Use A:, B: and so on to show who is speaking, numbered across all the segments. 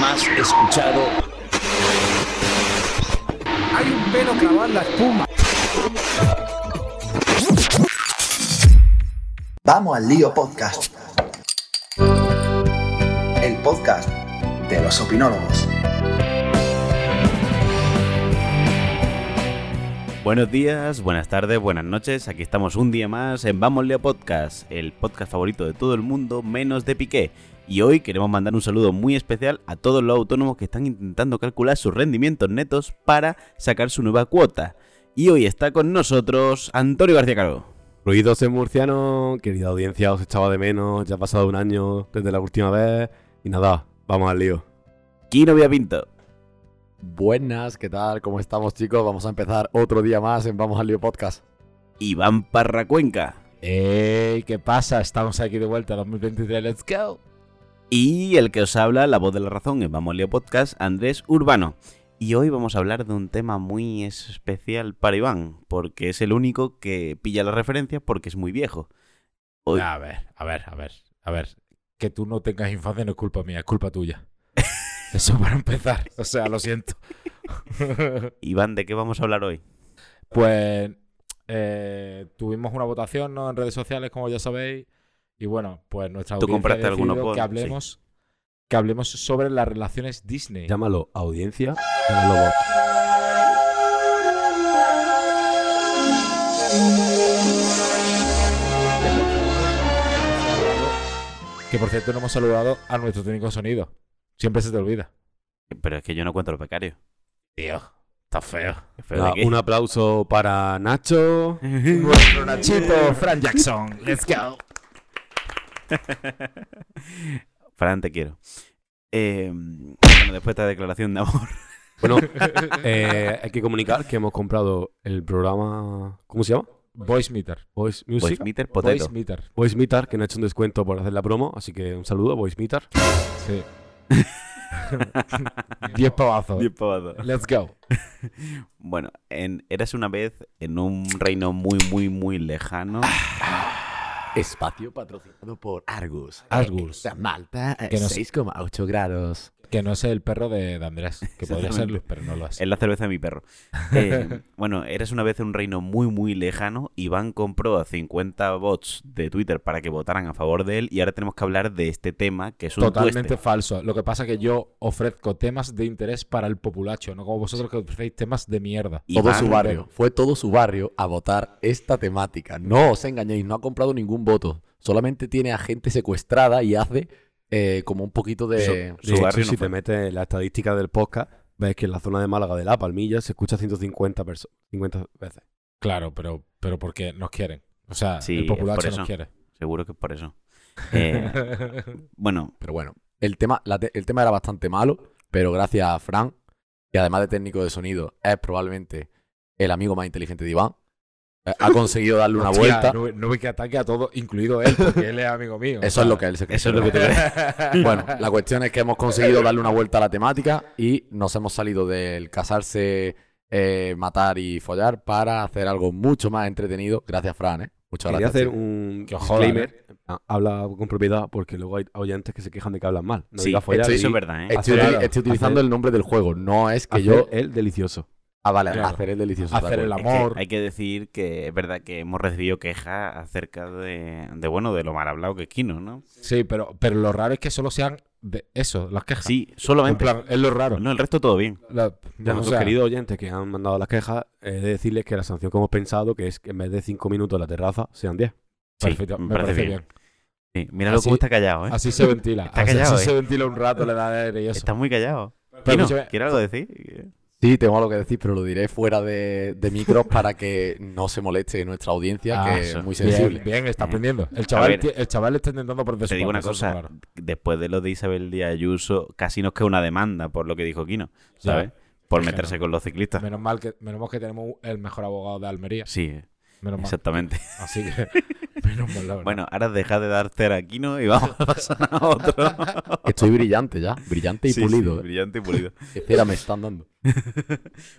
A: Más escuchado.
B: Hay un pelo clavado en la espuma.
C: Vamos al lío podcast. El podcast de los opinólogos.
D: Buenos días, buenas tardes, buenas noches. Aquí estamos un día más en Vamos Leo Podcast, el podcast favorito de todo el mundo, menos de Piqué. Y hoy queremos mandar un saludo muy especial a todos los autónomos que están intentando calcular sus rendimientos netos para sacar su nueva cuota. Y hoy está con nosotros Antonio García Caro.
E: Ruidos en murciano, querida audiencia, os echaba de menos, ya ha pasado un año desde la última vez. Y nada, vamos al lío.
D: Kino Villapinto.
F: Buenas, ¿qué tal? ¿Cómo estamos, chicos? Vamos a empezar otro día más en Vamos al Lío Podcast.
D: Iván Parracuenca.
G: ¡Ey! ¿Qué pasa? Estamos aquí de vuelta 2023. ¡Let's go!
D: Y el que os habla, la voz de la razón en Vamos Leo Podcast, Andrés Urbano. Y hoy vamos a hablar de un tema muy especial para Iván, porque es el único que pilla la referencia porque es muy viejo. Hoy-
G: A ver, a ver, a ver, a ver. Que tú no tengas infancia no es culpa mía, es culpa tuya. Eso para empezar. O sea, lo siento.
D: Iván, ¿de qué vamos a hablar hoy?
G: Pues eh, tuvimos una votación ¿no? en redes sociales, como ya sabéis. Y bueno, pues nuestra
D: Tú
G: audiencia
D: compraste
G: ha
D: alguno,
G: decidido
D: pon, sí.
G: que hablemos, que hablemos sobre las relaciones Disney.
E: Llámalo audiencia, llámalo bot.
G: Que por cierto no hemos saludado a nuestro técnico de sonido. Siempre se te olvida.
D: Pero es que yo no cuento los becarios.
G: Tío, está feo.
D: ¿Qué feo
E: Nada,
D: de qué?
E: un aplauso para Nacho.
G: Nuestro Nachito, Fran Jackson. Let's go.
D: Fran, te quiero. Eh, bueno, después de esta declaración de amor.
E: Bueno, eh, hay que comunicar que hemos comprado el programa. ¿Cómo se llama?
G: Voice Meter.
E: Voice
D: Voice
E: Music.
D: Meter
G: Voice
D: pues, Potato.
G: Meter.
E: Voice Meter, que no ha hecho un descuento por hacer la promo, así que un saludo, Voice Meter.
G: Sí. 10 pavazos.
D: Diez pavazos.
G: Let's go.
D: Bueno, en, eras una vez en un reino muy, muy, muy lejano.
F: Espacio patrocinado por Argus.
G: Argus.
F: Eh, Malta, eh,
G: Que nos-
F: 6,8 grados.
G: Que no es el perro de, de Andrés. Que podría
D: Exactamente.
G: serlo, pero no lo es.
D: Es la cerveza de mi perro. Eh, bueno, eras una vez en un reino muy, muy lejano. Iván compró a 50 bots de Twitter para que votaran a favor de él. Y ahora tenemos que hablar de este tema, que es un
G: Totalmente
D: tueste.
G: falso. Lo que pasa es que yo ofrezco temas de interés para el populacho, no como vosotros que ofrecéis temas de mierda.
D: Iván,
F: todo su barrio. Fue todo su barrio a votar esta temática. No os engañéis, no ha comprado ningún voto. Solamente tiene a gente secuestrada y hace eh, como un poquito de.
D: Su
E: De hecho,
D: barrio no
E: si
D: fue.
E: te metes en la estadística del podcast, ves que en la zona de Málaga de La Palmilla se escucha 150 perso- 50 veces.
G: Claro, pero, pero porque nos quieren. O sea,
D: Sí,
G: el
D: por
G: populacho
D: eso.
G: nos quiere.
D: Seguro que es por eso. Eh, bueno,
F: Pero bueno, el tema, la te- el tema era bastante malo, pero gracias a Fran, que además de técnico de sonido, es probablemente el amigo más inteligente de Iván, eh, ha conseguido darle una
G: Hostia,
F: vuelta.
G: No, no ve que ataque a todo, incluido él, porque él es amigo mío.
F: Eso es lo que él se cree.
D: eso es lo que te
F: Bueno, la cuestión es que hemos conseguido darle una vuelta a la temática y nos hemos salido del casarse, eh, matar y follar para hacer algo mucho más entretenido. Gracias, Fran, ¿eh? Muchas
E: Quería
F: gracias.
E: hacer
F: tío.
E: un
G: Que os jodan,
E: disclaimer. Ah, Habla con propiedad porque luego hay oyentes que se quejan de que hablan mal. No
D: sí,
E: digas follar
D: eso
E: y
D: es verdad, ¿eh?
F: Estoy,
E: hacer-
F: util- estoy utilizando
E: hacer-
F: el nombre del juego, no es que
E: hacer
F: yo...
E: el delicioso.
F: Ah, vale,
G: Claro.
F: hacer el delicioso. de
G: Hacer el
F: acuerdo.
D: Es que
G: amor.
D: hay que decir que es verdad que hemos recibido quejas acerca de, de, bueno, de lo mal hablado que es Kino, ¿no?
G: Sí, pero, pero lo raro es que solo sean de eso, las quejas.
D: Sí,
G: En
D: solamente.
G: plan, es lo raro.
D: No, el resto todo bien.
G: La-
E: Ya
G: o
E: nuestros
G: sea,
E: queridos oyentes que han mandado las quejas, he de decirles que la sanción que hemos pensado que es que en vez de 5 minutos en la terraza sean 10.
D: Sí,
G: perfecto, me, parece, bien.
D: Sí, míralo
G: Así-
D: cómo está callado, ¿eh?
G: Así se ventila.
D: Está
G: así-
D: callado,
G: así
D: eh.
G: se ventila un rato, le da aire y eso.
D: Está muy callado.
G: Pero
D: Kino,
G: escúchame,
D: ¿quieres algo decir?
F: Sí, tengo algo que decir, pero lo diré fuera de, de micros para que no se moleste nuestra audiencia,
G: Ah,
F: que
D: eso.
F: es muy sensible.
G: Bien, bien, está
D: Eh.
G: aprendiendo. El
D: A
G: chaval,
D: ver,
G: ti- el chaval está intentando por
D: Te digo una cosa, después de lo de Isabel Díaz Ayuso, casi nos queda una demanda por lo que dijo Kino, ¿sabes? Por
G: Es que
D: meterse
G: no.
D: con los ciclistas.
G: Menos mal que, menos mal que tenemos el mejor abogado de Almería.
D: Sí,
G: Menos mal.
D: exactamente.
G: Así que Menos mal, la verdad.
D: Bueno, ahora deja de dar cera aquí, ¿no? Y vamos a pasar a otro.
F: Estoy brillante ya. Brillante y
D: Sí, sí,
F: pulido. ¿eh?
D: brillante y pulido.
F: Qué cera me están dando.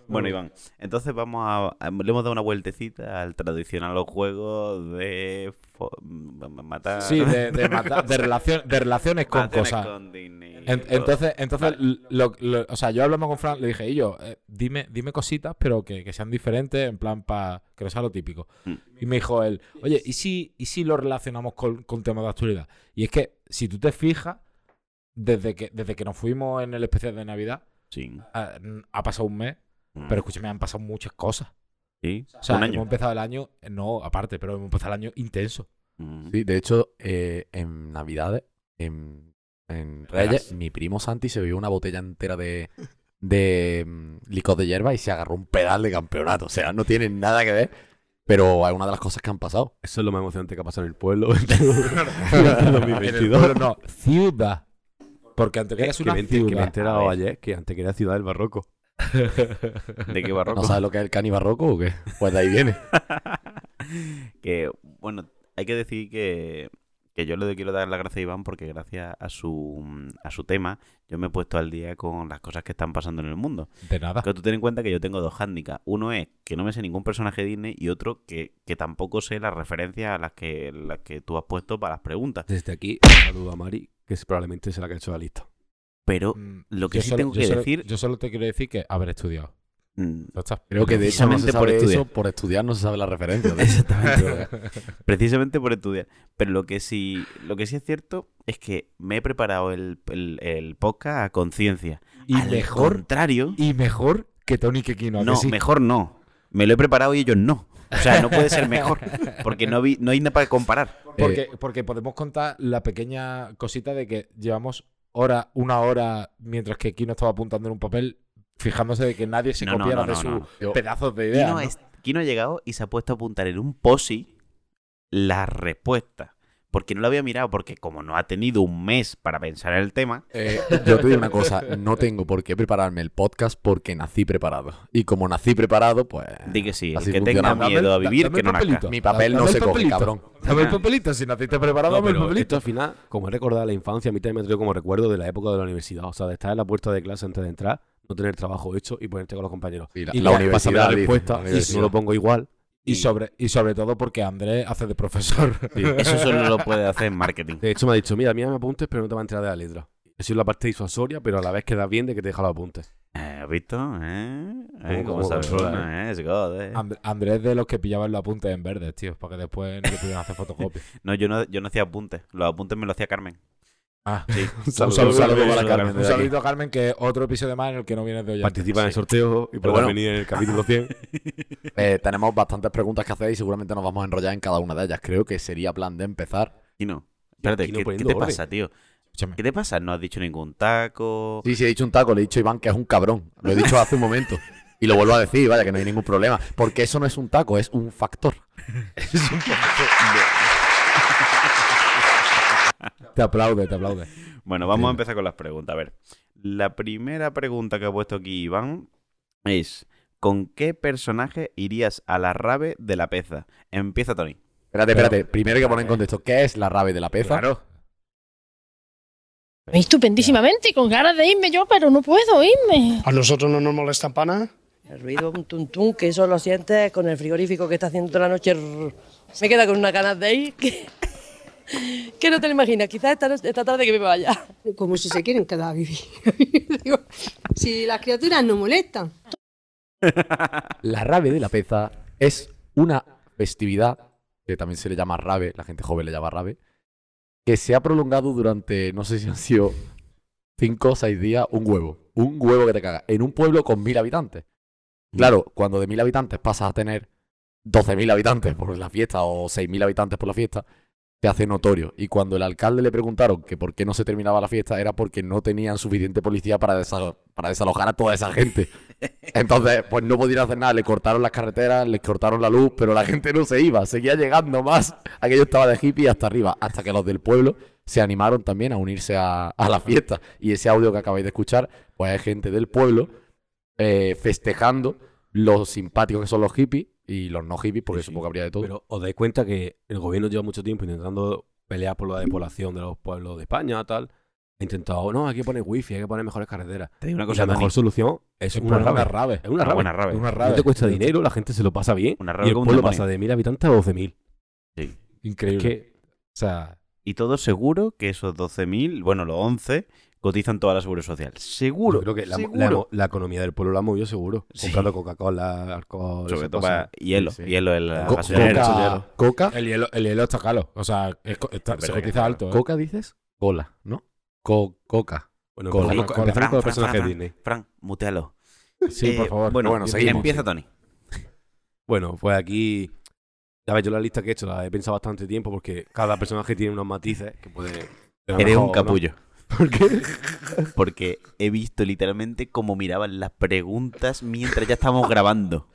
D: Bueno, Iván, entonces vamos a, a- Le hemos dado una vueltecita al tradicional juego de. fo- m- matar.
G: Sí, de, de, mata- de, relacion- de relaciones con
D: relaciones
G: cosas.
D: con dinero.
G: En- entonces, entonces lo- lo- o sea, yo hablamos con Fran, le dije, y yo, eh, dime, dime cositas, pero que, que sean diferentes, en plan, para que no sea lo típico.
D: Mm.
G: Y me dijo él, oye, ¿y si, ¿y si lo relacionamos con, con temas de actualidad? Y es que, si tú te fijas, desde que, desde que nos fuimos en el especial de Navidad,
D: Sí.
G: ha, ha pasado un mes,
D: Mm.
G: pero escúchame, han pasado muchas cosas.
D: Sí,
G: O sea,
D: un año.
G: hemos empezado el año, eh, no, aparte, pero hemos empezado el año intenso.
D: Mm.
F: Sí, de hecho, eh, en Navidades, en, en Reyes, mi primo Santi se bebió una botella entera de, de mm, licor de hierba y se agarró un pedal de campeonato. O sea, no tiene nada que ver, pero es una de las cosas que han pasado.
E: Eso es lo más emocionante que ha pasado en el pueblo. Durante el
G: En el
E: 2022.
G: pueblo, no, ciudad. Porque antes
E: Que
G: era una
E: me enter-
G: ciudad.
E: que me he enterado
D: A
E: ayer que antes que era Ciudad del Barroco.
D: ¿De qué
F: ¿No
D: barroco?
F: sabes lo que es el cani barroco o qué? Pues de ahí viene.
D: que, bueno, hay que decir que, que yo le quiero dar las gracias a Iván porque gracias a su, mm, a su tema yo me he puesto al día con las cosas que están pasando en el mundo.
G: De nada.
D: Pero tú ten en cuenta que yo tengo dos hándicaps. Uno es que no me sé ningún personaje Disney y otro que, que tampoco sé las referencias a las que, las que tú has puesto para las preguntas.
E: Desde aquí, un saludo a Mari, que es- probablemente será la que ha hecho la lista.
D: Pero
G: Mm,
D: lo que
G: yo
D: sí tengo
G: yo
D: que decir-
G: Yo solo te quiero decir que haber estudiado.
D: mm,
G: Ya está.
F: Creo que de hecho no se
D: Precisamente por
F: sabe eso,
D: estudiar.
F: por estudiar no se sabe la referencia. de eso.
D: precisamente por estudiar. Pero lo que sí, lo que sí es cierto es que me he preparado el, el, el podcast a conciencia.
G: Y
D: Al
G: mejor,
D: contrario.
G: y mejor que Tony Kekino. ¿a que
D: No,
G: sí?
D: mejor no. Me lo he preparado y ellos no. O sea, no puede ser mejor. Porque no, vi- no hay nada para comparar.
G: Porque,
D: Eh,
G: porque podemos contar la pequeña cosita de que llevamos hora, una hora mientras que Kino estaba apuntando en un papel, fijándose de que nadie se
D: No, no,
G: copiara
D: no,
G: de
D: no,
G: sus
D: no.
F: Yo-
G: pedazos de ideas.
D: Kino,
G: ¿no?
D: es- Kino ha llegado y se ha puesto a apuntar en un posi la respuesta. Porque no lo había mirado, porque como no ha tenido un mes para pensar en el tema,
F: Eh, yo te digo una cosa, no tengo por qué prepararme el podcast porque nací preparado. Y como nací preparado, pues...
D: di que sí, el
F: Así
D: que
F: funciona.
D: tenga
F: Dame
D: miedo a
G: da-
D: vivir,
G: dame
D: que no
G: el papelito.
D: nazca.
F: Mi papel
G: Dame
F: no
G: el
F: se coge,
G: papelito.
F: cabrón.
G: Dame el papelito, si naciste preparado,
E: No,
G: dame el
E: pero
G: papelito.
E: esto al final, como he recordado la infancia, a mí también me ha traído como recuerdo de la época de la universidad. O sea, de estar en la puerta de clase antes de entrar, no tener trabajo hecho y ponerte con los compañeros.
F: Sí, la-
E: y
F: la
E: ya, pásame
F: universidad,
E: la
F: dice,
E: respuesta
F: la
E: y si no lo pongo igual.
G: Y sobre, y sobre todo porque Andrés hace de profesor.
D: Eso solo lo puede hacer en marketing.
E: De hecho, me ha dicho, mira, mira, me apuntes, pero no te va a enterar de la letra. Eso es la parte disuasoria, pero a la vez queda bien de que te deja los apuntes.
D: Eh, ¿Has visto? ¿Eh? ¿Eh?
E: Cómo-
D: ¿Cómo
E: cómo
D: sabe
E: controla,
D: uno, eh? Es God, eh.
G: And- Andrés de los que pillaban los apuntes en verde, tío, para que después no le pudieran hacer fotocopias.
D: No, yo no, yo no hacía apuntes. Los apuntes me los hacía Carmen.
G: Ah,
D: Sí.
E: Un
F: Un
E: saludo,
F: saludo,
E: un saludo.
F: para Carmen.
G: un
F: desde aquí.
G: saludito a Carmen, que otro episodio más en el que no vienes de hoy.
E: Participa en el sorteo y podrás
D: bueno.
E: venir en el capítulo 100.
F: Eh, tenemos bastantes preguntas que hacer y seguramente nos vamos a enrollar en cada una de ellas. Creo que sería plan de empezar.
D: Kino. Espérate,
E: Kino
D: ¿qué, qué
E: poniendo
D: te
E: orden.
D: pasa, tío? ¿Qué te pasa? No has dicho ningún taco.
F: Sí, sí, he dicho un taco, le he dicho a Iván que es un cabrón. Lo he dicho hace un momento. Y lo vuelvo a decir, vaya, que no hay ningún problema. Porque eso no es un taco, es un factor.
G: Te aplaude, te aplaude.
D: Bueno, vamos a empezar con las preguntas. A ver, la primera pregunta que ha puesto aquí Iván es: ¿Con qué personaje irías a la rave de la peza? Empieza Tony.
F: Espérate, espérate. Primero hay que poner en contexto, ¿qué es la rave de la peza?
G: Claro.
H: Estupendísimamente, con ganas de irme yo, pero no puedo irme.
I: A nosotros no nos molestan pana.
J: El ruido, un tum tum, que eso lo sientes con el frigorífico que está haciendo toda la noche. Rrr. Me queda con una ganas de ir que, que no te lo imaginas. Quizás esta, noche- esta tarde que me vaya.
K: como si se quieren quedar a vivir. Digo, si las criaturas no molestan.
F: La rave de la peza es una festividad, que también se le llama rave, la gente joven le llama rave, que se ha prolongado durante, no sé si han sido cinco o seis días, un huevo. Un huevo que te caga. En un pueblo con mil habitantes. Claro, cuando de mil habitantes pasas a tener 12.000 habitantes por la fiesta o 6.000 habitantes por la fiesta, se hace notorio. Y cuando el alcalde le preguntaron que por qué no se terminaba la fiesta, era porque no tenían suficiente policía para, desa- para desalojar a toda esa gente. Entonces, pues no podían hacer nada. Le cortaron las carreteras, les cortaron la luz, pero la gente no se iba. Seguía llegando más. Aquello estaba de hippie hasta arriba. Hasta que los del pueblo se animaron también a unirse a, a la fiesta. Y ese audio que acabáis de escuchar, pues es gente del pueblo eh, festejando lo simpáticos que son los hippies, y los no hippies, porque
E: Sí, sí.
F: supongo que habría de todo.
E: Pero os dais cuenta que el gobierno lleva mucho tiempo intentando pelear por la despoblación de los pueblos de España, tal. Ha intentado, no, hay que poner wifi, hay que poner mejores carreteras.
D: Te digo una
E: Y
D: cosa,
E: la
D: Dani.
E: mejor solución es
G: Es
E: una
G: poner
E: rave.
G: una rave.
E: Es una
D: Una
E: rave.
D: buena rave.
G: Una
E: No
G: rave.
E: te cuesta dinero, la gente se lo pasa bien.
D: Una
E: y
D: rave
E: el
D: con un
E: pueblo
D: demonio.
E: pasa de 1.000 habitantes a 12.000.
G: Increíble.
E: Que
G: O sea,
D: Y todo seguro que esos 12.000, bueno, los 11, cotizan toda la seguridad social. Seguro.
E: yo creo que la,
D: seguro.
E: la- la economía del pueblo la movió seguro.
D: Sí.
E: Comprando Coca-Cola, alcohol,
D: Sobre
E: esas
D: todo
E: cosas.
D: para hielo.
E: Sí, sí.
D: Hielo en la
E: Co-
D: gasolinera.
E: coca-
F: Coca,
G: el hielo, el hielo está caro. O sea, es co- está-
D: Hombre,
G: se
D: que
G: cotiza alto. ¿eh?
F: Coca dices? Cola, ¿no? Co- coca.
E: Bueno,
F: Cola,
E: empezamos,
G: cola.
E: con- empezamos con
D: Fran, Fran,
E: los personajes
D: Fran.
E: Disney.
D: Fran, mutealo.
G: Sí,
D: Eh,
G: por favor.
D: Bueno,
E: Bueno,
D: seguimos.
E: seguimos.
D: Empieza Tony.
E: Bueno, pues aquí. A ver, yo la lista que he hecho la he pensado bastante tiempo porque cada personaje tiene unos matices que puede. ser
D: Eres
E: mejor
D: un
E: o no.
D: capullo.
E: ¿Por qué?
D: Porque he visto literalmente cómo miraban las preguntas mientras ya estábamos grabando.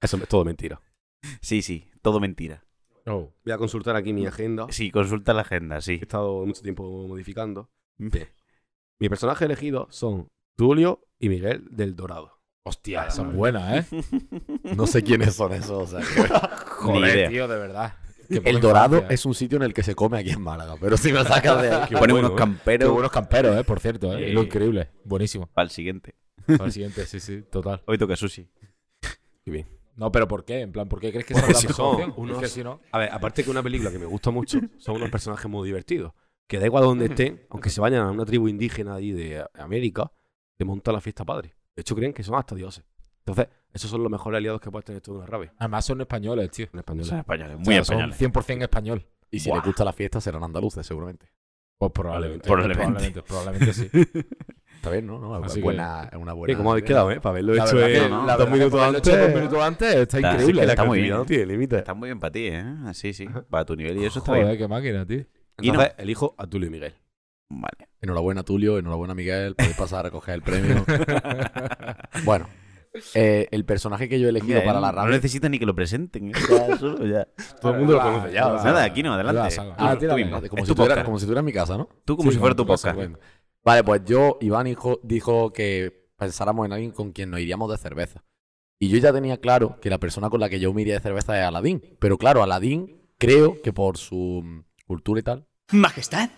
E: Eso es todo mentira.
D: Sí, sí, todo mentira.
G: Oh.
E: Voy a consultar aquí mi agenda.
D: Sí, consulta la agenda, sí.
E: He estado mucho tiempo modificando.
F: Mm.
E: Mis personajes elegidos son Tulio y Miguel del Dorado.
D: Ah,
G: Hostia, son buenas, ¿eh?
F: No sé quiénes son esos. o sea, que-
D: Ni idea.
G: tío, de verdad.
F: el Dorado es un sitio en el que se come aquí en Málaga, pero si me sacas de ahí.
D: Que ponen unos
E: bueno, ¿eh?
G: Pero...
D: camperos
G: buenos camperos, ¿eh? Por cierto, ¿eh?
D: Eh.
G: Lo increíble. Buenísimo.
D: para el siguiente.
G: Al siguiente, sí, sí, total.
D: Hoy toca sushi.
G: No, pero ¿por qué? En plan, ¿por qué crees que son
E: Porque
G: la
E: si
G: mejor
E: son
G: opción? Es
E: unos-
G: que si no...
E: A ver, aparte que una película que me gusta mucho, son unos personajes muy divertidos. Que da igual donde estén, aunque se vayan a una tribu indígena allí de América, te monta la fiesta padre. De hecho, creen que son hasta dioses. Entonces, esos son los mejores aliados que puedes tener tú en una rave.
G: Además son españoles, tío.
E: En español.
D: Son españoles,
G: O
D: muy
G: sea,
D: españoles.
G: Son 100% español.
F: Y si les gusta la fiesta, serán andaluces, seguramente.
G: Pues probablemente.
D: Probablemente.
G: Probablemente, probablemente sí.
F: Está bien, ¿no? no es,
G: Así que-
F: buena, es una buena.
E: Oye, ¿Cómo habéis
F: idea.
E: quedado, eh? Para haberlo
G: La
E: hecho
G: verdad
E: en
G: que- la
E: dos
G: verdad
E: minutos
G: que
E: antes.
G: dos minutos antes, está
D: Está-
G: increíble.
D: sí que
E: La
D: Está muy
E: creatividad
D: bien.
E: no tiene límite.
D: Está muy bien para ti, ¿eh? Así, sí. Para tu nivel y eso está bien.
G: Joder, qué máquina, tío.
D: Y no.
E: Entonces, elijo a Tulio y Miguel.
D: Vale.
F: Enhorabuena, Tulio. Enhorabuena, Miguel. Podéis pasar a recoger el premio. bueno, eh, el personaje que yo he elegido
D: Mira,
F: para
D: eh,
F: la
D: No
F: rabia.
D: necesito ni que lo presenten. ¿eh? Ya, solo, ya.
E: Todo el mundo lo conoce ya. o sea,
D: Nada, aquí no,
G: Ah,
D: adelante.
G: saga.
D: Tú,
G: Ah,
D: tú
G: tírame.
D: mismo.
F: como,
D: Es
F: si
D: tu
F: tuviera,
D: podcast.
F: como si tuviera en mi casa, ¿no?
D: Tú como
G: Sí,
D: si fuera
G: no,
D: tu
G: no sé,
D: podcast.
G: bueno.
F: Vale, pues yo, Iván hijo, dijo que pensáramos en alguien con quien nos iríamos de cerveza. Y yo ya tenía claro que la persona con la que yo me iría de cerveza es Aladín. Pero claro, Aladín creo que por su mm, cultura y tal.
L: Majestad,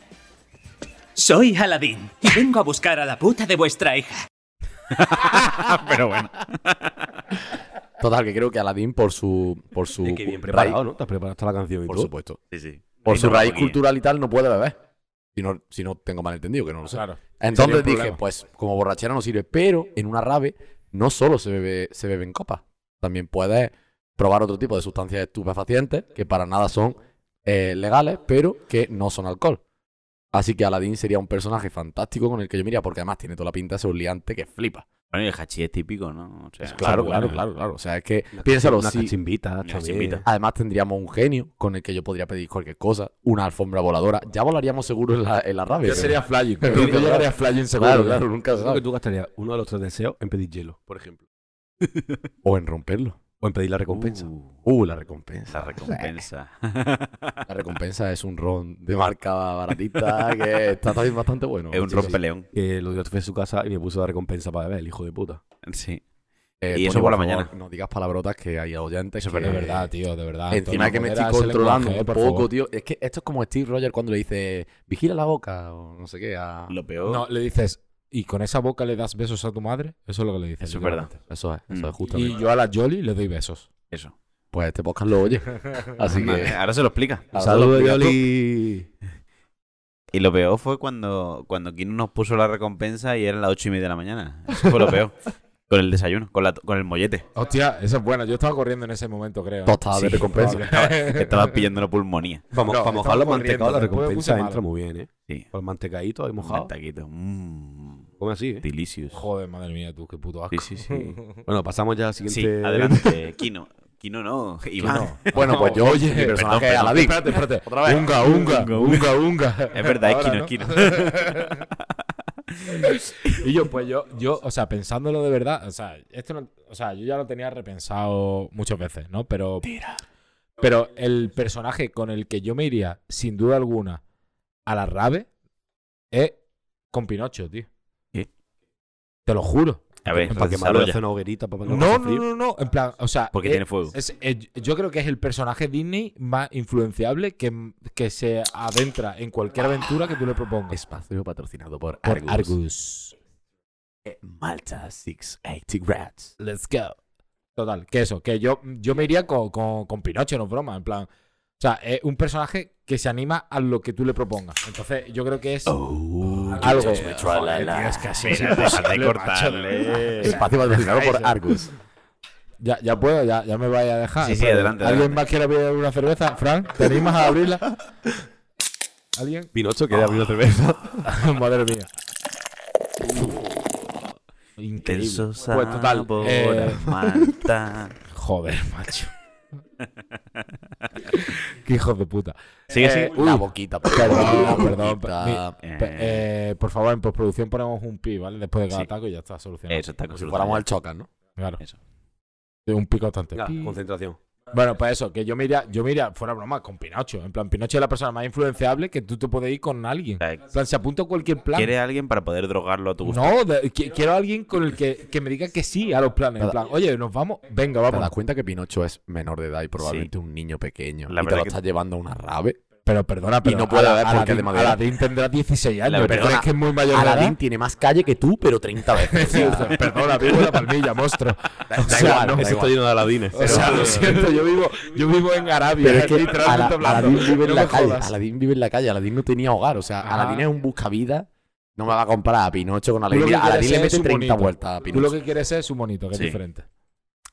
L: soy Aladín y vengo a buscar a la puta de vuestra hija.
D: Pero bueno.
F: Total, que creo que Aladín por su. Por su
E: Es que bien
F: raíz-
E: preparado, ¿no? Te has preparado hasta la canción y
F: Por
E: todo.
F: supuesto.
D: Sí, sí.
F: Por su
D: Ahí no
F: raíz
D: lo ponía.
F: cultural y tal no puede beber. Si no, si no tengo malentendido, que no lo sé.
G: Claro. Sería
F: Entonces
G: un
F: dije,
G: problema.
F: pues como borrachera no sirve, pero en una rave no solo se bebe, se beben copas, también puedes probar otro tipo de sustancias estupefacientes que para nada son eh, legales, pero que no son alcohol. Así que Aladdin sería un personaje fantástico con el que yo miraría, porque además tiene toda la pinta de ser un liante que flipa.
D: Bueno, y el hachi es típico, ¿no? O sea,
F: Pues
D: uh,
F: Claro,
D: bueno,
F: claro, claro, claro. O sea, es que piénsalo,
E: Una
F: si,
E: cachimbita
D: Una
E: también.
D: cachimbita.
F: Además tendríamos un genio con el que yo podría pedir cualquier cosa, una alfombra voladora. Ya volaríamos seguro en la, en la rave.
G: Yo
F: pero-
G: sería flying. Pero
F: Pero-
G: tú llegarías flying seguro.
F: Claro,
G: ¿no?
F: claro, nunca se
E: Creo que
F: sabe.
E: tú gastarías uno de los tres deseos en pedir hielo, por ejemplo.
F: O en romperlo.
E: O en pedir la recompensa.
D: Uh,
F: Uh, la recompensa.
D: la recompensa.
F: La recompensa es un ron de marca baratita que está también bastante bueno.
D: es un
F: Sí,
D: rompeleón.
E: Que lo dio fue a su casa y me puso la recompensa para beber, el hijo de puta.
D: Sí.
F: sí. Eh,
D: y
F: Tony,
D: eso por la
F: favor,
D: mañana.
F: No digas palabrotas que hay oyentes.
G: Eso
F: que-
G: pero es verdad, tío, de verdad.
F: Encima
G: Antonio,
F: que me
G: modera
F: estoy
G: ese
F: controlando
G: lenguaje,
F: un
G: por
F: poco,
G: favor.
F: tío. Es que esto es como Steve Rogers cuando le dice, vigila la boca o no sé qué. A...
D: Lo peor.
G: No, le dices, ¿y con esa boca le das besos a tu madre? Eso es lo que le dices.
D: Eso es verdad.
G: literalmente.
F: Eso es, eso
D: Mm.
F: es justo.
G: Y yo a la Jolly le doy besos.
D: Eso.
F: Pues este podcast lo oye. Así
D: Vale,
F: que...
D: Ahora se lo explica.
F: Ahora
E: Saludos,
F: se lo explicas Ah, tú.
E: Yoli.
D: Y lo peor fue cuando, cuando Kino nos puso la recompensa y eran las ocho y media de la mañana. Eso fue lo peor. con el desayuno, con, la, con el mollete.
G: Hostia, esa es buena. Yo estaba corriendo en ese momento, creo. ¿eh?
F: Tostada de
D: Sí,
E: Pues,
F: recompensa.
D: probable. Que Estaba pillando la pulmonía.
E: Vamos,
G: No,
E: para mojar los
G: estaba corriendo,
E: mantecados, la
G: después me puse
E: recompensa
G: malo.
E: entra muy bien, ¿eh?
D: Sí.
E: Con el mantecadito ahí mojado.
D: Un taquito. Mmm.
E: Come así, ¿eh?
D: Delicious.
G: Joder, madre mía, tú, qué puto asco.
D: Sí, sí, sí.
E: Bueno, pasamos ya al
D: Sí,
E: siguiente.
D: adelante, Kino. Kino no, Iván.
F: Bueno, pues yo oye, mi personaje es Aladín.
G: Espérate, espérate. Unga, unga, unga, unga.
D: Es verdad, es
G: Ahora,
D: Kino,
G: ¿no?
D: es Kino.
G: Y yo, pues yo, yo, o sea, pensándolo de verdad, o sea, esto no- o sea, yo ya lo tenía repensado muchas veces, ¿no? Pero. Pero el personaje con el que yo me iría, sin duda alguna, a la rave es con Pinocho, tío.
D: ¿Qué?
G: Te lo juro.
D: A ver,
E: Para quemarlo y hacer una hoguerita
D: Pues
E: para ponerlo
G: No,
E: más
G: no, no,
E: frío.
G: no, en plan, o sea.
D: Porque
G: eh,
D: tiene fuego.
G: es- eh, yo creo que es el personaje Disney más influenciable que, que se adentra en cualquier aventura que tú le propongas.
F: Espacio patrocinado por,
G: Por
F: Argus.
G: Argus.
F: Eh, Malta 680 Rats.
G: Let's go. Total, que eso, que yo, yo me iría con, con, con Pinocho, no es broma, en plan. O sea, es un personaje que se anima a lo que tú le propongas. Entonces, yo creo que es algo.
D: Just me tra- Oh. la- la.
G: tío, es que así es
D: Mira, deja de
G: imposible, macho,
D: cortarle.
G: de verdad.
F: Espacio patrocinado por
G: Eso.
F: Argus.
G: Ya, ya puedo, ya, ya me vaya a dejar.
D: Sí, sí,
G: Espera,
D: adelante,
G: ¿Alguien
D: adelante.
G: más quiere pedir una cerveza? Frank, ¿te animas a abrirla? ¿Alguien?
E: Pinocho quiere abrir la cerveza.
G: Madre mía.
D: Intenso
G: Pues total,
D: sabor a
G: eh,
D: Malta.
G: Joder, macho. Qué hijos de puta. Eh,
D: Sigue, sigue.
G: uy,
F: La boquita, por
G: Uh. Perdón,
F: favor,
G: perdón.
F: boquita.
G: mi- pe- eh, por favor, en postproducción ponemos un pi, ¿vale? Después de cada
D: Sí.
G: taco y ya está solucionado.
D: eh, Eso está
F: Como si
D: solucionado.
F: fuéramos al Chocas, ¿no?
G: Claro.
D: Eso.
G: De Un pico constante.
E: Venga,
G: Pi.
E: concentración.
G: Bueno, pues eso, que yo mira, yo mira, fuera broma, con Pinocho. En plan, Pinocho es la persona más influenciable que tú te puedes ir con alguien.
D: O sea,
G: En plan, se apunta a cualquier plan.
D: Eh, ¿Quiere alguien para poder drogarlo a tu gusto?
G: No, de- qui- quiero a alguien con el que, que me diga que sí a los planes. En plan, oye, nos vamos, venga,
F: ¿Te das
G: vamos.
F: cuenta que Pinocho es menor de edad y probablemente un niño pequeño?
D: La
F: y te
D: verdad
F: lo
D: que-
F: estás llevando a una rave.
G: Pero perdona, pero.
F: no puede
G: Ala-
F: haber porque
G: Aladdin-
F: es de madera.
G: Aladdin tendrá 16 años. ¿tú
F: perdona,
G: crees que es muy mayor de edad?
F: Aladdin tiene más calle que tú, pero 30 veces.
G: Sí, o sea, perdona, vivo en la palmilla, monstruo.
F: Da- da
G: sea,
F: igual,
G: no,
F: da
E: Eso está
F: igual.
E: lleno de aladines.
G: O sea, lo siento, yo vivo, yo vivo en Arabia.
F: Pero es que Ala-
G: literalmente hablando.
F: Aladdin vive en
G: No
F: la
G: me
F: calle.
G: jodas.
F: Aladdin vive en la calle. Aladdin no tenía hogar. O sea,
G: Ajá.
F: Aladdin es un buscavida. No me va a comparar a Pinocho con
G: Tú lo
F: Aladdin.
G: que
F: Mira,
G: quieres
F: Aladdin le
G: es
F: mete
G: un
F: 30
G: bonito.
F: vueltas a
G: Tú lo
F: Pinocho.
G: que quieres es su monito, que
D: Sí.
G: es diferente.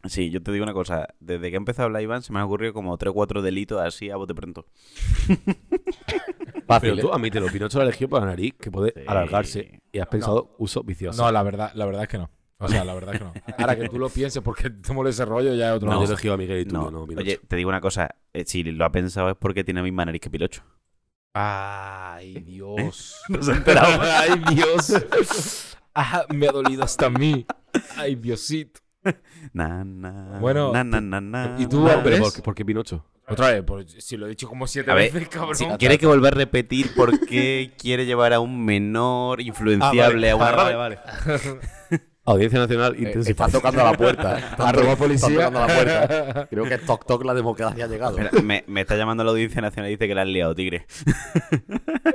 D: Sí, yo te digo una cosa. Desde que ha empezado a hablar Iván, se me han ocurrido como 3 o 4 delitos así a bote pronto.
E: Pero
F: Fácil.
E: tú,
F: ¿eh?
E: admítelo, Pinocho lo ha elegido por la nariz, que puede
D: Sí.
E: alargarse. Y has pensado uso vicioso.
G: No, la verdad, la verdad es que no. O sea, la verdad es que no. Ahora que tú lo pienses porque te mola ese rollo, ya es otro.
E: No, yo he
G: rollo.
E: elegido a Miguel y tú,
D: No,
E: no, no Pinocho.
D: oye, te digo una cosa. eh, Si lo ha pensado es porque tiene la misma nariz que Pilocho.
G: Ay, Dios.
D: Nos enteramos.
G: Ay, Dios. Ajá, me ha dolido hasta a mí. Ay, Diosito.
D: Na, na,
G: Bueno,
D: na, na, na, na,
G: ¿y tú,
D: na.
G: Andrés?
E: ¿Por qué, por qué Pinocho?
G: Otra vez, por- si lo he dicho como siete
D: A ver,
G: veces, cabrón.
D: Si quiere que vuelva a repetir por qué quiere llevar a un
G: Ah,
D: menor influenciable a una rave.
E: Audiencia Nacional
F: Eh,
E: intensificada.
F: Está tocando a la puerta. eh. Está
G: Arroba
F: to-
G: policía.
F: Está tocando a la puerta. Creo que toc toc la democracia ha llegado.
D: Espera, me, me está llamando la audiencia nacional y dice que la has liado, tigre.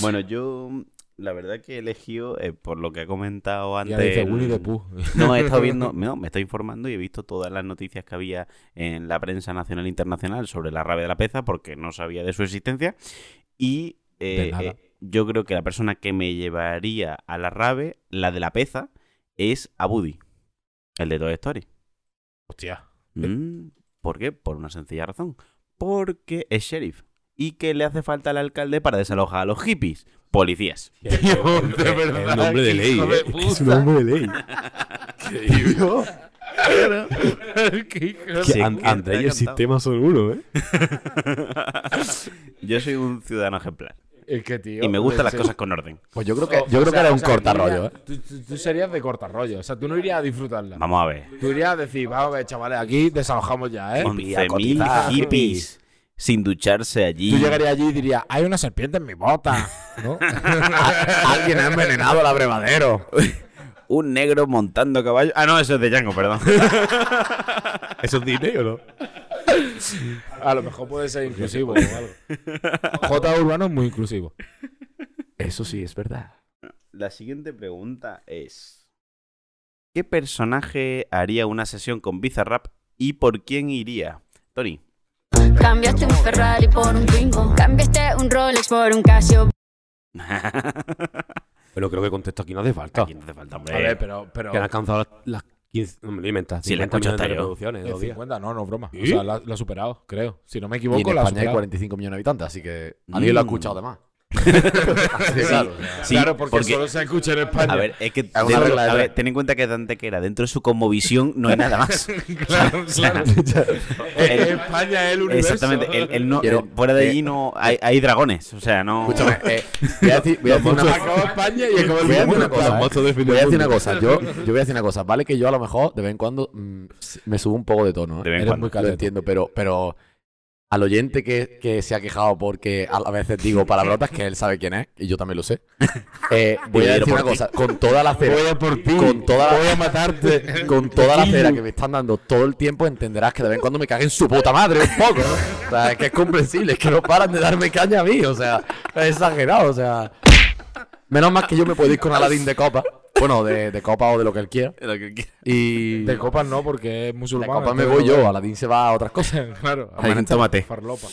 D: bueno, yo la verdad que he elegido, eh, por lo que ha comentado
G: Y
D: antes.
G: ahora dice
D: el-
G: Willy the Pooh.
D: No, he estado viendo, no, me estoy informando y he visto todas las noticias que había en la prensa nacional e internacional sobre la rabia de la peza, porque no sabía de su existencia. Y eh,
G: De nada.
D: eh, yo creo que la persona que me llevaría a la rave, la de la peza, es Abudi, el de Toy Story.
G: Hostia.
D: Mm, ¿Por qué? Por una sencilla razón. Porque es sheriff. ¿Y qué le hace falta al alcalde para desalojar a los hippies? Policías.
G: Dios, de verdad.
E: Es un hombre de
G: qué
E: ley,
G: hijo de
E: eh.
G: puta.
E: un hombre de ley.
G: Qué hijo de-
D: Sí,
E: Que An-
D: que
E: Andrés
D: te ha
E: y el
D: encantado.
E: sistema son uno, ¿eh?
D: Yo soy un ciudadano ejemplar.
G: Es que, tío, eh,
D: Y me gustan las
G: sí.
D: cosas con orden.
F: Pues yo creo
G: O-
F: que, yo
G: o
F: creo que
G: sea,
F: era
G: o
F: un
G: sea, tú
F: cortarrollo, ¿eh?
G: irías- Tú, tú- tú serías de cortarrollo. O sea, tú no irías a disfrutarla.
D: Vamos a ver.
G: Tú irías a decir, vamos a ver, chavales, aquí desalojamos ya, ¿eh?
F: a
D: 11.000
F: cotizar.
D: hippies sin ducharse allí.
G: Tú llegarías allí y dirías, hay una serpiente en mi bota. ¿no?
F: Alguien ha envenenado al abrevadero.
D: Un negro montando caballo. Ah, no, eso es de Django, perdón.
E: ¿Eso es dinero o no?
G: A lo mejor puede ser inclusivo o algo. J Urbano es muy inclusivo.
F: Eso sí, es verdad.
D: La siguiente pregunta es: ¿Qué personaje haría una sesión con Bizarrap y por quién iría? Tony.
M: Cambiaste un Ferrari por un Twingo. Cambiaste un Rolex por un Casio.
E: Pero creo que contesto aquí no hace falta.
D: Aquí no hace falta, hombre.
G: A ver, pero. pero
E: Que han alcanzado las- las 15. No me lo inventas.
D: Sí, la he
E: 50
D: escuchado
E: millones
D: hasta
E: de
D: yo.
E: reproducciones en
G: el
E: dos días.
G: 50, no, no, broma.
E: ¿Sí?
G: O sea, la, la ha superado, creo. Si no me
F: Y en
G: equivoco, la ha
F: España hay
G: superado.
F: 45 millones de habitantes, así que alguien lo ha
D: Mm.
F: escuchado además. Así de
D: Sí,
F: claro.
D: sí,
G: claro, porque, solo se escucha en España.
D: A ver, es que.
F: una
D: dentro-
F: regla de
D: a ver,
F: tres.
D: ten en cuenta que Dante que era dentro de su cosmovisión no hay nada más.
G: claro, claro.
D: El-
G: España es el universo.
D: Exactamente. Él, él no,
F: Quiero-
D: él- fuera de
F: eh,
D: allí no hay, hay dragones. O sea, no.
F: Escúchame, eh, voy a decir, voy a decir una,
G: Acaba España y acaba el
F: voy a decir
G: mundo.
F: una cosa.
E: monstruos
F: eh.
E: definen
F: Voy a
E: el
F: decir una
E: mundo.
F: cosa. Yo, yo voy a decir una cosa. Vale que yo a lo mejor de vez en cuando mm, me subo un poco de tono.
D: De vez
F: ¿eh?
D: en
G: Eres
D: cuando.
G: muy
F: Lo
G: caleta.
F: entiendo, pero, pero al oyente que, que se ha quejado porque a veces digo palabrotas que él sabe quién es, y yo también lo sé. eh, voy
G: Voy
F: a
G: a ir
F: decir
G: por
F: una
G: ti.
F: cosa, con toda la cera.
G: Voy a por ti.
F: Con toda la,
G: Voy a matarte.
F: Con toda la cera que me están dando todo el tiempo, entenderás que de vez en cuando me cague en su puta madre un poco. ¿no? O sea, es que es comprensible, es que no paran de darme caña a mí, o sea, es exagerado, o sea. Menos mal que yo me puedo ir con Aladdin de copa. Bueno, de, de copa o de lo que él quiera. Y
G: De copas no, porque es musulmán.
F: de copa me voy
G: entonces
F: yo,
G: no.
F: Aladdin se va a otras cosas.
G: claro,
D: Aladdin, tómate.
G: Farlopa.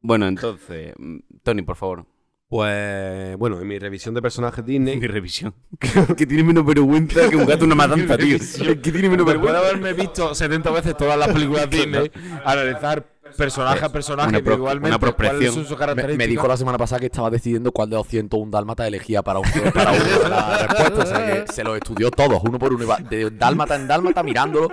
D: Bueno, entonces, mm, Tony, por favor.
E: Pues bueno, en mi revisión de personajes Disney. Mi
D: revisión. que tiene menos vergüenza que un gato en una matanza, tío. Es que tiene menos
G: Después de
D: vergüenza.
G: haberme visto 70 veces todas las películas Disney, analizar personaje a personaje
F: Una pro-
G: individualmente,
F: una
G: cuáles
F: prospección.
G: son sus
F: Me,
G: características.
F: me dijo la semana pasada que estaba decidiendo cuál de los 101 dálmata elegía para, un, para una de las respuestas. O sea, que se los estudió todos, uno por uno. Iba de dálmata en dálmata mirándolo.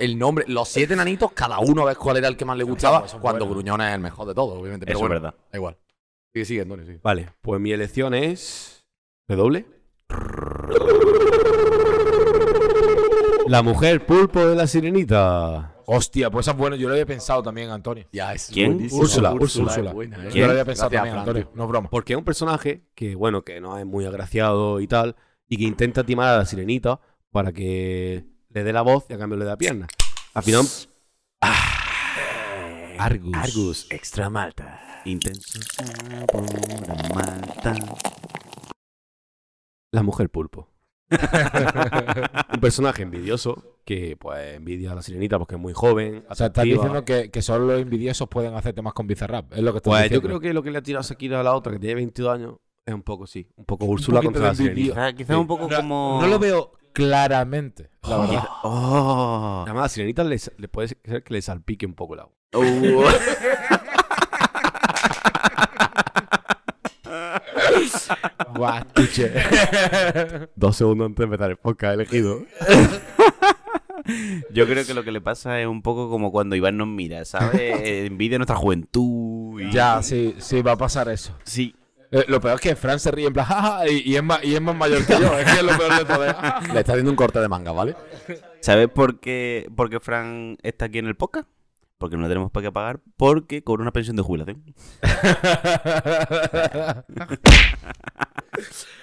F: El nombre, los siete nanitos, cada uno a ver cuál era el que más le gustaba. Cuando Gruñón es el mejor de todos, obviamente. Pero
E: Eso es
F: bueno,
E: verdad.
F: Da igual. Sigue, sigue, Antonio, sigue.
E: Vale, pues mi elección es. ¿Redoble? La mujer pulpo de la sirenita.
G: Hostia, pues esa es buena. Yo lo había pensado también, Antonio.
F: Ya, es
E: ¿Quién? buenísimo.
G: Úrsula.
E: Úrsula,
G: Úrsula.
E: es buena, ¿eh?
G: Yo
E: ¿Quién?
G: lo había pensado
E: Gracias,
G: también,
E: Fran.
G: Antonio. No es broma.
E: Porque es un personaje que, bueno, que no es muy agraciado y tal, y que intenta timar a la sirenita para que le dé la voz y a cambio le dé la pierna. Al final.
G: Ah.
D: Argus. Argus, extra malta. Intenso sabor a malta.
E: La mujer pulpo. un personaje envidioso que, pues, envidia a la sirenita porque es muy joven.
G: O sea, estás
E: atractiva.
G: diciendo que, que solo los envidiosos pueden hacer temas con Bizarrap. Es lo que estás
E: Pues yo
G: diciendo.
E: creo que lo que le ha tirado Shakira a la otra, que tiene 22 años, es un poco sí. Un poco Úrsula
G: poquito
E: contra la
G: de envidia.
E: sirenita.
G: Quizá- quizá un poco como- No lo veo claramente, la verdad.
D: Oh.
E: Además, a la sirenita le, le puede ser que le salpique un poco el agua.
D: Uh.
G: Buah, tuche.
E: Dos segundos antes de empezar el podcast, he elegido.
D: Yo creo que lo que le pasa es un poco como cuando Iván nos mira, ¿sabes? Eh, Envidia nuestra juventud. y-
G: Ya, sí, sí, va a pasar eso.
D: Sí.
G: Eh, lo peor es que Fran se ríe en plan, "Ja, ja", y, y es más, y es más mayor que yo. Es que es lo peor de todo. ¿eh? es, "Ja, ja".
F: Le está haciendo un corte de manga, ¿vale?
D: ¿Sabes por qué, por qué Fran está aquí en el podcast? Porque no le tenemos para qué pagar, porque cobra una pensión de jubilación.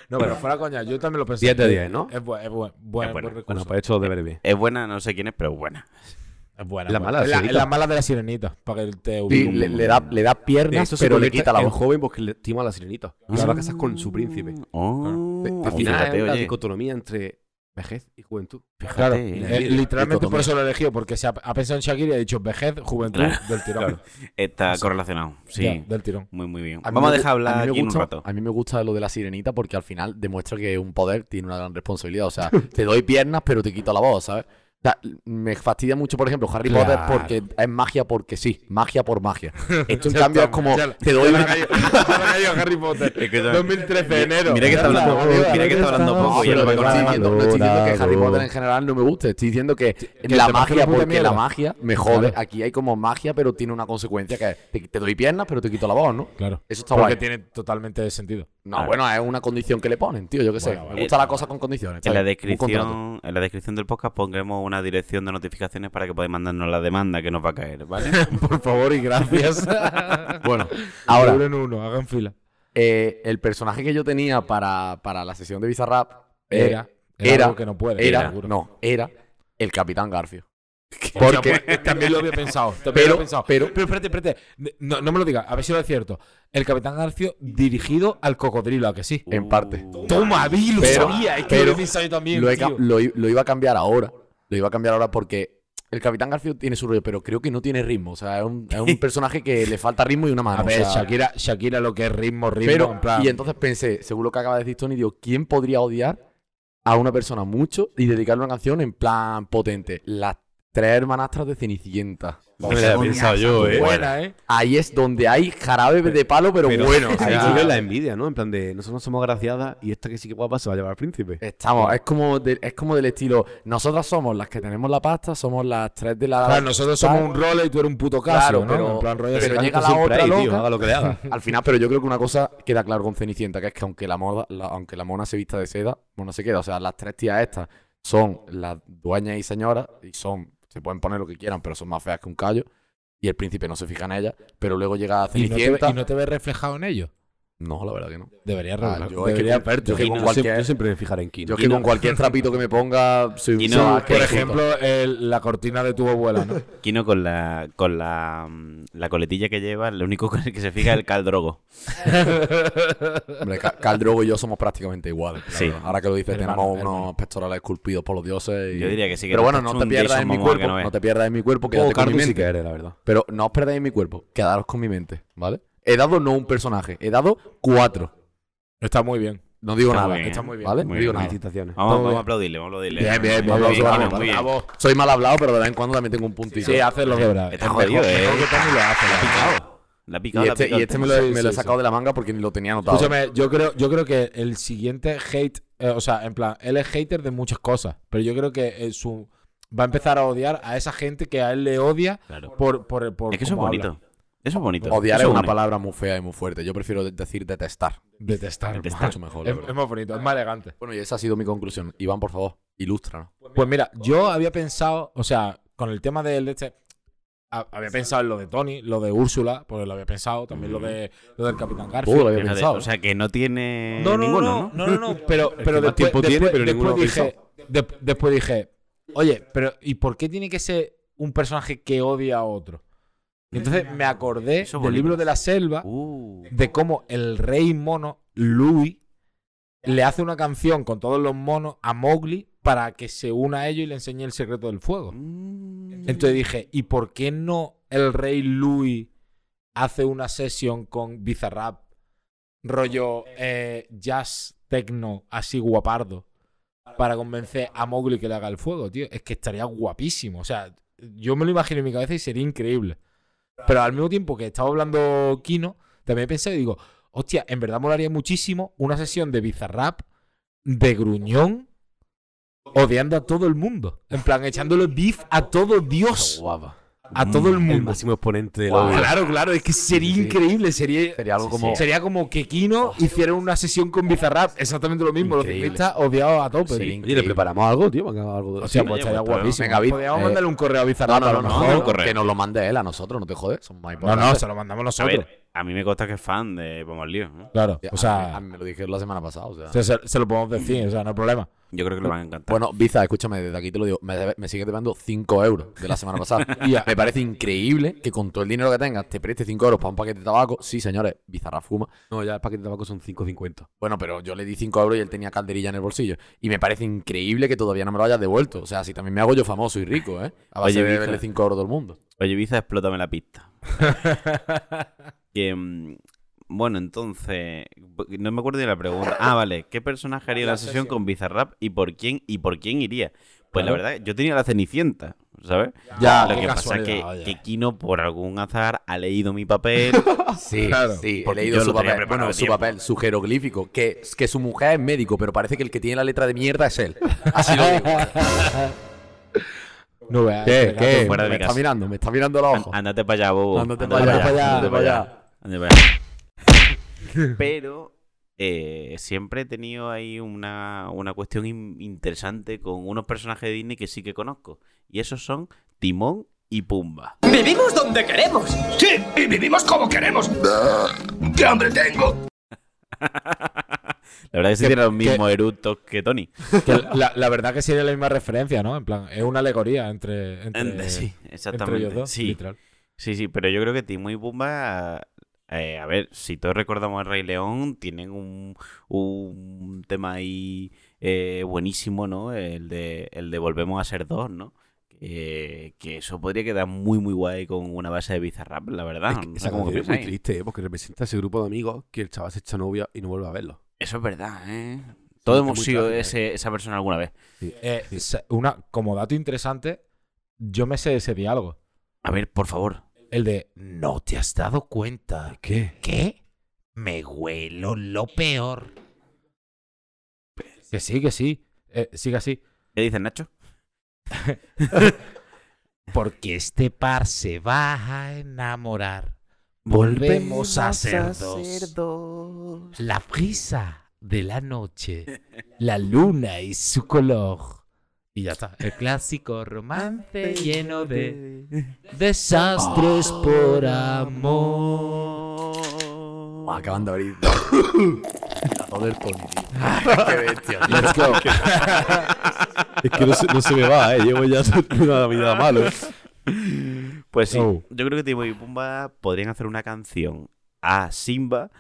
G: No, pero fuera coña, yo también lo pensé.
D: 10 de
E: Eh,
D: 10, ¿no?
G: Es, bu- es bu- buen-
D: Es
G: buen
D: buena.
G: recurso.
E: pues hecho deberes bien.
D: Es buena, no sé quién es, pero es buena.
G: Es buena.
D: La
G: buena.
D: mala de la
G: la,
D: sirenita.
G: la mala de la sirenita. Para que te
E: Sí,
G: ubique un
E: le-
G: poco.
E: le da-
F: Le da
E: De
F: piernas,
E: hecho, se
F: pero le
E: convierte
F: quita la
E: en
F: voz.
E: joven porque le tima a la sirenita. Y se va a casar con su príncipe.
D: Oh,
E: Claro. Al
D: oh,
E: final
D: fíjate,
E: es la
D: oye.
E: dicotomía entre vejez y juventud.
D: Fíjate,
G: Claro, eh,
D: la envidia.
G: literalmente por
D: Dicotomía.
G: eso lo he elegido, porque se ha, ha pensado en Shakira y ha dicho vejez, juventud,
D: Claro.
G: del tirón.
D: Claro. Está correlacionado, sí.
G: Ya, del tirón.
D: Muy, muy bien.
F: mí
D: Vamos a
F: me gu-
D: dejar
F: mí
D: hablar
F: me
D: aquí en un
F: gusta-
D: rato.
F: A mí me gusta lo de la sirenita porque al final demuestra que un poder tiene una gran responsabilidad. O sea, te doy piernas, pero te quito la voz, ¿sabes? O sea, me fastidia mucho, por ejemplo, Harry
G: Claro.
F: Potter porque es magia porque sí, magia por magia. Esto, en
G: Ya
F: cambio, es
G: está,
F: como
G: ya la-
F: te doy.
G: ya la cayó- ya la cayó Harry Potter.
D: Es que-
G: 2013 de
D: mira-
G: enero.
D: mira que está hablando poco, mira que está hablando
F: No,
D: poco, ya
F: pero
D: lo va
F: no estoy diciendo, no estoy diciendo que Harry Potter en general no me guste. Estoy diciendo que la
G: te parece una
F: magia,
G: puta
F: porque la
G: mierda.
F: magia me jode.
G: Claro.
F: Aquí hay como magia, pero tiene una consecuencia que es te, te doy piernas, pero te quito la voz, ¿no?
G: Claro.
F: Eso está
G: porque
F: guay.
G: tiene totalmente sentido.
F: No, bueno, es una condición que le ponen, tío. Yo qué sé.
G: Bueno,
F: Me
G: vale.
F: gusta la cosa con condiciones.
D: En la,
F: ¿sabes? Un contrato.
D: descripción, en la descripción del podcast pondremos una dirección de notificaciones para que podáis mandarnos la demanda que nos va a caer, ¿vale?
G: Por favor y gracias.
F: Bueno, ahora.
G: Uno en uno, hagan fila.
F: Eh, el personaje que yo tenía para, para la sesión de Bizarrap eh,
G: Era. Era algo que no puede,
F: Era.
G: seguro.
F: No, era el Capitán Garfio. Porque.
G: también lo había pensado. También
F: Pero-
G: lo había pensado.
F: pero-
G: espérate, espérate. No, no me lo digas, a ver si lo es cierto. El Capitán Garcio dirigido al cocodrilo, ¿a que sí?
F: En parte.
D: Uh.
G: Toma, vi, lo
F: Pero-
G: sabía. Es que
F: pero
G: lo he pensado yo también,
F: Lo, he ca-
G: tío.
F: lo i- lo iba a cambiar ahora. Lo iba a cambiar ahora porque el Capitán Garfio tiene su rollo, pero creo que no tiene ritmo. O sea, es un, es un personaje que le falta ritmo y una mano.
G: A ver,
F: o sea,
G: Shakira, Shakira lo que es ritmo, ritmo,
F: Pero,
G: en plan...
F: y entonces pensé, según lo que acaba de decir Tony, digo, ¿quién podría odiar a una persona mucho y dedicarle una canción en plan potente? Las tres hermanastras de Cenicienta.
E: No me la había pensado yo, eh.
G: Buena, eh.
F: Ahí es donde hay jarabe de palo, pero, bueno. o
E: Ahí
F: sea,
E: viene la envidia, ¿no? En plan de nosotros no somos graciadas y esta que sí que guapa se va a llevar al príncipe.
F: Eh, Estamos, es como, de- es como del estilo, nosotras somos las que tenemos la pasta, somos las tres de la...
G: Claro, nosotros somos un role y tú eres un puto caso,
F: Claro,
G: ¿no?
F: pero-
G: en plan, rollo
F: pero
G: ese
F: llega
G: caso
F: la
G: siempre
F: otra
G: hay, tío,
F: loca.
G: haga lo que le haga.
F: Al final, pero yo creo que una cosa queda claro con Cenicienta, que es que aunque la, moda, la- aunque la mona se vista de seda, bueno, se queda. O sea, las tres tías estas son las dueñas y señoras y son se pueden poner lo que quieran, pero son más feas que un callo. Y el príncipe no se fija en ellas, pero luego llega a
G: ¿Y no, te, ve-
F: Cenicienta.
G: y no te ves reflejado en ello?
F: No, la verdad que no.
G: Debería
F: Ah,
G: regular.
F: yo, es que
G: debería
F: con- yo es que
G: Kino.
F: con cualquier-
E: Yo siempre me fijaré en Kino.
F: Yo es que
E: Kino.
F: con cualquier trapito que me ponga soy un
D: Kino,
F: soy un
D: por
F: asqueroso.
G: ejemplo, el- la cortina de tu abuela, ¿no?
D: Kino con la con la, mm, la coletilla que lleva, lo único con el que se fija es el caldrogo.
F: Hombre, Ca- Khal Drogo y yo somos prácticamente iguales. la
D: Sí.
F: verdad. Ahora que lo dices,
D: Hermano,
F: tenemos
D: hermano.
F: unos pectorales esculpidos por los dioses. y-
D: Yo diría que sí, que
F: Pero
D: no
F: bueno,
D: te
F: no
D: eches
F: te
D: un
F: pierdas
D: Jason
F: en mi
D: Momoa que
F: cuerpo.
D: no
F: No,
D: veas.
F: te pierdas en mi cuerpo.
G: Oh,
D: Poco
F: Quédate con mi
D: Carlos sí
F: mente.
D: que eres, la verdad.
F: Pero no os perdáis en mi cuerpo. Quedaros con mi mente, ¿vale? He dado no un personaje, he dado cuatro.
G: Está muy bien.
F: No digo
D: Está
F: nada.
D: muy bien, ¿eh?
F: ¿Vale?
D: Muy
F: no digo
D: bien,
F: nada.
D: muy bien. Vamos, vamos a aplaudirle, vamos a aplaudirle.
F: Bien, bien, bien.
D: Muy
F: aplauso,
D: bien,
F: vale,
D: muy
F: vale.
D: bien.
F: Bravo. Soy mal hablado, pero de vez en cuando también tengo un puntito.
D: Sí, hace los deberes.
F: verdad.
D: Está jodido, eh. La ha picado,
F: Y
D: la ha
F: este,
D: picado.
F: y este me lo, he-
D: Sí,
F: me lo he
D: sí,
F: sacado
D: sí.
F: de la manga porque ni lo tenía anotado.
G: Escúchame, yo creo, yo creo que el siguiente hate, eh, o sea, en plan, él es hater de muchas cosas, pero yo creo que eh, su va a empezar a odiar a esa gente que a él le odia por, por, por
D: Es que eso es
G: cómo habla.
D: bonito. Eso es bonito.
F: Odiar es
D: Eso
F: una
D: une.
F: palabra muy fea y muy fuerte. Yo prefiero de- decir detestar.
G: Detestar.
F: Detestar. Mucho mejor. la
G: Es-
F: verdad.
G: es más bonito, es más elegante.
F: Bueno, y esa ha sido mi conclusión. Iván, por favor, ilustra.
G: Pues mira, yo había pensado, o sea, con el tema del de este, ha- había pensado en lo de Tony, lo de Úrsula, porque lo había pensado, también lo, de, lo del
D: Uh,
G: Capitán Garfield.
D: Fíjate, O sea, que no tiene
G: No, no,
D: ninguno,
G: no,
D: ¿no?
G: Eh, no, no, no, pero, pero después, después- después dije, de- después dije, oye, pero ¿y por qué tiene que ser un personaje que odia a otro? Y entonces me acordé
D: Eso es
G: del
D: bonito.
G: libro de la selva,
D: Uh.
G: de cómo el rey mono, Louis, le hace una canción con todos los monos a Mowgli para que se una a ellos y le enseñe el secreto del fuego. Entonces dije, ¿y por qué no el rey Louis hace una sesión con Bizarrap, rollo eh, jazz techno, así guapardo, para convencer a Mowgli que le haga el fuego, tío? Es que estaría guapísimo. O sea, yo me lo imagino en mi cabeza y sería increíble. Pero al mismo tiempo que estaba hablando Kino, también pensé y digo, hostia, en verdad molaría muchísimo una sesión de Bizarrap, de Gruñón, odiando a todo el mundo. En plan, echándole beef a todo Dios. A todo Mm,
F: Mm,
G: el mundo.
E: El máximo exponente de la
G: Guau,
E: odio.
G: Claro, claro, es que sería increíble. Sería,
E: Sería algo como-
G: sería como que
F: Oh.
G: Kino hiciera una sesión con Bizarrap. Exactamente lo mismo. Los ciclistas odiados a tope. tío.
E: Oye, le preparamos algo, tío, para que haga algo de
G: O sea, pues estaría guapísimo.
F: Venga, Vic,
G: Podríamos
F: eh,
G: mandarle un correo a
F: No,
G: Bizarrap.
F: no,
G: a
F: no,
G: lo
F: no,
G: mejor.
F: no, que nos lo mande él a nosotros, no te jodes. Son más
G: No, no,
F: importantes.
G: se lo mandamos
D: A
G: nosotros.
D: ver, a mí me consta que es fan de Pomos Lío. ¿eh?
G: Claro, o sea-
F: A, mí me lo dijeron la semana pasada, o sea.
G: O sea, se, se lo podemos decir, o sea, no hay problema.
D: Yo creo que le van a encantar.
F: Bueno, Biza, escúchame, desde aquí te lo digo. Me, debe- me sigue debiendo 5 euros de la semana pasada.
G: Y a-
F: me parece increíble que con todo el dinero que tengas te preste 5 euros para un paquete de tabaco. Sí, señores, Bizarra fuma.
E: No, ya el paquete de tabaco son 5.50.
F: Bueno, pero yo le di 5 euros y él tenía calderilla en el bolsillo. Y me parece increíble que todavía no me lo hayas devuelto. O sea, si también me hago yo famoso y rico, ¿eh? A base
D: Oye,
F: de
D: Biza.
F: deberle 5 euros a todo el mundo.
D: Oye, Ibiza, explótame la pista. que, mm, bueno, entonces. No me acuerdo de la pregunta. Ah, vale. ¿Qué personaje haría la, sesión, con Bizarrap y por quién y por quién iría? Pues
G: Claro.
D: la verdad, yo tenía la Cenicienta, ¿sabes?
G: Ya,
D: Lo
G: qué
D: que pasa es que,
G: casualidad, oye.
D: que Kino, por algún azar, ha leído mi papel.
F: Sí,
D: Claro.
F: sí, he
D: Porque
F: leído
D: yo
F: su
D: lo tenía
F: papel,
D: preparado
F: bueno,
D: a
F: su
D: tiempo.
F: papel, su jeroglífico, que, que su mujer es médico, pero parece que el que tiene la letra de mierda es él. Así lo digo.
G: No veas.
F: ¿Qué?
G: gato,
F: ¿Qué?
D: fuera de
F: me
D: mi
F: está
D: casa. Ah,
F: mirando, me está mirando los ojos.
D: Ándate para allá, bobo.
F: Ándate pa' allá, ándate pa' allá.
D: Ándate para allá. Pero eh, siempre he tenido ahí una, una cuestión in- interesante con unos personajes de Disney que sí que conozco. Y esos son Timón y Pumba.
L: ¡Vivimos donde queremos!
A: Sí, y vivimos como queremos. ¡Qué hambre tengo!
D: La verdad es que sí
G: Que-
D: tienen los
G: que-
D: mismos eructos que Tony.
G: Que la, la verdad que sería la misma referencia, ¿no? En plan, es una alegoría entre. entre
D: Ande- sí,
G: entre
D: exactamente.
G: ellos dos,
D: sí.
G: literal.
D: sí, sí, pero yo creo que Timón y Pumba, eh, a ver, si todos recordamos al Rey León, tienen un, un tema ahí eh, buenísimo, ¿no? El de, el de Volvemos a ser dos, ¿no? Eh, que eso podría quedar muy, muy guay con una base de Bizarrap, la verdad.
E: Es que
D: ah, No
E: esa
D: sé cómo
E: canción es muy
D: pensáis.
E: triste, ¿eh? porque representa a ese grupo de amigos que el chaval se echa novia y no vuelve a verlo.
D: Eso es verdad, ¿eh? Todos
E: es
D: hemos
E: muy
D: sido
E: trágico, ¿eh?
D: ese- esa persona alguna vez.
G: Eh, sa- una, como dato interesante, yo me sé ese diálogo.
D: A ver, por favor.
G: El de No te has dado cuenta.
E: ¿Qué?
G: ¿Qué? Me huelo lo peor. Que sí, que sí. Eh, sigue así.
D: ¿Qué dices, Nacho?
G: Porque este par se va a enamorar. Volvemos a ser dos. La brisa de la noche. La luna y su color. Y ya está. El clásico romance lleno de desastres por amor.
F: Ah, acaban de abrir. La voz del Tony, tío.
G: Qué
F: Ah, bestia, tío.
G: Let's go.
F: es que no se, no se me va, ¿eh? Llevo ya una vida malo.
D: Pues sí,
F: Oh.
D: yo creo que Timón y Pumba podrían hacer una canción a Simba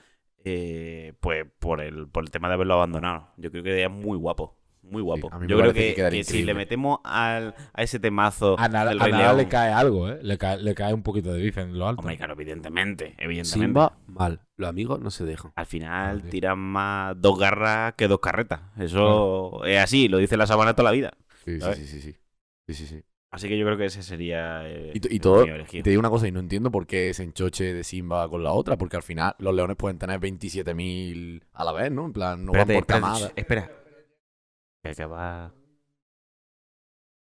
D: eh, pues por el, por el tema de haberlo abandonado. Yo creo que es muy guapo. Muy guapo.
F: a mí me
D: yo creo
F: parece que
D: que,
F: quedaría
D: que si le
F: increíble.
D: metemos al, a ese temazo
G: A Nala,
D: del
G: a
D: Rey
G: Nala le
D: León- Oh
G: cae algo, ¿eh? Le cae, le cae un poquito de bife en lo alto.
D: Hombre, claro, evidentemente, evidentemente.
E: Simba, mal. Los amigos no se dejan.
D: Al final tiran más dos garras que dos carretas. Eso es así, lo dice la sabana toda la vida.
F: Sí, sí,
D: ¿sabes?
F: sí, sí, sí. Sí, sí, sí.
D: Así que yo creo que ese sería eh,
F: Y, to- y
D: el
F: todo,
D: mío
F: y
D: elegido.
F: te digo una cosa, y no entiendo por qué ese enchoche de Simba con la otra, porque al final los leones pueden tener 27.000 a la vez, ¿no? En plan, no
D: Espérate,
F: van por
D: espérate,
F: camada.
D: sh, espera. Que acaba.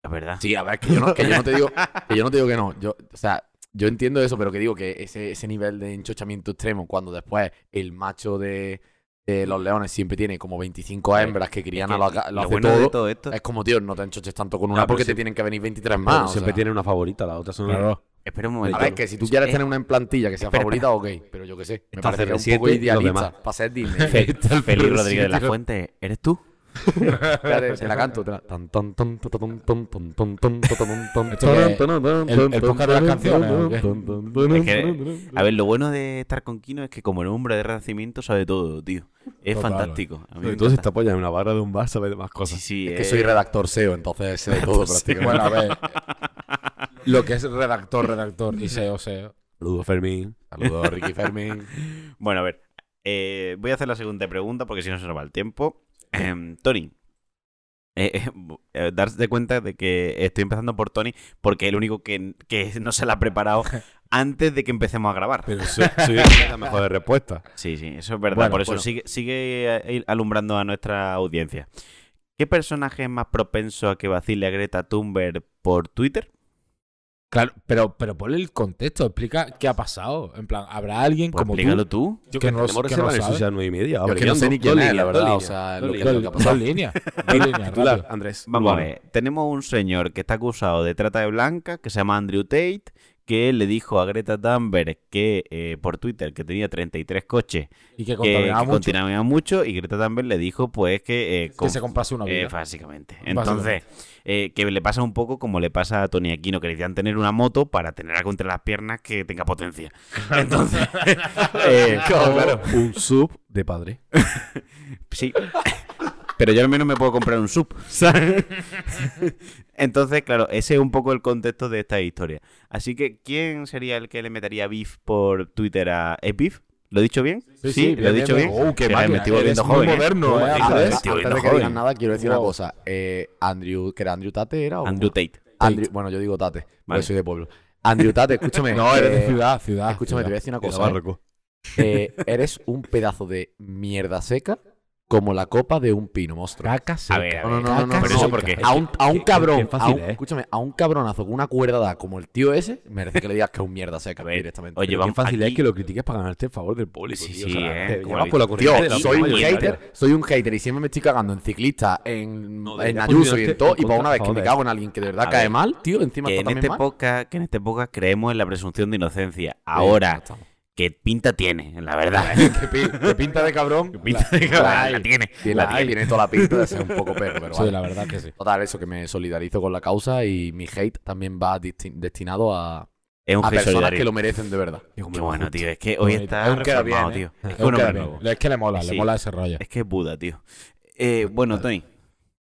D: Es verdad.
F: Sí, a ver, que yo no, que yo no te digo que yo no te digo que no. Yo, o sea, yo entiendo eso, pero que digo que ese, ese nivel de enchochamiento extremo, cuando después el macho de, de los leones siempre tiene como 25 hembras que crían
D: que
F: a los ga-
D: lo
F: lo hace
D: bueno de
F: todo,
D: todo esto-
F: es como, tío, no te enchoches tanto con
E: No,
F: una
E: pero
F: porque te
E: siempre-
F: tienen que venir 23
E: Pero
F: más.
E: siempre
F: o sea.
E: tiene una favorita, las otras son.
G: Ah, Claro.
D: Espera un
F: A
D: momento.
F: ver, que si tú quieres tener una en plantilla que sea
D: Espera,
F: favorita, ok, pero yo qué sé. Me parece que es un poco idealista para ser Disney.
D: Feliz Rodríguez de la Fuente, ¿eres tú?
F: Espérate, se la canto. te la- Tan, tan, tan, tan, tan, tan, tan, tan, tan, tan, tan,
G: ¿Esto qué es?
F: tan, tan, tan,
G: ¿El- el podcast de las canciones, o qué?
F: tan, tan,
D: Es
F: tan,
D: que, a ver, lo bueno de estar con Kino es que como el hombre de renacimiento sabe todo, tío. Es
G: Total,
D: fantástico. A mí me
E: Entonces
D: encanta.
E: te apoyas en una barra de un bar, sabes más cosas.
D: Sí, sí,
F: Es que
D: eh,
F: soy redactor SEO, entonces sé de todo prácticamente.
G: Bueno, a ver. Lo que es redactor, redactor y E SEO, SEO.
E: Saludos, Fermín.
F: Saludos, Ricky Fermín.
D: Bueno, a ver. eh, voy a hacer la segunda pregunta porque si no se nos va el tiempo. Em, Tony. eh, eh, bu- eh, darse cuenta de que estoy empezando por Tony porque es el único que, que no se la ha preparado antes de que empecemos a grabar.
E: Pero soy, soy el que da la mejor respuesta.
D: Sí, sí, eso es verdad.
E: Bueno,
D: Por eso
E: bueno.
D: pues sigue, sigue eh, alumbrando a nuestra audiencia. ¿Qué personaje es más propenso a que vacile a Greta Thunberg por Twitter?
G: Claro, pero, pero ponle el contexto, explica qué ha pasado. En plan, ¿habrá alguien
D: Pues
G: como
D: explígalo
G: tú?
D: tú.
G: Yo
E: Que
G: que no,
E: tenemos
G: que
E: reserva
G: no
E: en eso
G: sabe.
E: ya nueve y media.
F: Yo
E: vamos,
F: que no sé
E: quedan
F: ni
E: dos-
F: quién
E: dos
F: es, la
E: líneas,
F: verdad.
E: dos
F: O sea,
E: líneas,
F: lo
E: dos
F: que
E: líneas.
F: lo que ha pasado.
G: Dos líneas. Dos líneas,
E: Titular,
G: rápido.
E: Andrés.
D: Vamos a
E: Bueno,
D: ver, tenemos un señor que está acusado de trata de blanca, que se llama Andrew Tate, que le dijo a Greta Thunberg que eh, por Twitter que tenía 33 coches
G: Y
D: que, que
G: que contaminaba mucho. Que
D: contaminaban mucho y Greta Thunberg le dijo pues que... eh, con-
G: se comprase una
D: eh,
G: vida.
D: básicamente.
G: Básicamente.
D: Entonces, eh, que le pasa un poco como le pasa a Tony Aquino, que necesitan tener una moto para tener algo entre las piernas que tenga potencia. Entonces, eh,
E: claro. Un sub de padre.
D: Sí. Pero yo al menos me puedo comprar un sub, ¿sabes? Entonces, claro, ese es un poco el contexto de esta historia. Así que, ¿quién sería el que le metería beef por Twitter a... ¿Es beef? ¿Lo he dicho bien? ¿Lo he dicho bien?
G: Oh, qué
D: Mira,
G: máquina,
D: me estoy volviendo
G: eres muy
D: joven, ¿eh?
G: moderno, eh,
D: Joder,
F: Antes,
G: Andrés.
D: me estoy
F: antes
D: volviendo
F: de que digan
D: joven.
F: nada, quiero decir una
G: Wow.
F: cosa. Eh, Andrew, que era Andrew Tate, era. o-
D: Andrew Tate.
F: Andrew- bueno, yo digo Tate,
D: Vale.
F: porque soy de pueblo. Andrew Tate, escúchame.
G: No, eres de
F: eh,
G: ciudad, ciudad.
F: Escúchame, te voy a decir una
G: ciudad.
E: de la
F: cosa. ¿eh?
E: Barroco.
F: Eh, eres un pedazo de mierda seca como la copa de un pino, monstruo.
G: Caca seca.
D: A ver, a
F: No, no,
D: ver.
F: no, no, no,
D: Pero
F: no.
D: eso por qué.
F: A un, a un
E: Qué-
F: cabrón,
E: qué fácil,
F: a un-
E: ¿eh?
F: escúchame, a un cabronazo con una cuerda da como el tío ese, merece que le digas que es un mierda seca directamente.
D: Oye,
E: Qué
D: vamos
E: fácil
D: aquí-
E: es que lo critiques para ganarte el favor del público.
D: Sí,
E: tío,
D: sí,
E: o sea,
D: eh,
E: te
D: como
E: llevas
D: el-
E: por la corriente de
F: Tío,
E: la
F: soy un
E: mayoría.
F: hater, soy un hater y siempre me estoy cagando en ciclistas, en,
E: No,
F: en
E: deberías
F: Ayuso y en
E: posicionarte
F: todo,
E: en
F: y para una
E: contra,
F: vez que me
E: joder.
F: cago en alguien que de verdad
D: A
F: cae
D: ver,
F: mal, tío, encima
D: que
F: está
D: en
F: también
D: este
F: mal.
D: podcast, que en este podcast creemos en la presunción de inocencia.
F: Sí, ya
D: Ahora,
F: estamos.
D: ¿qué pinta tiene? La verdad.
G: Que pi- que pinta de cabrón.
D: pinta de cabrón,
F: la-
D: la tiene.
F: Tiene,
D: la
F: la-
D: tiene.
F: tiene toda la pinta de ser un poco perro, pero
G: Sí,
F: vale.
G: la verdad que sí.
F: Total, eso que me solidarizo con la causa y mi hate también va disti- destinado a,
D: Es un
F: a
D: gesto
F: personas
D: solidario.
F: que lo merecen de verdad.
D: Qué bueno, tío. Es que hoy
G: Bonito.
D: está
G: Aún queda
D: reformado,
G: bien, ¿eh?
D: tío. Es que
G: Es
D: un
G: que,
D: hombre
G: le-
D: nuevo.
G: es que le mola,
D: Sí.
G: le mola ese rollo.
D: Es que es Buda, tío. Eh, bueno, Tony,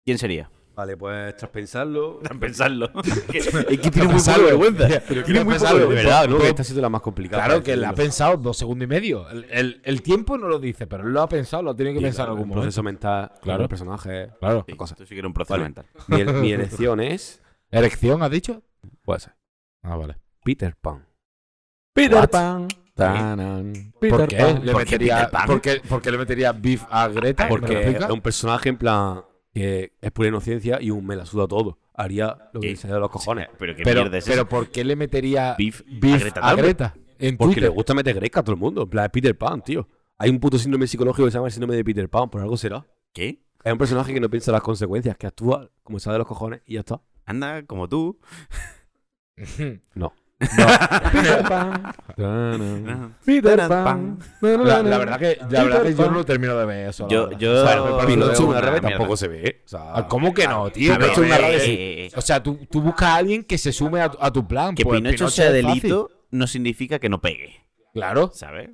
D: ¿quién sería?
E: Vale, pues tras pensarlo.
D: Tras pensarlo. es que tiene muy poca
G: Pensarlo.
D: vergüenza. Tiene
G: Pero quiero
D: muy poca
G: pensarlo, de
D: vergüenza.
E: verdad, ¿no?
G: Todo-
E: Que esta ha sido la más complicada.
G: Claro
D: pues,
E: para
G: que la ha
E: decirlo.
G: pensado dos segundos y medio. El, el- el tiempo no lo dice, pero él lo ha pensado, lo tiene que
E: Y
G: pensar en
E: claro,
G: algún
E: el proceso
G: momento.
E: mental,
G: Claro.
E: claro. el personaje.
G: Claro.
D: Sí, Esto sí que era un proceso
E: Vale.
D: mental.
E: Mi, el- mi elección es.
G: ¿Erección has dicho?
E: Puede ser.
G: Ah, vale.
E: Peter Pan.
F: Peter
G: What?
F: Pan. Tanan.
G: ¿Por
F: ¿Por
G: qué?
F: Pan.
G: Le
D: ¿Por qué
G: metería,
D: Peter Pan?
G: ¿por qué- por qué le metería beef a Greta? ¿Me lo
E: Porque es
G: explicas?
E: un personaje en plan que es pura inocencia y un me la suda todo. Haría lo
D: ¿Qué?
E: que se de los cojones.
D: Pero qué
G: Pero,
D: mierda es
G: pero
D: eso?
G: ¿por qué le metería
D: Beef
G: beef
D: a Greta
G: a
D: Thunberg.
G: Greta? En
E: Porque le
G: Twitter.
E: gusta meter greca a todo el mundo. En plan, es Peter Pan, tío. Hay un puto síndrome psicológico que se llama el síndrome de Peter Pan, por algo será.
D: ¿Qué?
E: Es un personaje que no piensa las consecuencias, que actúa como sale de los cojones y ya está.
D: Anda, como tú.
E: No.
G: Peter Pan. La, la verdad que, la verdad que yo no lo termino de ver eso. la
D: Yo-
G: verdad.
D: yo-
G: O sea, por ejemplo,
D: Pinocho
G: de
D: una
G: una rave
D: mierda. Ah,
G: tampoco se ve. O sea, ¿Cómo que no, tío?
D: a ver,
G: Pinocho
D: a
G: una
D: ver,
G: rave
D: eh,
G: sí.
D: eh, eh.
G: O sea, tú, tú buscas a alguien que se sume a, tu- a tu plan.
D: Que
G: pues
D: Pinocho, sea
G: es fácil.
D: delito no significa que no pegue.
G: Claro.
D: ¿Sabes?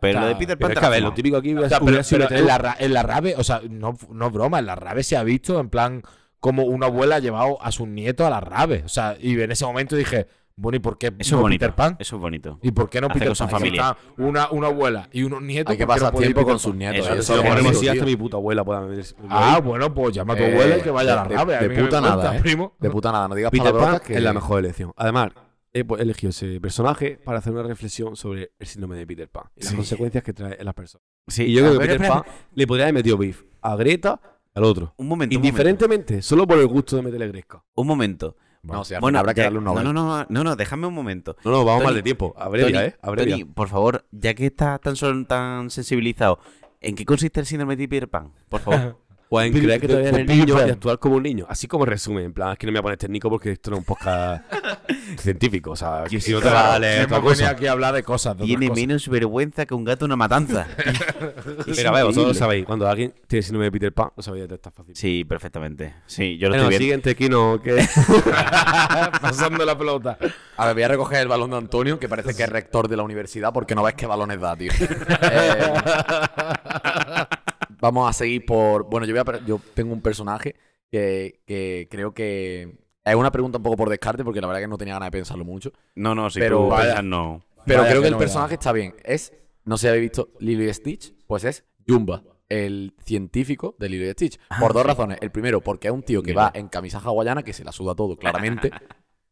D: Pero lo de Peter Pan.
G: Pero es que, a ver, lo
D: transformado.
G: típico aquí hubiera-
D: O sea,
G: hubiera
D: pero-
G: sido
D: pero
G: meter- en, la, ra- en la rave, o sea, no, no es broma, en la rave se ha visto en plan como una abuela ha llevado a sus nietos a la rave. O sea, y en ese momento dije, bueno, ¿y por qué
D: Eso
G: no
D: es bonito.
G: Peter Pan?
D: Eso es bonito.
G: ¿Y por qué no
D: Hace
G: Peter
D: cosas
G: Pan?
D: en familia.
G: Está Una, una abuela y unos nietos.
F: Hay que
G: ¿por qué no
F: pasar
G: puede ir
F: tiempo
G: Peter
F: con
G: Pan?
F: sus nietos. eh.
D: Eso,
F: Eso
D: eso
E: Si lo
D: es
E: ponemos
D: bonito,
E: así, hasta
D: tío.
E: mi puta abuela pueda venir.
G: Ah, bueno, pues llama a tu
F: Eh,
G: abuela y que vaya a la
F: de-
G: rave. a
F: De,
G: mí que me
F: puta
G: importa,
F: nada, ¿eh?
G: primo.
F: De puta nada, no digas
E: Peter Pan
F: palabrotas que
E: es la mejor elección. Además, he pu- elegido ese personaje para hacer una reflexión sobre el síndrome de Peter Pan y las
D: Sí.
E: consecuencias que trae en las personas.
D: Sí,
E: y yo creo que
D: pero
E: Peter
D: espera,
E: Pan le podría haber metido beef a Greta al otro.
D: Un momento. un momento.
E: Indiferentemente, solo por el gusto de meterle gresca.
D: Un momento.
F: No, si al
D: Bueno,
F: final habrá que
D: ya-
F: darle un
D: no,
F: Nobel.
D: no, no, no, no, déjame un momento.
E: No, no, vamos
D: Tony,
E: mal de tiempo. Abrevia,
D: Tony,
E: ¿eh? Abrevia.
D: Tony, por favor, ya que estás tan, sol- tan sensibilizado, ¿en qué consiste el síndrome de Peter Pan? Por favor.
E: O en
G: Peter-
E: creer que todavía
G: Peter
E: eres niño
G: Pan.
E: y actuar como un niño. Así como resumen, en plan, es que no me voy a poner técnico porque esto no es un podcast científico. O sea, que si no te vas a
G: Claro,
E: leer otra
G: hemos venido
E: cosa.
G: aquí a hablar de cosas. de otras
D: Tiene
G: cosas.
D: menos vergüenza que un gato en una matanza.
E: Pero a ver, vosotros lo
D: increíble.
E: sabéis. Cuando alguien tiene síndrome de Peter Pan, lo sabéis detectar fácil.
D: Sí, perfectamente. Sí, yo lo
E: Bueno,
D: estoy viendo.
E: siguiente, Kino, que...
G: Pasando la pelota.
F: A ver, voy a recoger el balón de Antonio, que parece que es rector de la universidad, porque no ves qué balones da, tío. Eh, vamos a seguir por. Bueno, yo, voy a pre- yo tengo un personaje que, que creo que. Es una pregunta un poco por descarte, porque la verdad que no tenía ganas de pensarlo mucho.
D: No, no, si
F: Pero
D: tú
F: vaya-
D: piensas, no.
F: Pero
G: Vaya
F: creo que el
G: fenómeno.
F: personaje está bien. Es, no sé si habéis visto Lilo y Stitch, pues es Jumba, el científico de Lilo y Stitch.
G: Ah,
F: Por dos razones. El primero, porque es un tío que
D: Mira.
F: va en camisa hawaiana, que se la suda todo, claramente.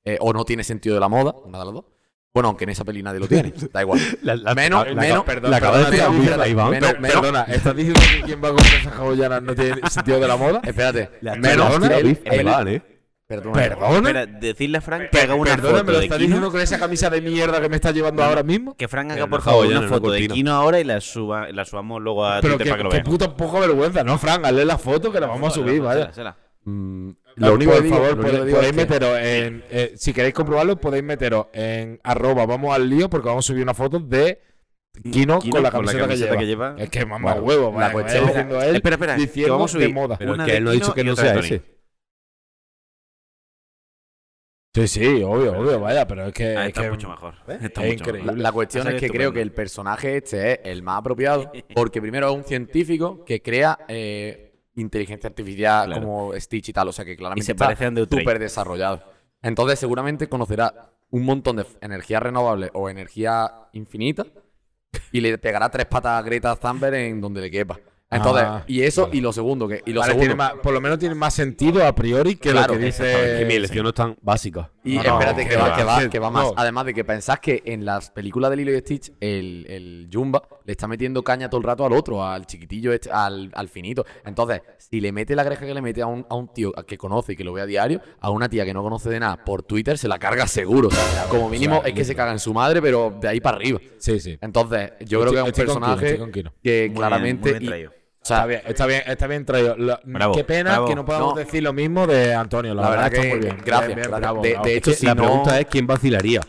F: eh, o no tiene sentido de la moda, una de las dos. Bueno, aunque en esa peli nadie lo tiene, da igual. menos,
G: la-
F: menos,
G: perdón,
F: la
G: perdón,
F: cabeza de
G: perdón,
F: Iván,
G: perdón,
F: menos,
G: per-
F: menos-
G: Perdona, ¿estás diciendo que quien va con esas hawaianas no tiene sentido de la moda?
F: Espérate,
E: La
F: menos
G: Perdona,
F: el-
E: Ahí
F: el-
E: van, ¿eh?
F: perdón,
G: ¿Perdona?
D: Espera, decirle a Frank que haga una
G: Perdona,
D: foto
G: ¿me lo
D: de
G: estás
D: Kino.
G: diciendo con esa camisa de mierda que me estás llevando ahora mismo?
D: Que Frank
E: Pero
D: haga, por
E: no,
D: favor,
E: ya
D: una
E: no, no,
D: foto de
E: cortina.
D: Kino ahora y la, suba, la subamos luego a
G: Pero
D: Twitter
G: Ah, que,
D: para que lo
G: que
D: vean.
G: puta poca vergüenza, ¿no, Fran? Hazle la foto que la vamos a subir, vaya.
F: mm,
G: Lo único,
F: que
G: por
F: digo-
G: favor,
F: lo único que digo
G: pod-
F: es
G: podéis
F: que-
G: meteros en. eh, si queréis comprobarlo, podéis meteros en arroba vamos al lío porque vamos a subir una foto de Kino, con la camiseta, que, lleva. Es que mamá
F: Bueno,
G: huevo,
F: la
G: vaya, que vaya
F: cuestión-
G: diciendo él
D: Espera, espera, que
G: diciendo
D: vamos a subir.
G: de moda.
E: Pero
D: Una
E: que
D: de
E: él no ha dicho
D: Kino
E: que
D: y
E: no
D: otra de
E: sea
D: Tony.
E: ese. Eh,
G: Sí, sí, obvio, obvio, vaya, pero es que.
D: Ah,
G: es
D: está
G: que-
D: mucho mejor. Está
G: Es
D: mucho mejor.
G: increíble.
F: La, la cuestión
D: Ha
F: es que
D: salido
F: creo
D: estupendo.
F: que el personaje este es el más apropiado, porque primero es un científico que crea eh, inteligencia artificial
D: Claro.
F: como Stitch y tal, o sea que claramente
D: se
F: está
D: parece a Andrew Tate.
F: súper desarrollado. Entonces seguramente conocerá un montón de f- energía renovable o energía infinita y le pegará tres patas a Greta Thunberg en donde le quepa. Entonces,
G: Ah,
F: y eso, y lo segundo, que, y lo
G: Vale,
F: segundo,
G: tiene más- por lo menos tiene más sentido a priori que
F: Claro,
G: lo que
E: Es que mi
G: dice.
E: elección no es tan básica.
F: Y
G: No,
F: espérate, que
G: no, que
F: va,
G: va,
F: que va,
G: que-
F: que va más.
G: no.
F: Además de que pensás que en las películas de Lilo y Stitch, el, el Jumba le está metiendo caña todo el rato al otro, al chiquitillo, este- al, al finito. Entonces, si le mete la greja que le mete a un, a un tío que conoce y que lo ve a diario, a una tía que no conoce de nada por Twitter, se la carga seguro. O sea, como mínimo es que se caga en su madre, pero de ahí para arriba.
G: Sí, sí.
F: Entonces, yo creo que es un
G: Estoy con Kino,
F: personaje
G: estoy con Kino.
F: que
D: Muy
F: claramente.
D: bien, muy bien
F: y-
D: traído.
F: o sea,
G: Está bien, está bien, está bien traído. Lo-
D: Bravo,
G: qué pena
D: bravo.
G: que no podamos
F: No.
G: decir lo mismo de Antonio. La,
F: La verdad
G: está
F: que-
G: muy bien.
F: gracias,
G: Bien, bien,
F: gracias.
G: bravo,
F: De-
G: bravo.
F: de hecho,
G: Es que
F: si
E: la
F: no-
E: pregunta es quién vacilaría.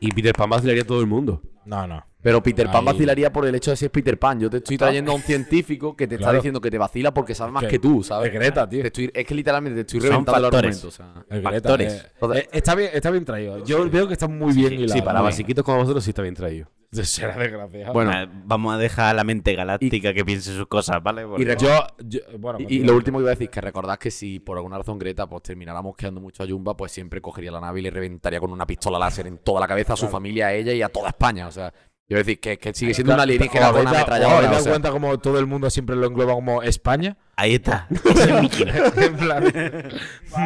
E: Y Peter Pan vacilaría a todo el mundo.
G: No, no.
F: Pero Peter Pan
G: Ahí.
F: vacilaría por el hecho de si es Peter Pan. Yo te estoy trayendo a un científico que te está
G: Claro.
F: diciendo que te vacila porque sabe más
G: Que-
F: que tú, ¿sabes?
G: es Greta, tío.
F: Te estoy- es que literalmente te estoy
D: Son
F: reventando los
D: factores.
F: argumentos. O sea.
G: El Greta,
D: Factores.
G: eh, eh, está, bien, está bien traído. Yo veo que está muy bien hilado.
E: sí, para
G: muy
E: basiquitos como vosotros sí está bien traído.
G: bien. Será desgraciado.
F: Bueno,
D: Ah, Vamos a dejar a la mente galáctica que piense sus cosas, ¿vale? Porque-
F: y, reco-
G: yo, yo- bueno, pues,
F: y- y lo último que iba a decir, que recordad que si por alguna razón Greta pues terminara mosqueando mucho a Jumba, pues siempre cogería la nave y le reventaría con una pistola láser en toda la cabeza a su familia, a ella y a toda España. O sea, yo decir que, que sigue siendo una alienígena con una
G: ¿Te
F: ametralladora. o
G: das
F: sea.
G: cuenta como todo el mundo siempre lo engloba como España?
D: Ahí está. Ese es mi Kino.
G: en plan,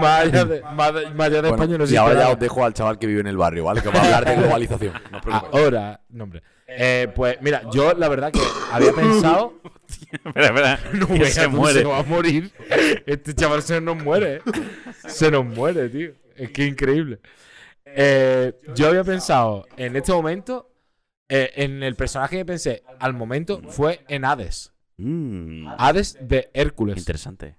G: vaya de, vaya- vaya de
F: Bueno,
G: España
F: y
G: no existe
F: ahora ya
G: nada.
F: os dejo al chaval que vive en el barrio, ¿vale? Que va a hablar de globalización. No os preocupéis.
G: Ahora, no, hombre. Eh, pues mira, yo la verdad que había pensado.
D: espera, espera.
G: No,
D: Que se
G: vea, tú,
D: muere.
G: se va a morir. Este chaval se nos muere. eh. Se nos muere, tío. Es que increíble. Eh, yo había pensado en este momento, eh, en el personaje que pensé al momento fue en Hades. Hades de Hércules.
D: Ah, Interesante.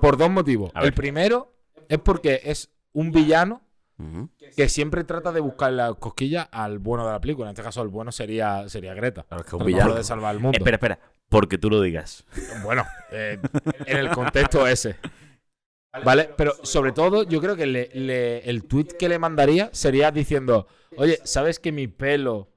G: Por dos motivos.
D: A
G: El
D: ver.
G: primero es porque es un villano
D: Ujú.
G: que siempre trata de buscar la cosquilla al bueno de la película. En este caso, el bueno sería, sería Greta.
D: Que un
G: Tratando
D: villano.
G: de salvar el mundo.
D: Espera, espera. Porque tú lo digas.
G: Bueno, eh, en el contexto ese. ¿Vale? Pero sobre todo, yo creo que le- le- el tweet que le mandaría sería diciendo: Oye, ¿sabes que mi pelo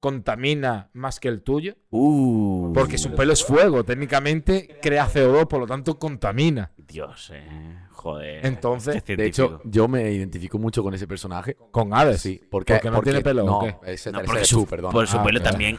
G: contamina más que el tuyo?
D: Uh.
G: Porque su pelo es fuego, técnicamente crea CO2, por lo tanto contamina.
D: Dios, eh. Joder.
G: Entonces,
D: Qué
F: De hecho,
D: científico.
F: yo me identifico mucho con ese personaje.
G: ¿Con Hades?
F: Sí, porque,
G: ¿Porque no tiene pelo o
F: No,
G: qué?
F: ese-
G: No,
F: ese
G: porque
F: eres
G: su-
F: tú, perdón.
D: por su pelo
F: claro.
D: también.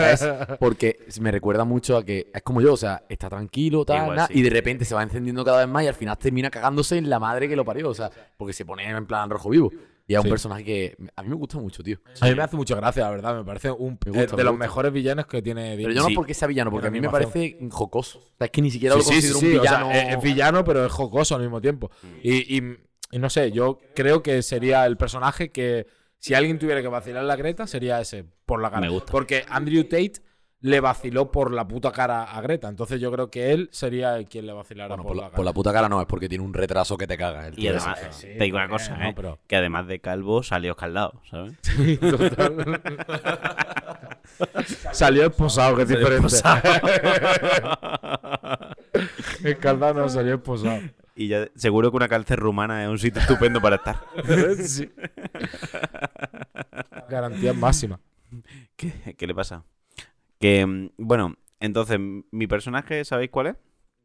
F: Es porque me recuerda mucho a que es como yo, o sea, está tranquilo, tal,
D: Igual,
F: na,
D: sí.
F: y de repente se va encendiendo cada vez más y al final termina cagándose en la madre que lo parió, o sea, porque se pone en plan rojo vivo. Y es un
G: Sí.
F: personaje que a mí me gusta mucho, tío.
G: A mí me hace mucha gracia, la verdad. Me parece un,
F: Me gusta,
G: eh, de
F: me
G: los
F: gusta.
G: mejores villanos que tiene
F: Pero yo no porque sea villano, porque a mí me parece jocoso. O sea, es que ni siquiera lo
G: Sí, sí,
F: considero
G: sí,
F: un
G: sí, o sea,
F: villano. Mm.
G: es, es villano, pero es jocoso al mismo tiempo. Y, y- y no sé, yo creo que sería el personaje que si alguien tuviera que vacilar la Greta, sería ese, por la cara.
D: Me gusta.
G: Porque Andrew Tate le vaciló por la puta cara a Greta. Entonces yo creo que él sería el quien le vacilara por, la, cara.
F: Por la puta cara no, es porque tiene un retraso que te caga. El
D: Y
F: tío ese.
D: además,
G: sí,
D: te digo una
G: porque,
D: cosa,
G: no,
D: ¿eh?
G: pero-
D: Que además de calvo salió escaldado, ¿sabes?
G: Total. Salió esposado, que es
D: Salió
G: diferente.
D: esposado.
G: Escaldado no salió esposado.
D: Y ya seguro que una cárcel rumana es un sitio estupendo para estar.
G: Sí. Garantía máxima.
D: ¿Qué, qué le pasa? Que, mm, bueno, entonces, mi personaje, ¿sabéis cuál es?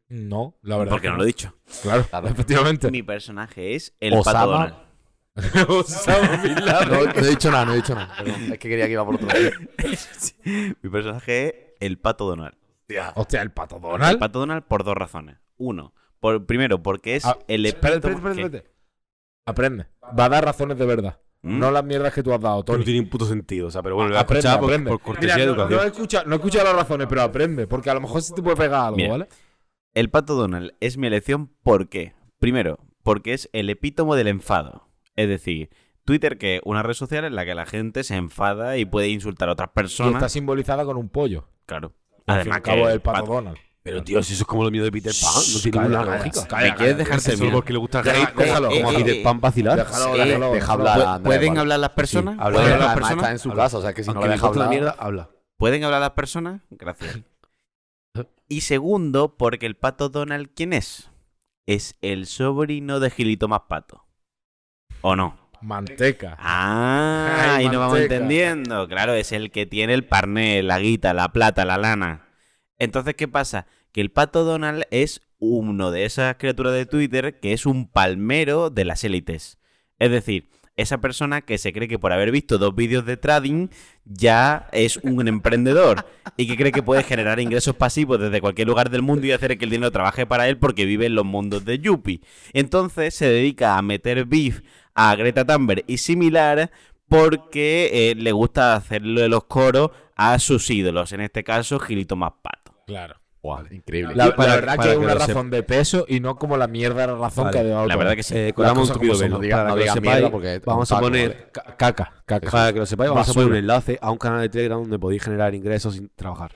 G: No, la verdad.
D: Porque
G: que
D: no lo he dicho.
G: Claro, efectivamente.
D: Mi personaje es el
F: Osama.
D: pato Donald.
G: Osama Bin Laden.
F: No, no he dicho nada, no he dicho nada. perdón. es que quería que iba por otro lado.
D: Mi personaje es el pato Donald.
G: Hostia, el pato
D: El
G: Donald.
D: pato Donald por dos razones. Uno, por, primero, porque es
G: Ah,
D: el
G: espera, espera,
D: epítome-
G: espera,
D: ¿Qué?
G: espera, espera. Aprende. Va a dar razones de verdad.
D: ¿Mm?
G: No las mierdas que tú has dado,
E: Todo no
G: Tony.
E: tiene un puto sentido, o sea, pero bueno, lo voy a
G: Aprende,
E: escuchar por,
G: aprende.
E: por cortesía
G: Mira, no-
E: de educación.
G: No, he escuchado, no he escuchado las razones, pero aprende. Porque a lo mejor se te puede pegar algo,
D: Mira.
G: ¿vale?
D: El pato Donald es mi elección, ¿por qué? Primero, porque es el epítome del enfado. Es decir, Twitter, que es una red social en la que la gente se enfada y puede insultar a otras
G: Y está
D: personas.
G: simbolizada con un pollo.
D: Claro.
G: Al fin y
D: Además,
G: al cabo
D: que
G: es el pato, Donald.
E: Pero tío, si eso es como lo mío de Peter Pan, no
G: Shh,
E: tiene ninguna
G: calla,
E: lógica.
G: calla,
E: ¿Me quieres
G: calla,
E: dejar
G: calla,
E: solo
G: calla.
E: porque le gusta
G: Deja-
E: reír?
G: déjalo,
E: como a
G: eh,
E: Peter
G: eh,
E: Pan vacilar.
G: déjalo,
E: Sí.
G: déjalo.
F: Deja hablar a Andrea,
D: ¿Pueden
F: vale.
D: hablar las personas?
E: habla.
D: ¿Pueden
E: Habla,
D: hablar las
F: Además,
D: personas?
F: está en su casa, o sea, que si no
E: Aunque
F: lo
E: le
F: deja
E: guste la
F: hablar...
E: mierda, habla.
D: ¿Pueden hablar las personas? Gracias. Y segundo, porque el pato Donald, ¿quién es? Es el sobrino de Gilito más pato. ¿O no?
G: pues, Manteca.
D: Ah,
G: Ay,
D: ahí nos vamos
G: manteca.
D: entendiendo. Claro, es el que tiene el parné, la guita, la plata, la lana. Entonces, ¿qué pasa? Que el pato Donald es uno de esas criaturas de Twitter que es un palmero de las élites. Es decir, esa persona que se cree que por haber visto dos vídeos de trading ya es un emprendedor y que cree que puede generar ingresos pasivos desde cualquier lugar del mundo y hacer que el dinero trabaje para él porque vive en los mundos de Yuppie. Entonces se dedica a meter beef a Greta Thunberg y similar porque eh, le gusta hacerle los coros a sus ídolos, en este caso Gilito más pato.
G: Claro.
F: Guau, increíble.
G: La, la
E: Para-
G: verdad
E: para
G: que es
E: que
G: una
E: lo sepa.
G: razón de peso y no como la mierda la razón
E: Vale,
G: que ha dado.
D: La
G: Tony.
D: verdad que sí.
E: Eh, colgamos un
G: cosas
E: tupido
G: como son,
E: velo.
G: no
F: digas-
E: Para
F: no
E: que lo
F: digas mierda,
E: sepáis,
F: porque es un
E: vamos a
F: taco,
E: poner
F: ¿vale?
G: eh. Ca- Caca, caca.
E: Para que lo sepáis, vamos a poner un
G: Basura.
E: enlace a un canal de Telegram donde podéis generar ingresos sin trabajar.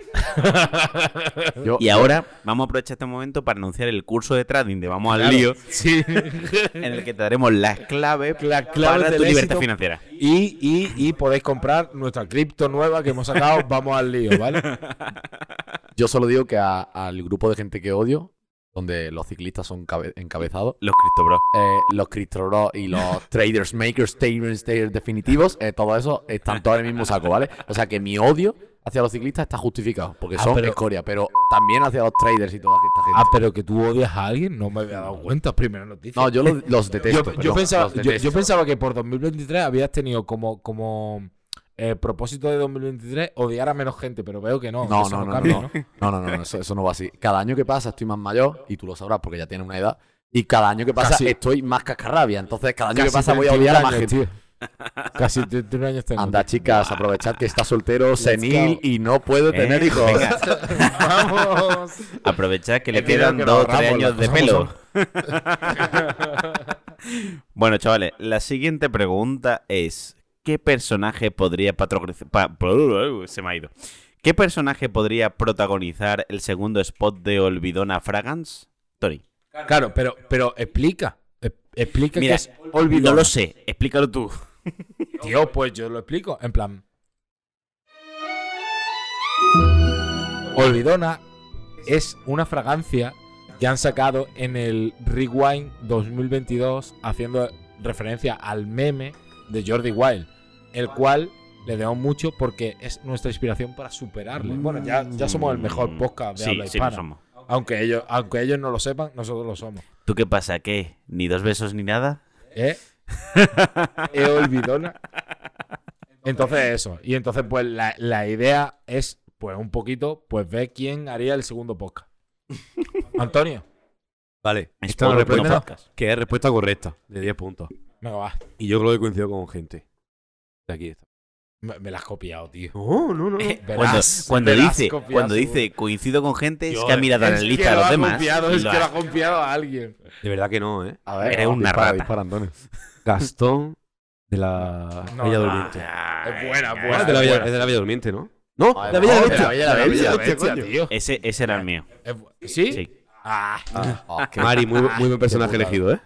F: Yo-
D: Y ahora vamos a aprovechar este momento para anunciar el curso de trading de Vamos al Lío,
G: Sí.
D: en el que te daremos las claves,
G: Las claves
D: para
G: del
D: tu libertad
G: éxito.
D: financiera.
G: Y, y, y podéis comprar nuestra cripto nueva que hemos sacado. Vamos al lío, ¿vale?
F: Yo solo digo que a- al grupo de gente que odio, donde los ciclistas son cabe- encabezados,
D: Los criptobros.
F: eh, los criptobros y los traders, makers, traders, traders definitivos, eh, todo eso están todos en el mismo saco, ¿vale? O sea que mi odio hacia los ciclistas está justificado, porque
G: Ah,
F: son
G: pero-
F: escoria, pero también hacia los traders y toda esta gente.
G: Ah, pero que tú odias a alguien, no me había dado cuenta. Primera noticia.
F: no, yo los, los detesto.
G: yo, yo
F: perdón,
G: pensaba,
F: los
G: yo,
F: detesto.
G: yo pensaba que por 2023 habías tenido como, como eh, propósito de 2023 odiar a menos gente, pero veo que no. que
F: No,
G: eso
F: no, no,
G: cambia,
F: no, no. No, no, no, no, eso, eso no va así. Cada año que pasa estoy más mayor, y tú lo sabrás porque ya tienes una edad, y cada año que pasa
G: Casi.
F: estoy más cascarrabia. Entonces, cada año
G: Casi
F: que pasa voy a
G: 31
F: odiar a más
G: años,
F: gente.
G: tío. Casi 31 años tengo.
F: Anda, chicas, aprovechad que está soltero, senil
G: go.
F: y no puedo
D: Eh,
F: tener hijos.
D: venga.
G: Vamos.
D: Aprovechad que le
G: Es dinero
D: quedan
G: que nos
D: dos o tres
G: ahorramos,
D: años de
G: las
D: pelo.
G: cosas
D: bueno, chavales, la siguiente pregunta es: ¿Qué personaje podría patrocinar? uh, se me ha ido. ¿Qué personaje podría protagonizar el segundo spot de Olvidona Fragans? Tony.
G: Claro, pero, pero explica. e- Explica
D: Mira,
G: que es olvidado.
D: no lo sé, explícalo tú.
G: Tío, pues yo lo explico. En plan. Olvidona es una fragancia que han sacado en el Rewind 2022 haciendo referencia al meme de Jordi Wild, el cual le debemos mucho porque es nuestra inspiración para superarle. Bueno, ya, ya somos el mejor podcast
D: Mm, Sí,
G: de habla
D: sí lo
G: hispana.
D: somos.
G: Aunque ellos, aunque ellos no lo sepan, nosotros lo somos.
D: ¿Tú qué pasa? ¿Qué? ¿Ni dos besos ni nada?
G: ¿Eh? He olvidona. Entonces eso. Y entonces, pues, la, la idea es, pues, un poquito, pues, ver quién haría el segundo podcast. Antonio.
E: Vale.
D: Es
E: Esta es la
D: por- por
E: respuesta,
D: podcast.
E: que es respuesta correcta, de 10 puntos.
G: Venga, va.
E: Y yo creo que coincido con gente. De aquí está.
G: Me, me la has copiado, tío.
E: No, no, no.
D: Cuando,
G: Eh, Verás,
D: cuando
G: me la has
D: dice,
G: copiado,
D: cuando
G: seguro.
D: dice coincido con gente, es
E: Yo,
D: que ha mirado
E: es
D: la lista de
E: que lo
D: los
E: ha
D: demás.
E: copiado,
D: y
E: es
D: lo
E: que
D: ha-
E: lo
G: ha confiado a alguien.
E: De verdad que no, ¿eh?
F: A ver,
D: Eres
F: no,
D: una
F: dispara,
D: rata.
F: dispara, Antonio.
E: Gastón de la
G: No,
E: Bella
G: no,
E: Durmiente.
G: Es buena,
E: Ah,
G: buena.
E: es, de la
G: es
E: Bella,
G: buena.
E: es de la Bella Durmiente, ¿no? No,
F: Madre
E: de la Bella
F: mía,
E: Durmiente.
F: la Bella- la Bella Bestia,
G: tío.
D: Ese, ese era el mío.
G: Es bu- ¿Sí?
D: Sí.
G: Ah.
F: Ah, qué-
E: Mari, muy, muy buen personaje
F: Qué putada.
E: elegido, ¿eh?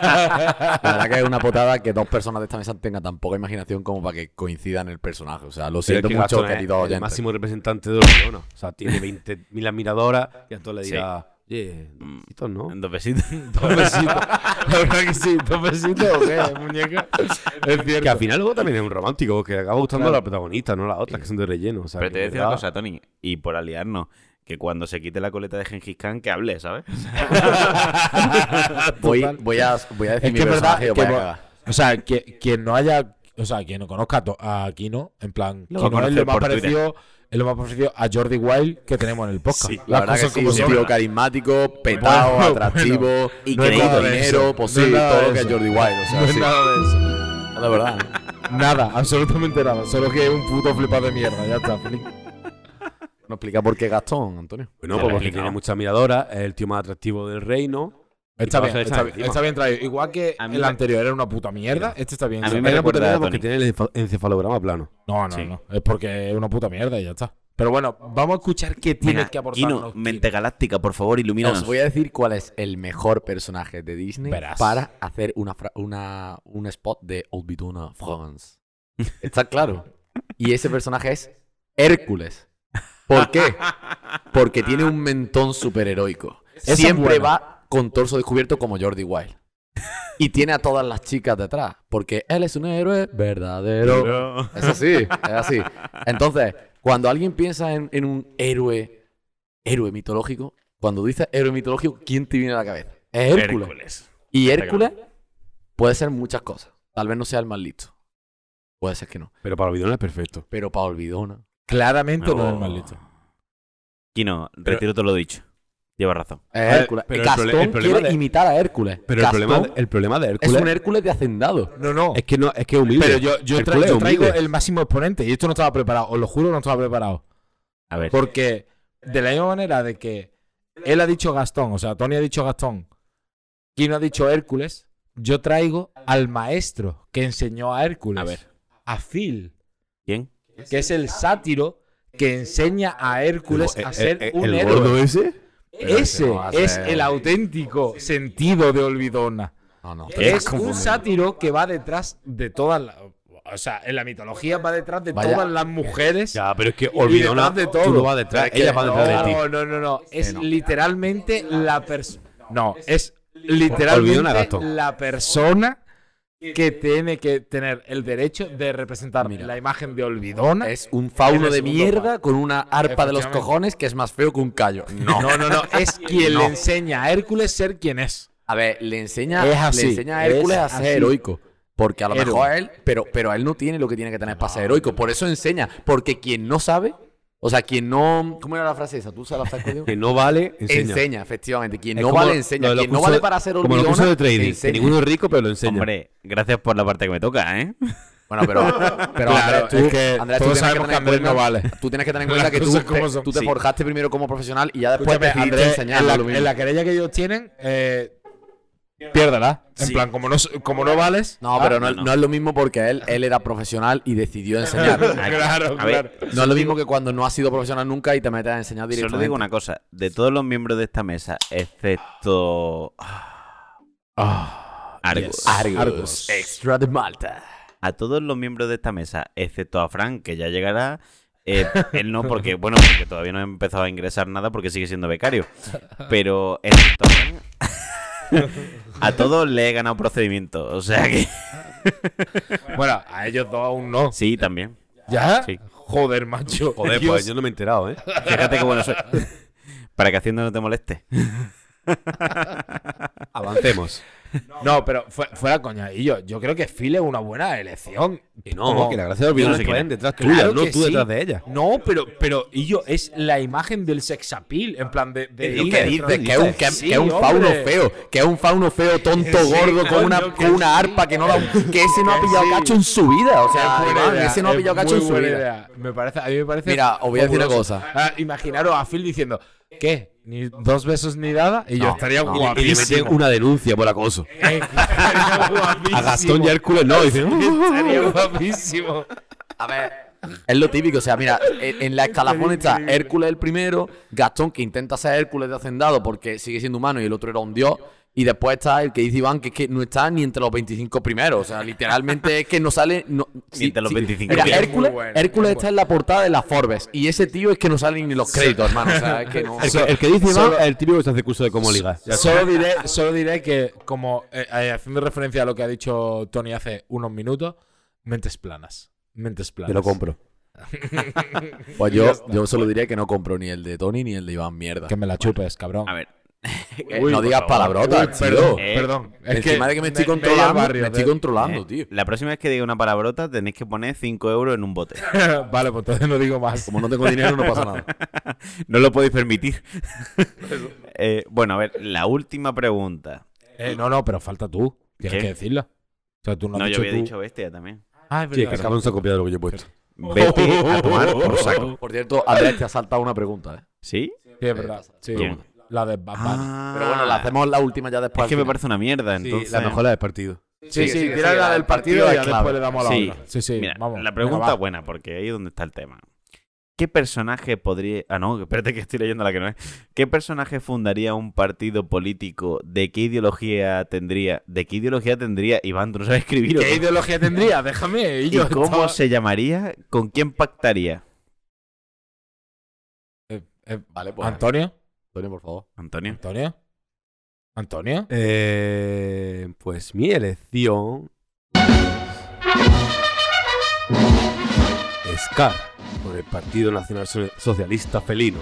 F: La verdad que es una potada que dos personas de esta mesa tengan tan poca imaginación como para que coincidan el personaje. O sea, lo
E: Pero
F: siento
E: es que
F: mucho,
E: Gastón es
F: querido
E: el
F: oyente.
E: máximo representante de Barcelona. O sea, tiene 20.000 admiradoras y a todos le
D: Sí. Mm.
E: dirá, oye, besitos, ¿no?
D: Dos besitos.
G: Dos besitos. La verdad que sí. Dos besitos, ¿o qué, muñeca? Es
E: Que al
G: cierto.
E: final luego también es un romántico, que acaba gustando
G: Claro.
E: a la protagonista, no a las otras que son de relleno. O sea,
D: Pero
E: que
D: te voy a
E: de
D: decir una
E: verdad-
D: cosa, Tony, y por aliarnos, que cuando se quite la coleta de Gengis Khan, que hable, ¿sabes?
F: Voy,
G: Total.
F: voy, a, voy a decir
G: Es
F: mi
G: que es verdad
F: personaje y os
G: que
F: vais a
G: vo-
F: cagar.
G: O sea, que, quien no haya. O sea, quien no conozca a to- a Kino, en plan,
D: Lo va a
G: Kino
D: conocer
G: es lo más
D: por Twitter.
G: parecido. Es lo más parecido a Jordi Wild que tenemos en el podcast.
E: Sí,
F: La
G: Las
F: verdad que
G: cosas
F: sí,
G: como
F: un
G: son.
F: tío carismático, petado,
G: Bueno,
F: atractivo,
D: Y
F: no
D: creído.
F: es
D: No
F: nada de
G: eso,
F: dinero,
G: no
F: pues
G: es
F: sí,
G: nada
F: todo
G: de
F: lo que es
G: eso.
F: Jordi Wild. O sea,
G: No es
F: sí.
G: nada de eso.
F: Es la verdad.
G: Nada, absolutamente nada. Solo que es un puto flipado de mierda. Ya está, Felipe.
F: ¿No explica por qué Gastón, Antonio?
E: Bueno,
D: Ya lo he
E: pues porque
D: explicado.
E: tiene mucha admiradora, es el tío más atractivo del reino.
G: Está
E: Y
G: bien,
E: todo se le
G: está
E: echa
G: bien,
E: encima.
G: está bien traído. Igual que
D: A mí
G: el
D: me-
G: anterior era una puta mierda, este está bien.
D: A mí
G: Sí.
D: me
E: Es una
D: recuerda
E: puta mierda
D: a
E: porque
D: Tony.
E: tiene el enfa- encefalograma plano.
G: No, no,
D: Sí.
G: no. Es porque es una puta mierda y ya está. Pero bueno, vamos a escuchar qué tienes
D: Venga,
G: que aportarnos.
D: Kino,
G: Kino.
D: mente galáctica, por favor, ilumínanos.
F: Os voy a decir cuál es el mejor personaje de Disney
G: Verás.
F: para hacer una, fra- una- un spot de Olvidona France. Está claro. Y ese personaje es Hércules. ¿Por qué? Porque tiene un mentón superheroico.
G: Esa es
F: Siempre
G: buena.
F: va con torso descubierto como Jordi Wild. Y tiene a todas las chicas detrás. Porque él es un héroe verdadero. Es así, es así. Entonces, cuando alguien piensa en, en un héroe, héroe mitológico, cuando dices héroe mitológico, ¿quién te viene a la cabeza? Es Hércules. Y Hércules puede ser muchas cosas. Tal vez no sea el más listo. Puede ser que no.
E: Pero para Olvidona es perfecto.
F: Pero para Olvidona.
G: Claramente
D: No.
G: no es maldito.
D: Kino, retiro todo lo dicho. Lleva razón.
F: Es Hércules.
E: pero el
F: Gastón
E: prole- el problema
F: quiere
E: de-
F: imitar a Hércules.
E: Pero el
F: Gastón
E: problema, el problema de
F: es
E: Hércules
F: un Hércules de hacendado.
G: No, no.
E: es que no, es que es humilde.
G: Pero yo, yo, tra-
E: Hércules
G: yo
E: es
G: traigo
E: humilde.
G: el máximo exponente y esto no estaba preparado. Os lo juro, no estaba preparado.
D: A ver.
G: Porque de la misma manera de que él ha dicho Gastón, o sea, Tony ha dicho Gastón, Kino ha dicho Hércules, yo traigo al maestro que enseñó a Hércules.
D: A ver.
G: A Phil,
D: ¿Quién?
G: que es el sátiro que enseña a Hércules
E: El-
G: a
E: el-
G: ser
E: eh, el-
G: un
E: el
G: héroe.
E: gordo este. ese?
G: Ese
F: no va a
G: es
F: ser-
G: el auténtico sentido de Olvidona.
F: No, no.
D: ¿Qué?
G: Pues Es un sátiro que va detrás de todas las. O sea, en la mitología va detrás de
F: Vaya.
G: todas las mujeres.
E: Ya, pero es que
G: Olvidona,
E: Olvidona
G: de todo.
E: tú no vas detrás,
F: Pero es que-
E: ella va detrás de ti.
G: No, no, no, no. Es
F: no.
G: literalmente la persona. No, es
E: Olvidona,
G: literalmente
E: Gastón.
G: la persona que tiene que tener el derecho de representar
F: Mira.
G: la imagen de Olvidona.
F: Es un fauno
G: En el
F: de
G: segundo
F: mierda
G: plano.
F: con una arpa de los
G: Efectivamente.
F: cojones que es más feo que un callo.
G: No, no, no, no. Es quien le enseña a Hércules ser quien es.
F: A ver, le enseña,
G: Es así,
F: le enseña a Hércules
G: es
F: a ser
G: así.
F: heroico. Porque a lo
G: Héroe.
F: mejor a él, pero, pero a él no tiene lo que tiene que tener para ser heroico. Por eso enseña. Porque quien no sabe, o sea, quien no. ¿Cómo era la frase esa? ¿Tú sabes la frase que digo?
E: Que no vale, enseña.
F: enseña. efectivamente. Quien
E: Es
F: no
E: como
F: vale,
E: lo-
F: enseña.
E: lo de los
F: Quien no
E: cursos
F: vale
E: de-
F: para ser
E: Como los
F: hormigona,
E: cursos de trading, que
F: enseña.
E: ninguno es rico, pero lo enseña.
D: Hombre, gracias por la parte que me toca, ¿eh?
F: Bueno, pero, pero
G: Claro,
F: Andrés, tú,
G: es que
F: Andrés, tú
G: todos
F: tienes que
G: sabemos
F: tener
G: que Andrés
F: en cuenta-
G: no vale.
F: Tú tienes que tener en
G: Las
F: cuenta que tú
G: cosas como
F: te,
G: son.
F: tú te
D: Sí.
F: forjaste primero como profesional y ya después
G: Escúchame,
F: decidiste
G: Andrés,
F: enseñar
G: en, la,
F: lo mismo.
G: en la querella que ellos tienen, eh, Piérdela. En
F: Sí.
G: plan, como no, como no vales.
F: No,
G: ah,
F: pero no, no es lo mismo porque él, él era profesional y decidió enseñar.
G: Claro,
D: A ver,
F: No es lo mismo que cuando no has sido profesional nunca y te metes a enseñar directamente.
D: Solo digo una cosa, de todos los miembros de esta mesa, excepto Argus,
F: Ah, yes. Argus. Argus.
D: extra de Malta. A todos los miembros de esta mesa, excepto a Frank, que ya llegará, eh, él no, porque bueno, porque todavía no ha empezado a ingresar nada porque sigue siendo becario. Pero excepto a Frank, a todos le he ganado procedimiento, o sea que
G: Bueno, a ellos dos aún no.
D: sí, también.
G: ¿Ya?
D: Sí.
G: Joder, macho.
E: Joder,
G: Dios.
E: pues yo no me he enterado, ¿eh?
D: Fíjate que bueno soy. Para que haciendo no te moleste.
E: Avancemos.
G: No, pero fue- fuera coña. Y yo, yo creo que Phil es una buena elección.
E: Que no, que la gracia de los
G: Yo
E: villanos
G: sé
E: fue
G: quién es.
E: detrás tuya, no
G: que
E: tú detrás de ella.
G: No, pero, pero y yo, es la imagen del sexapil, en plan de... de
F: ¿Y
G: ir
F: qué
G: detrás
F: dices?
G: de
F: Que es un, que,
G: Sí,
F: que es un fauno
G: hombre.
F: feo. Que es un fauno feo, tonto,
G: Sí,
F: gordo, con una,
G: coño, que
F: con una
G: sí.
F: arpa que no da un- Que ese no ha
G: Que
F: pillado
G: sí.
F: cacho en su vida. O sea,
G: Es buena
F: Iván,
G: idea,
F: Ah, ese no ha
G: es
F: pillado cacho
G: muy
F: en su
G: buena
F: vida.
G: idea. Me parece, a mí me parece.
F: Mira, os voy a decir una
G: fabuloso.
F: cosa.
G: Ah, imaginaros a Phil diciendo, ¿qué? Ni dos besos ni nada. Y yo
E: No,
G: estaría
E: no. Y le
G: guapísimo.
E: meten una denuncia por acoso.
G: Eh, estaría guapísimo.
E: A Gastón y a Hércules no, dicen.
G: Estaría guapísimo.
F: A ver. Es lo típico, o sea, mira, en, en la escalafón está Hércules el primero, Gastón que intenta ser Hércules de hacendado porque sigue siendo humano y el otro era un dios, y después está el que dice Iván que es que no está ni entre los 25 primeros, o sea, literalmente es que no sale... No, sí,
D: entre los
F: sí.
D: 25
F: Mira,
D: primeros.
F: Hércules,
G: Muy bueno,
F: Hércules está en la portada de la Forbes, y ese tío es que no salen ni los créditos, hermano, o sea, es que no...
E: El que, el que dice Iván
G: Solo-
E: es el típico que se hace curso de cómo ligar. Ya está.
G: Solo diré, solo diré que, como eh, eh, haciendo referencia a lo que ha dicho Tony hace unos minutos, mentes planas. Mentes planas.
E: Te lo compro.
F: Pues yo, yo solo diría que no compro ni el de Tony ni el de Iván, mierda.
G: Que me la chupes, cabrón.
D: A ver.
F: Eh, no
D: por
F: digas
D: favor.
F: palabrotas,
G: Uy,
F: tío.
G: perdón,
D: Eh,
G: perdón. Es
F: Encima de que me estoy
G: me- me he ido al
F: controlando,
G: barrio
F: me estoy
G: de-
F: controlando,
D: Eh,
F: tío.
D: La próxima vez que diga una palabrota tenéis que poner 5 euros en un bote.
G: vale, pues entonces no digo más.
F: Como no tengo dinero no pasa nada.
D: no lo podéis permitir. Eh, bueno, a ver, la última pregunta.
G: Eh, no, no, pero falta tú. Tienes
D: ¿Qué?
G: que decirla. O sea, tú no,
D: No,
G: has
D: yo
G: dicho
D: había
G: tú.
D: dicho bestia también.
G: Ah, es
E: Sí, es
G: verdad.
E: que cabrón se ha copiado lo que yo he puesto.
D: Vete a tomar por saco.
F: Por cierto, Andrés te ha saltado una pregunta,
G: Ah.
F: ¿eh?
D: ¿Sí?
G: Sí, es verdad. Sí.
D: ¿Quién?
G: La de Bad Bunny.
D: Ah,
F: Pero bueno, la hacemos la última ya después.
D: Es que me parece una mierda, entonces.
E: la mejor la del partido.
G: Sí, sí,
F: sigue,
G: tira
F: sigue,
G: la del partido y
F: es
G: ya
F: clave.
G: después le damos a la
D: Sí.
G: otra. Sí, sí,
D: Mira,
G: vamos.
D: la pregunta
G: venga, va.
D: buena, porque ahí es donde está el tema. ¿Qué personaje podría. Ah, no, espérate que estoy leyendo la que no es. ¿Qué personaje fundaría un partido político? ¿De qué ideología tendría? ¿De qué ideología tendría? Iván, tú no sabes escribir. ¿o
G: ¿Qué
D: qué?
G: ideología tendría? Déjame. eh,
D: ¿Y
G: yo
D: cómo
G: estaba-
D: se llamaría? ¿Con quién pactaría?
G: Eh, eh,
F: Vale, pues. Antonio,
G: ¿Antonio?
F: por favor.
D: Antonio.
G: ¿Antonio? ¿Antonio?
E: Eh, pues mi elección. Scar, por el Partido Nacional So- Socialista Felino.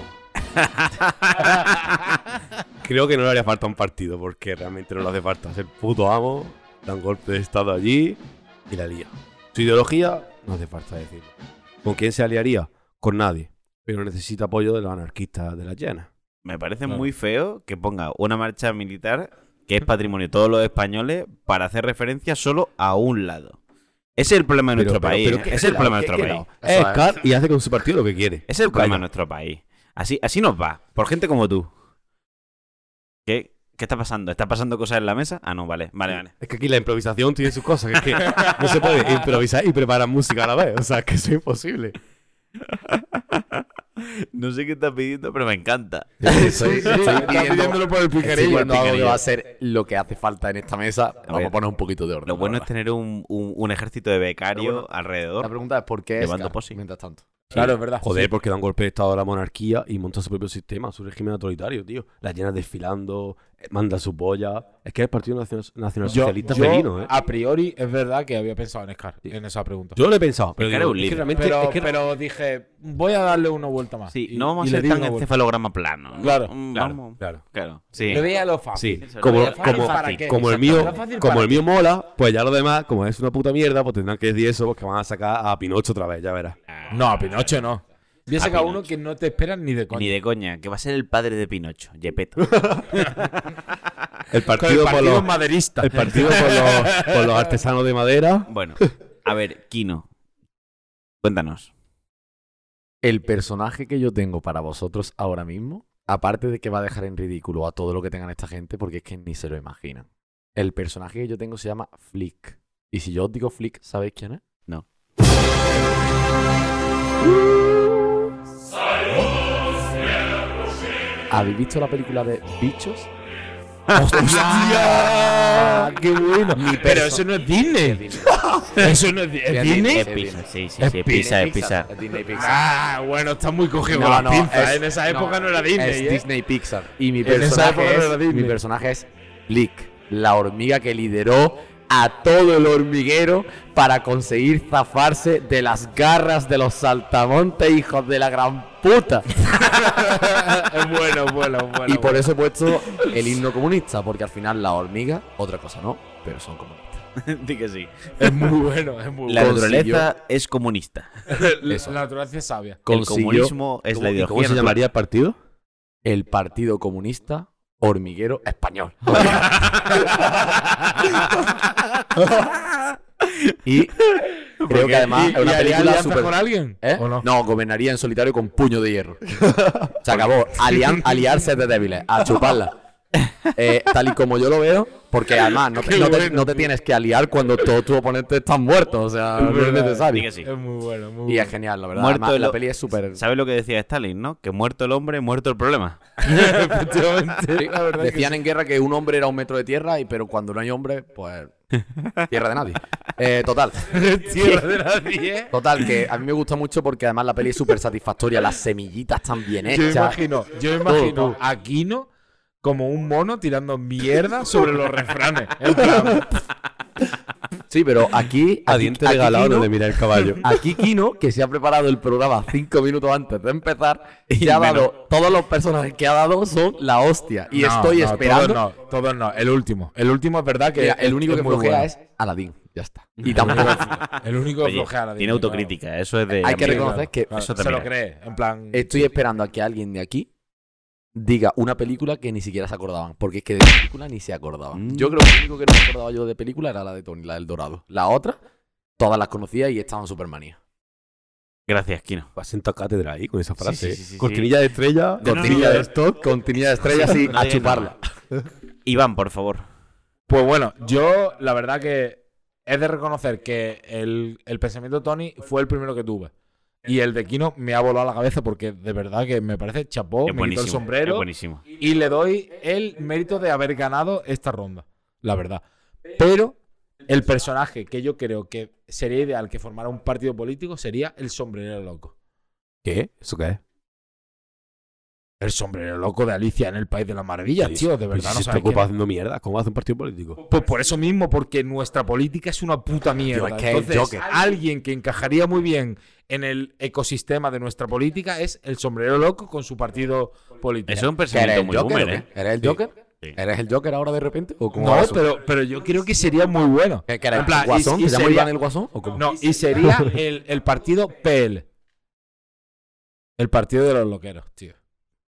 E: Creo que no le haría falta un partido, porque realmente no le hace falta ser puto amo, dan golpe de estado allí y la lía. Su ideología no hace falta decirlo. ¿Con quién se aliaría? Con nadie, pero necesita apoyo de los anarquistas de la llena.
D: Me parece
G: Claro.
D: muy feo que ponga una marcha militar que es patrimonio de todos los españoles para hacer referencia solo a un lado. Ese es el problema de
E: Pero-
D: nuestro
E: pero-
D: país.
E: pero
D: ¿eh?
E: qué
D: Ese es el
E: quedado,
D: problema de
E: qué
D: nuestro
E: quedado.
D: país.
E: Es Scar y hace con su partido lo que quiere.
D: Ese es el problema de
E: Vaya.
D: nuestro país. Así, así nos va. Por gente como tú. ¿Qué, ¿Qué está pasando? ¿Está pasando cosas en la mesa? Ah, no, vale. Vale, vale.
E: Es que aquí la improvisación tiene sus cosas, que es que no se puede improvisar y preparar música a la vez, o sea, que eso es imposible.
D: No sé qué estás pidiendo, pero me encanta.
F: Estoy, estoy
G: Está pidiéndolo por el
F: estoy
G: picarillo.
F: viendo
G: no,
F: algo que
G: no,
F: va a ser lo que hace falta en esta mesa. Vamos
D: ver.
F: a poner un poquito de orden.
D: Lo bueno
F: la
D: es tener un, un- un ejército de becarios
F: Pero bueno, verdad. La
D: alrededor.
F: pregunta es por qué es
D: Llevando
F: Scar,
D: posi.
F: mientras tanto.
G: Claro, es verdad.
E: Joder, pues, porque da un golpe de estado a la monarquía y monta su propio sistema, su régimen autoritario, tío. La llena desfilando, eh, manda su polla. Es que es el Partido Nacional, Nacional
G: Yo-
E: Socialista
G: yo,
E: felino, ¿eh?
G: A priori, es verdad que había pensado en Scar, en esa pregunta.
E: Yo lo he pensado, pero
D: Es que
E: digo,
D: era un
E: es que
D: líder.
E: realmente
G: pero,
E: es que-
G: pero dije, voy a darle una vuelta más.
D: Sí,
G: Y-
D: no vamos
G: y
D: a
G: le
D: ser
G: di
D: tan
G: una vuelta.
D: encefalograma plano. ¿no?
G: Claro,
D: Mm,
G: claro,
D: vamos.
G: claro.
D: Claro. Sí.
G: Le veía lo fácil.
E: Sí,
D: se lo
E: como,
D: voy a dejar
E: como,
G: para que-
E: como el
G: exacto,
E: mío,
G: lo fácil
E: como
G: para
E: el mío mola, pues ya lo demás, como es una puta mierda, pues tendrán que decir eso, porque van a sacar a Pinocho otra vez, ya verás.
D: Ah.
G: No, a Pinocho no. Voy a
D: A
G: sacar
D: Pinocho.
G: uno que no te esperan ni de coña.
D: Ni de coña, que va a ser el padre de Pinocho, Yepeto.
E: El
G: Con el
E: partido, por
G: partido
E: los,
G: maderista.
E: el partido por los, por los artesanos de madera.
D: bueno, a ver, Kino. Cuéntanos.
F: El personaje que yo tengo para vosotros ahora mismo, aparte de que va a dejar en ridículo a todo lo que tengan esta gente, porque es que ni se lo imaginan. El personaje que yo tengo se llama Flick. Y si yo os digo Flick, ¿sabéis quién es?
D: No.
F: ¿Habéis visto la película de Bichos?
G: ¡Hostia! Ah, ¡Qué bueno! Pero ¡Ah! eso no es Disney. eso no es, ¿es
D: Es
G: Disney.
D: Disney, es Disney. Sí, sí, sí, es Pixar, es Pixar.
F: Es Disney Pixar.
G: Ah, bueno, está muy cogido con las pinzas. ¿eh?
F: es-
G: en esa época no, era Disney.
F: Es
G: ¿eh?
F: Disney Pixar. Y mi
G: En esa época
F: personaje,
G: no
F: es,
G: era Disney.
F: mi personaje es Lick, la hormiga que lideró a todo el hormiguero para conseguir zafarse de las garras de los saltamontes, hijos de la gran puta.
G: es bueno, bueno, bueno.
F: y por
G: bueno.
F: eso he puesto el himno comunista, porque al final la hormiga, otra cosa no, pero son comunistas.
D: Di que sí.
G: Es muy bueno, es muy
D: La
G: bueno.
D: naturaleza es comunista.
G: La- La naturaleza es sabia.
F: Consiguió-
D: comunismo es
F: ¿Cómo-
D: la
F: y ¿Cómo
D: ideología
F: se llamaría
D: natural.
F: el partido? El Partido Comunista Hormiguero Español. y creo que además
G: ¿Y-
F: es una
G: y
F: película
G: alianza
F: super...
G: con alguien?
F: ¿Eh?
G: ¿O
F: no?
G: no?
F: gobernaría en solitario con puño de hierro. Se acabó. Alian- aliarse de débiles. A chuparla. Eh, tal y como yo lo veo, porque además no, te-
G: Qué
F: no te,
G: bueno,
F: no te tienes que aliar cuando todos tus oponentes están muertos. O sea,
G: Es
F: no es
G: verdad.
F: necesario.
D: Di que sí.
G: Es muy bueno, muy
F: Y
G: bueno.
F: es genial, la verdad.
D: Muerto
F: Además,
D: el
F: la
D: o-
F: peli es súper.
D: ¿Sabes lo que decía Stalin, no? Que muerto el hombre, muerto el problema.
G: Efectivamente, la verdad es que
F: Decían en guerra que un hombre era un metro de tierra, y pero cuando no hay hombre, pues. Tierra de nadie. Eh, total.
G: Tierra de nadie.
F: Total, que a mí me gusta mucho porque además la peli es súper satisfactoria. Las semillitas están bien
G: Yo
F: hechas.
G: imagino, yo imagino
F: tú.
G: a Kino como un mono tirando mierda sobre los refranes. En plan,
F: Sí, pero aquí.
E: A
F: aquí-
E: diente
F: aquí
E: de galao no
F: Kino-
E: le mira el caballo.
F: Aquí Kino, que se ha preparado el programa cinco minutos antes de empezar, y ha
G: menos.
F: dado. Todos los personajes que ha dado son la hostia. Y
G: no,
F: estoy
G: no,
F: esperando.
G: Todos no, todos no. El último. El último es verdad que.
F: Mira, el único que
G: muy
F: flojea
G: bueno.
F: es Aladín. Ya está. Y tampoco.
G: El único que
D: Oye,
G: flojea la
D: tiene
G: Disney,
D: autocrítica, eso es de.
F: Hay que
D: admirar.
F: reconocer que
G: claro.
D: eso te
G: se lo
D: mira.
G: cree. En plan.
F: Estoy esperando a que alguien de aquí diga una película que ni siquiera se acordaban. Porque es que de película ni se acordaban.
D: Mm.
F: Yo creo que lo único que no me acordaba yo de película era la de Tony, la del Dorado. La otra, todas las conocía y estaban super manía.
D: Gracias, Kino.
E: Vas a sentar cátedra ahí con esa frase.
D: sí,
E: ¿eh?
D: sí, sí, sí.
E: Cortinilla de estrella.
D: No, no,
F: Continilla
D: no,
F: de
D: no.
F: stock, continilla de estrellas y
D: No
F: a
D: digas
F: chuparla.
D: Iván, por favor.
F: Oh,
G: Pues bueno, yo la verdad que he de reconocer que el, el pensamiento Tony fue el primero que tuve. Y el de Kino me ha volado la cabeza porque de verdad que me parece chapó,
D: es
G: me quito
D: buenísimo.
G: el
D: Es
G: sombrero
D: buenísimo.
G: y le doy el mérito de haber ganado esta ronda, la verdad. Pero el personaje que yo creo que sería ideal que formara un partido político sería el sombrerero loco.
E: ¿Qué? ¿Eso qué es?
G: El sombrero loco de Alicia en el País de las Maravillas, tío, de
E: Pero pues si
G: verdad.
E: se
G: No
E: está
G: sabes quién
E: ocupado
G: es.
E: haciendo mierda, ¿cómo hace un partido político?
G: Pues por eso mismo, porque nuestra política es una puta mierda.
F: Tío, es que el
G: Entonces,
F: Joker.
G: alguien que encajaría muy bien en el ecosistema de nuestra política es el sombrero loco con su partido político.
D: Eso es un
F: ¿Que ¿Eres
D: pensamiento
F: el
D: muy
F: Joker?
D: boomer,
F: o
D: ¿eh?
F: qué? ¿Eres el
D: Sí.
F: Joker?
D: Sí.
F: ¿Eres el Joker ahora de repente? ¿O cómo
G: no,
F: va eso?
G: pero, pero yo creo que sería muy bueno.
F: ¿Que- que eres
G: En plan,
F: el guasón?
G: y- y
F: ¿Te llamo
G: sería-
F: Iván el guasón? ¿O cómo?
G: No, y sería el, el partido PL. El partido de los loqueros, tío.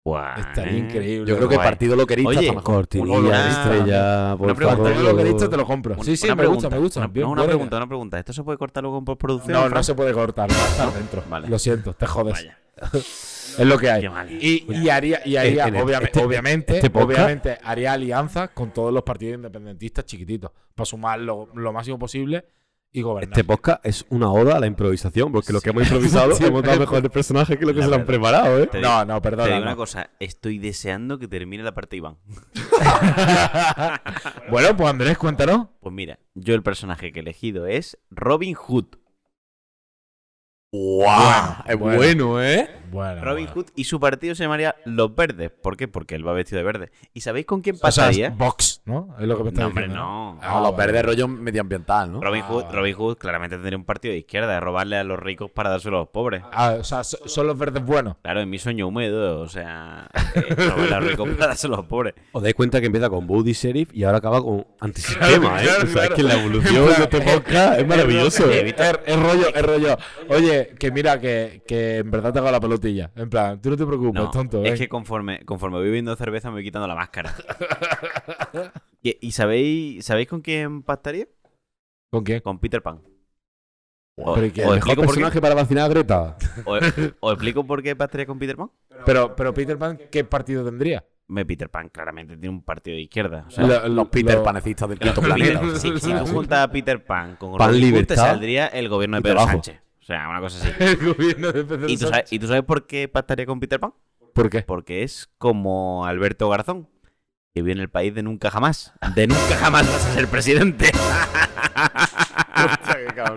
D: Guau,
G: Estaría
D: ¿eh?
G: increíble.
F: Yo creo que el
D: Guay.
F: partido loquerista
D: Oye,
F: está mejor.
E: Cortinilla
D: Una-
E: de estrella, por
D: una pregunta.
E: favor.
G: El partido loquerista te lo compro.
D: Un-
G: sí, sí,
D: una
G: me
D: pregunta,
G: gusta, me gusta.
D: Una,
G: Bien,
D: no, una
G: buena idea.
D: pregunta, una pregunta. ¿Esto se puede cortar luego en postproducción?
G: No, no
D: Fran?
G: se puede cortar, va a estar dentro.
D: Vale.
G: Lo siento, te jodes.
D: Vaya.
G: Es lo que hay.
D: Qué mal.
G: Y, y haría, y haría
E: En el-
G: obviamente,
E: este-
G: obviamente,
E: este podcast-
G: obviamente, haría alianzas con todos los partidos independentistas chiquititos para sumar lo, lo máximo posible y gobernar.
E: Este podcast es una oda a la improvisación, porque lo que hemos improvisado
G: Sí,
E: hemos dado
G: es-
E: mejor el personaje que lo que
D: La
E: se lo han
D: verdad.
E: preparado, ¿eh?
D: Te digo-
G: no, no,
D: Te digo
G: perdona.
D: una
G: no.
D: cosa. Estoy deseando que termine la parte de Iván.
G: bueno, pues Andrés, cuéntanos.
D: Pues mira, yo el personaje que he elegido es Robin Hood.
F: ¡Guau! Es
G: Bueno.
F: bueno, ¿eh?
G: Bueno,
D: Robin
G: bueno.
D: Hood y su partido se llamaría Los Verdes. ¿Por qué? Porque él va vestido de verde. ¿Y sabéis con quién
G: O sea,
D: pasaría?
G: es Vox, ¿no? Es lo que me
D: ¿eh?
G: estás
D: no, hombre,
G: diciendo,
D: no.
G: Ah,
F: A los
G: vale.
F: verdes rollo medioambiental, ¿no?
D: Robin Hood,
G: Ah.
D: Robin Hood claramente tendría un partido de izquierda, de robarle a los ricos para dárselo a los pobres.
G: Ah, o sea, so- son los verdes buenos.
D: Claro, en mi sueño húmedo, o sea, eh, robarle a los ricos para dárselo a los pobres.
E: Os dais cuenta que empieza con Buddy Sheriff y ahora acaba con antisistema, ¿eh?
G: claro,
E: o sea, es
G: claro.
E: que la evolución de este podcast es maravilloso.
G: Es, es- es rollo, es rollo. Oye, que mira, que, que en verdad te hago la pelotilla. En plan, tú no te preocupes,
D: No,
G: tonto. ¿eh?
D: es
G: ven.
D: que conforme, conforme voy bebiendo cerveza me voy quitando la máscara. ¿Y, y sabéis, sabéis con quién pactaría?
G: ¿Con quién?
D: Con Peter Pan. O-
G: Pero que
D: o
G: el
E: ¿Mejor
D: explico por qué-
E: personaje para vacinar a Greta?
D: ¿Os explico por qué pactaría con Peter Pan?
G: Pero, pero Peter Pan, ¿qué partido tendría?
D: Me Peter Pan claramente tiene un partido de izquierda. O
F: Lo- los Peter Panecistas del quinto
D: Peter-
F: planeta.
D: Si, si tú juntas a Peter Pan con
F: Pan
D: Robin Hood, te
F: Libertad
D: saldría el gobierno de
F: y
D: Pedro
F: trabajo.
D: Sánchez. O sea, una cosa así.
G: El gobierno de Pedro
D: ¿Y tú, sabes,
G: Sánchez.
D: ¿Y tú sabes por qué pactaría con Peter Pan?
F: ¿Por qué?
D: Porque es como Alberto Garzón, que viene el país de nunca jamás. De nunca jamás vas a ser presidente.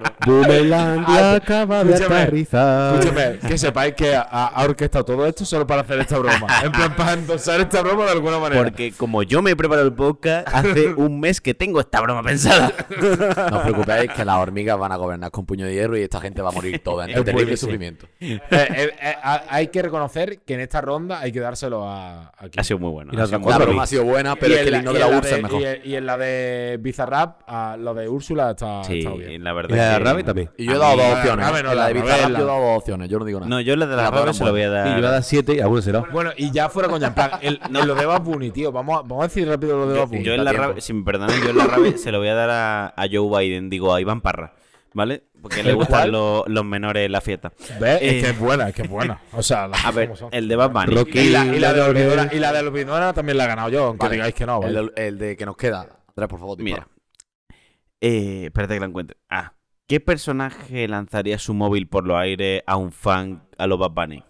G: Ah,
F: acaba de
G: escúchame,
F: aterrizar.
G: Escúchame, que sepáis que ha, ha orquestado todo esto solo para hacer esta broma. En plan, para endosar esta broma de alguna manera.
D: Porque como yo me he preparado el podcast, hace un mes que tengo esta broma pensada.
F: No os preocupéis que las hormigas van a gobernar con puño de hierro y esta gente va a morir toda
G: Es
F: en terrible
G: buenísimo.
F: sufrimiento.
G: Eh, eh, eh, ha- hay que reconocer que en esta ronda hay que dárselo a, a quien.
D: Ha sido muy bueno.
F: Y la otra cosa, broma ha sido buena, pero
G: Y
F: es
G: en
F: que el
G: la-
F: himno
G: y
F: de
G: en
F: la
G: la
F: Ursa es mejor.
G: Y, en- y en la de Bizarrap, a lo de Úrsula está,
D: Sí,
G: está bien.
D: la
F: Y
D: verdad.
F: la de
D: que-
F: Rabe también. Y yo he
D: A
F: dado
G: Ah,
D: mí-
F: dos
D: la de
F: opciones.
D: Rabe no,
F: En la
D: la
F: de
D: de
F: Bizarrap
D: Rabe
F: yo
D: la-
F: he dado dos opciones, yo no digo nada.
D: No, yo la de la Rabe se lo voy a dar.
E: Y yo a dar 7 y alguno será.
G: Bueno, y ya fuera con plan. El, el lo de Bad Bunny, tío. Vamos a, vamos a decir rápido lo de Bad
D: Yo,
G: Bunny.
D: yo en la Rabe, si me perdonan, yo en la Rabe se lo voy a dar a, a Joe Biden, digo a Iván Parra, ¿vale? Porque le
G: ¿El cual?
D: gustan lo- los menores en la fiesta. Eh,
G: ¿Ves? Es que es buena, es que es buena. O sea, las
D: a
G: cosas
D: ver,
G: como son.
D: el de Bad Bunny.
G: Y la, y la de Olvidona, y la de Olvidona también la he ganado yo, aunque
F: Vale.
G: digáis que no.
F: El
G: ¿vale?
F: de, el de que nos queda. Andrés, por favor, dispara.
D: Mira. Eh, espérate que la encuentre. Ah, ¿qué personaje lanzaría su móvil por los aires a un fan a los Bad Bunny?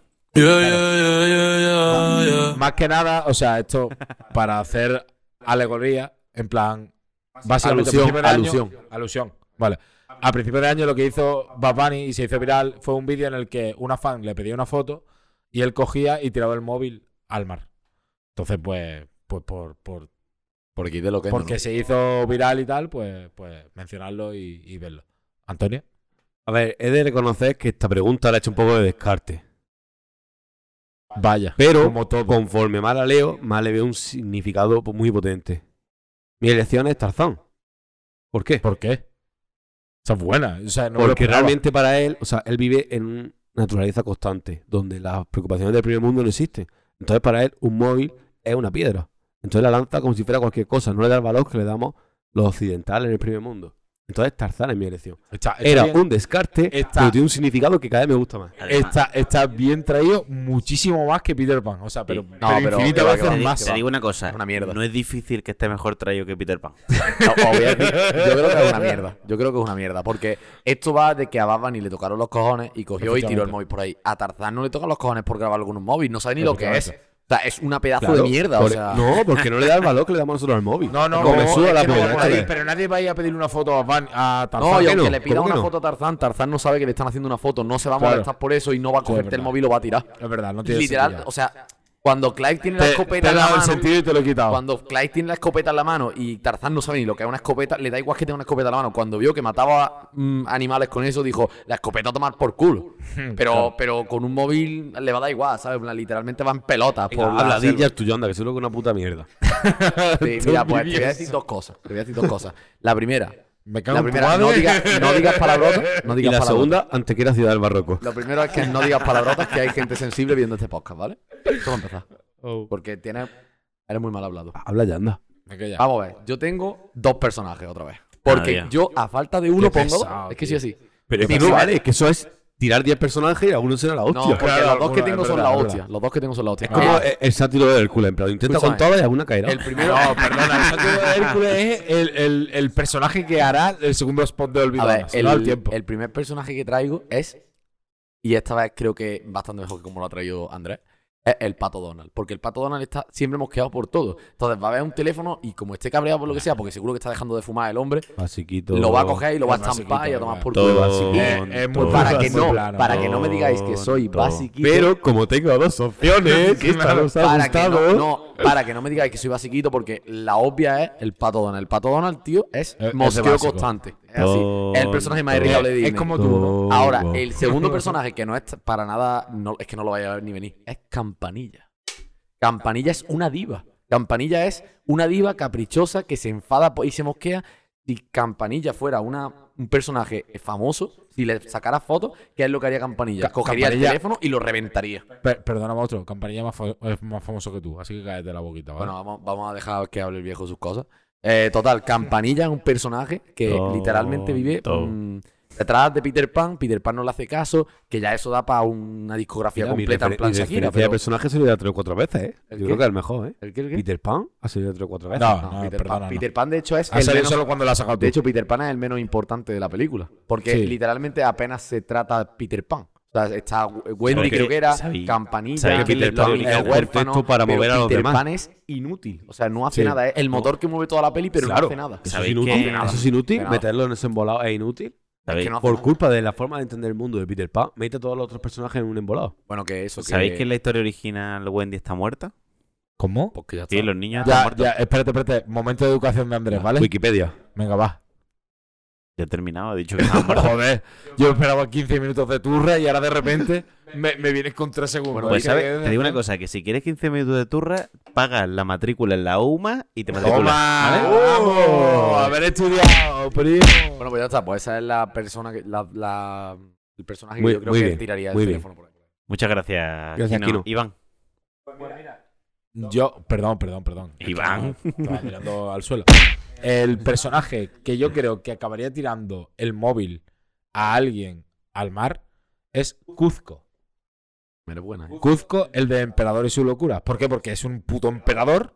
G: Más que nada, o sea, esto para hacer alegoría, en plan, básicamente
F: Alusión,
G: a principio de año-
F: alusión.
G: alusión, vale. A principio de año lo que hizo Bad Bunny y se hizo viral fue un vídeo en el que una fan le pedía una foto y él cogía y tiraba el móvil al mar. Entonces, pues, pues por, por
F: Por aquí de lo que es,
G: porque
F: ¿no?
G: se hizo viral y tal, pues, pues mencionarlo y, y verlo. Antonio,
E: A ver, he de reconocer que esta pregunta la he hecho un poco de descarte.
G: vaya,
E: Pero
G: como todo.
E: conforme más la leo, más le veo un significado po- muy potente. Mi elección es Tarzán. ¿Por qué?
G: ¿Por qué? Esa es buena. O sea, no me lo
E: Porque
G: esperaba.
E: realmente para él, o sea, él vive en una naturaleza constante, donde las preocupaciones del primer mundo no existen. Entonces para él un móvil es una piedra. Entonces la lanza como si fuera cualquier cosa, no le da el valor que le damos los occidentales en el primer mundo. Entonces Tarzán es mi elección.
G: Está- está
E: Era
G: bien.
E: un descarte,
G: Está-
E: pero tiene un significado que cada vez me gusta más.
G: Está, está bien traído muchísimo más que Peter Pan. O sea, pero,
D: Sí.
G: pero
F: No, pero-
G: infinitas
F: que va,
G: veces
F: que va, que
G: más.
D: Te digo una cosa.
F: Es una mierda.
D: No es difícil que esté mejor traído que Peter Pan.
F: No, os voy a decir, yo creo que es una mierda. Yo creo que es una mierda. Porque esto va de que a Bad Bunny le tocaron los cojones y cogió y tiró el
G: Efectivamente.
F: móvil por ahí. A Tarzán no le tocan los cojones por grabar algún móvil. No sabe ni lo que es. O
G: Efectivamente. e-
F: sea, es una pedazo
E: Claro,
F: de mierda.
E: por-
F: o sea,
E: No, porque no le da el valor que le damos nosotros al móvil.
G: No, no,
E: Como me
G: no,
E: suda
G: es
E: la
G: que no,
E: polla,
G: nadie-
E: ¿sabes?
G: pero nadie va a ir a pedirle una foto a Van a Tarzán.
F: No, y
E: ¿por qué
F: aunque
E: no?
F: le
E: ¿Por
F: pida
E: qué
F: una
E: no?
F: foto a Tarzán, Tarzán no sabe que le están haciendo una foto, no se va a
G: Claro.
F: molestar por eso y no va a
G: es
F: cogerte el
G: verdad.
F: móvil y lo va a tirar.
G: Es verdad, no tiene
F: Literal,
G: sentido.
F: o sea, cuando Clive tiene la
G: te, te
F: escopeta
G: he
F: en la
G: dado el
F: mano,
G: sentido y te lo he quitado.
F: cuando Clive tiene la escopeta en la mano y Tarzán no sabe ni lo que es una escopeta, le da igual que tenga una escopeta en la mano. Cuando vio que mataba mm, animales con eso, dijo, la escopeta a tomar por culo.
G: Hmm,
F: Pero, pero con un móvil le va a dar igual, ¿sabes? En plan, Literalmente va en pelotas por la selva.
E: Habladillas tuyo, anda, que solo que una puta mierda.
F: Sí, mira, pues te voy a decir dos cosas. Te voy a decir dos cosas. La primera,
G: Me cago
F: la
G: en tu
F: primera,
G: madre.
F: no digas, no digas palabrotas, no
E: Y
F: digas
E: la
F: palabrotas.
E: segunda, antes que era Ciudad del Barroco.
F: Lo primero es que no digas palabrotas, que hay gente sensible viendo este podcast, ¿vale? Vamos a empezar.
G: Oh.
F: Porque tienes. Eres muy mal hablado.
E: Habla ya, anda.
G: Me quedé ya.
F: Vamos a ver, yo tengo dos personajes otra vez. Porque
D: Nadia.
F: yo, a falta de uno,
G: Qué
F: pongo dos.
G: pesado,
F: Es que sí,
G: tío.
F: así.
E: Pero es que
F: Pero
E: no
F: vale.
E: vale, es que eso es tirar 10 personajes y alguno será la
F: No, eh,
E: hostia.
F: porque
G: claro,
F: los dos que
G: alguno,
F: tengo
G: es
F: son
G: verdad,
F: la
G: es
F: hostia. Los dos que tengo son la hostia.
E: Es como
F: Eh,
E: el, el sátiro de Hércules, en plan, intenta con
F: Escúchame.
E: todas y alguna caerá.
F: el primero.
G: No, perdona, el santo de Hércules es el, el, el personaje que hará el segundo spot de
F: A
G: Olvidona.
F: ver,
G: se lo da el
F: el,
G: tiempo.
F: el primer personaje que traigo es. Y esta vez creo que bastante mejor que como lo ha traído Andrés. Es el pato Donald. Porque el pato Donald está siempre mosqueado por todo. Entonces va a ver un teléfono y como esté cabreado por lo que sea, porque seguro que está dejando de fumar el hombre,
E: Basiquito.
F: lo va a coger y lo va a
G: Basiquito,
F: estampar y a tomar por
D: Todo
F: culo.
D: basiquito.
G: Eh, es muy
F: Para que
G: muy
F: no,
G: plano.
F: para que no me digáis que soy
D: Tonto.
F: basiquito.
E: Pero como tengo dos opciones, que esta nos ha
F: para que
G: ¿eh?
E: gustado.
F: no, no, para que no me digáis que soy basiquito, porque la obvia es el pato Donald. El pato Donald, tío, es
G: Es- es
F: mosqueo
G: básico.
F: constante. Es así. Es el personaje más
E: Tonto.
F: irritable de
G: es
F: Disney.
G: como tú.
F: Ahora, el segundo personaje que no es para nada, no, es que no lo vaya a ver ni venir, es Campanilla. Campanilla es una diva. Campanilla es una diva caprichosa que se enfada po- y se mosquea. Si Campanilla fuera una, un personaje famoso, si le sacara fotos, ¿qué es lo que haría Campanilla?
G: Ca-
F: Cogería
G: Campanilla-
F: el teléfono y lo reventaría.
G: Per- perdona, otro. Campanilla más fa- es más famoso que tú, así que cállate la boquita. ¿vale?
F: Bueno, vamos, vamos a dejar que hable el viejo sus cosas. Eh, total, Campanilla es un personaje que
D: Tonto.
F: literalmente vive mm, Detrás de Peter Pan, Peter Pan no le hace caso, que ya eso da para una discografía
E: Mira, mi
F: completa en
E: referen-
F: plan
E: mi
F: Shakira.
E: referencia de
F: Pero...
E: personaje se lo tres o cuatro veces, ¿eh? Yo
F: qué?
E: creo que es el mejor, ¿eh?
F: ¿El qué, el qué?
E: Peter Pan ha salido tres o cuatro veces.
F: No, no, Peter, Pan, Peter Pan, de hecho, es.
E: Ha salido solo
G: cuando la has sacado
F: De
E: tú.
F: hecho, Peter Pan es el menos importante de la película. Porque
E: Sí.
F: literalmente apenas se trata Peter Pan. O sea, está Wendy,
E: Porque
F: creo que era,
E: sabí-
F: Campanilla,
E: sabí que Peter
F: los
E: Pan
F: Dominicanos
E: es el contexto
F: huérfanos,
E: para
F: pero
E: mover a los
F: Peter
E: demás.
F: Pan es inútil. O sea, no hace
E: Sí.
F: nada. Es el
E: No.
F: motor que mueve toda la peli, pero no hace nada.
E: Eso es inútil. Eso es inútil. Meterlo en ese embolado es inútil.
D: ¿Sabéis?
E: Que no hace Por culpa de la forma de entender el mundo de Peter Pan, mete a todos los otros personajes en un embolado.
F: Bueno, que eso.
D: Pues ¿Sabéis que en la historia original Wendy está muerta?
G: ¿Cómo?
D: Porque ya Sí, los niños están
G: Ya,
D: muertos.
G: ya, espérate, espérate. Momento de educación de Andrés, ¿vale?
E: Ah, Wikipedia.
G: Venga, va.
D: Ya he terminado, he dicho que están muertos.
G: Joder, yo esperaba 15 minutos de turra y ahora de repente me, me vienes con 3 segundos.
D: Pues,
G: Es que-
D: ¿sabes? Te digo una cosa, que si quieres 15 minutos de turra, pagas la matrícula en la UMA y te matriculas. ¿vale?
F: ¡Bravo! ¡Haber estudiado, primo! Bueno, pues ya está. Pues esa es la persona que. La, la- el personaje
D: Muy-
F: que yo creo
D: muy
F: que
D: bien,
F: tiraría el
D: muy bien.
F: teléfono por ahí.
D: Muchas gracias,
G: Gracias,
D: Kino.
G: Kino.
D: Iván.
G: Yo, perdón, perdón, perdón.
D: Iván.
G: Estaba mirando al suelo. El personaje que yo creo que acabaría tirando el móvil a alguien al mar es Cuzco.
F: Pero buena, ¿eh?
G: Cuzco, el de Emperador y su locura. ¿Por qué? Porque es un puto emperador.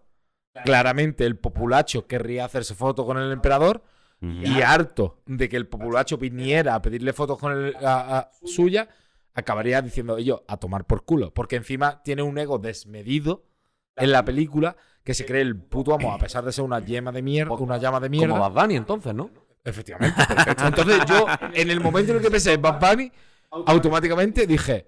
G: Claramente el populacho querría hacerse foto con el emperador. Y harto de que el populacho viniera a pedirle fotos con el, a- a- suya, acabaría diciendo ellos a tomar por culo. Porque encima tiene un ego desmedido en la película que se cree el puto amo, a pesar de ser una yema de mierda, una llama de mierda.
F: Como Bad Bunny, entonces, ¿no?
G: Efectivamente, perfecto. Entonces yo, en el momento en el que pensé en Bad Bunny, automáticamente dije...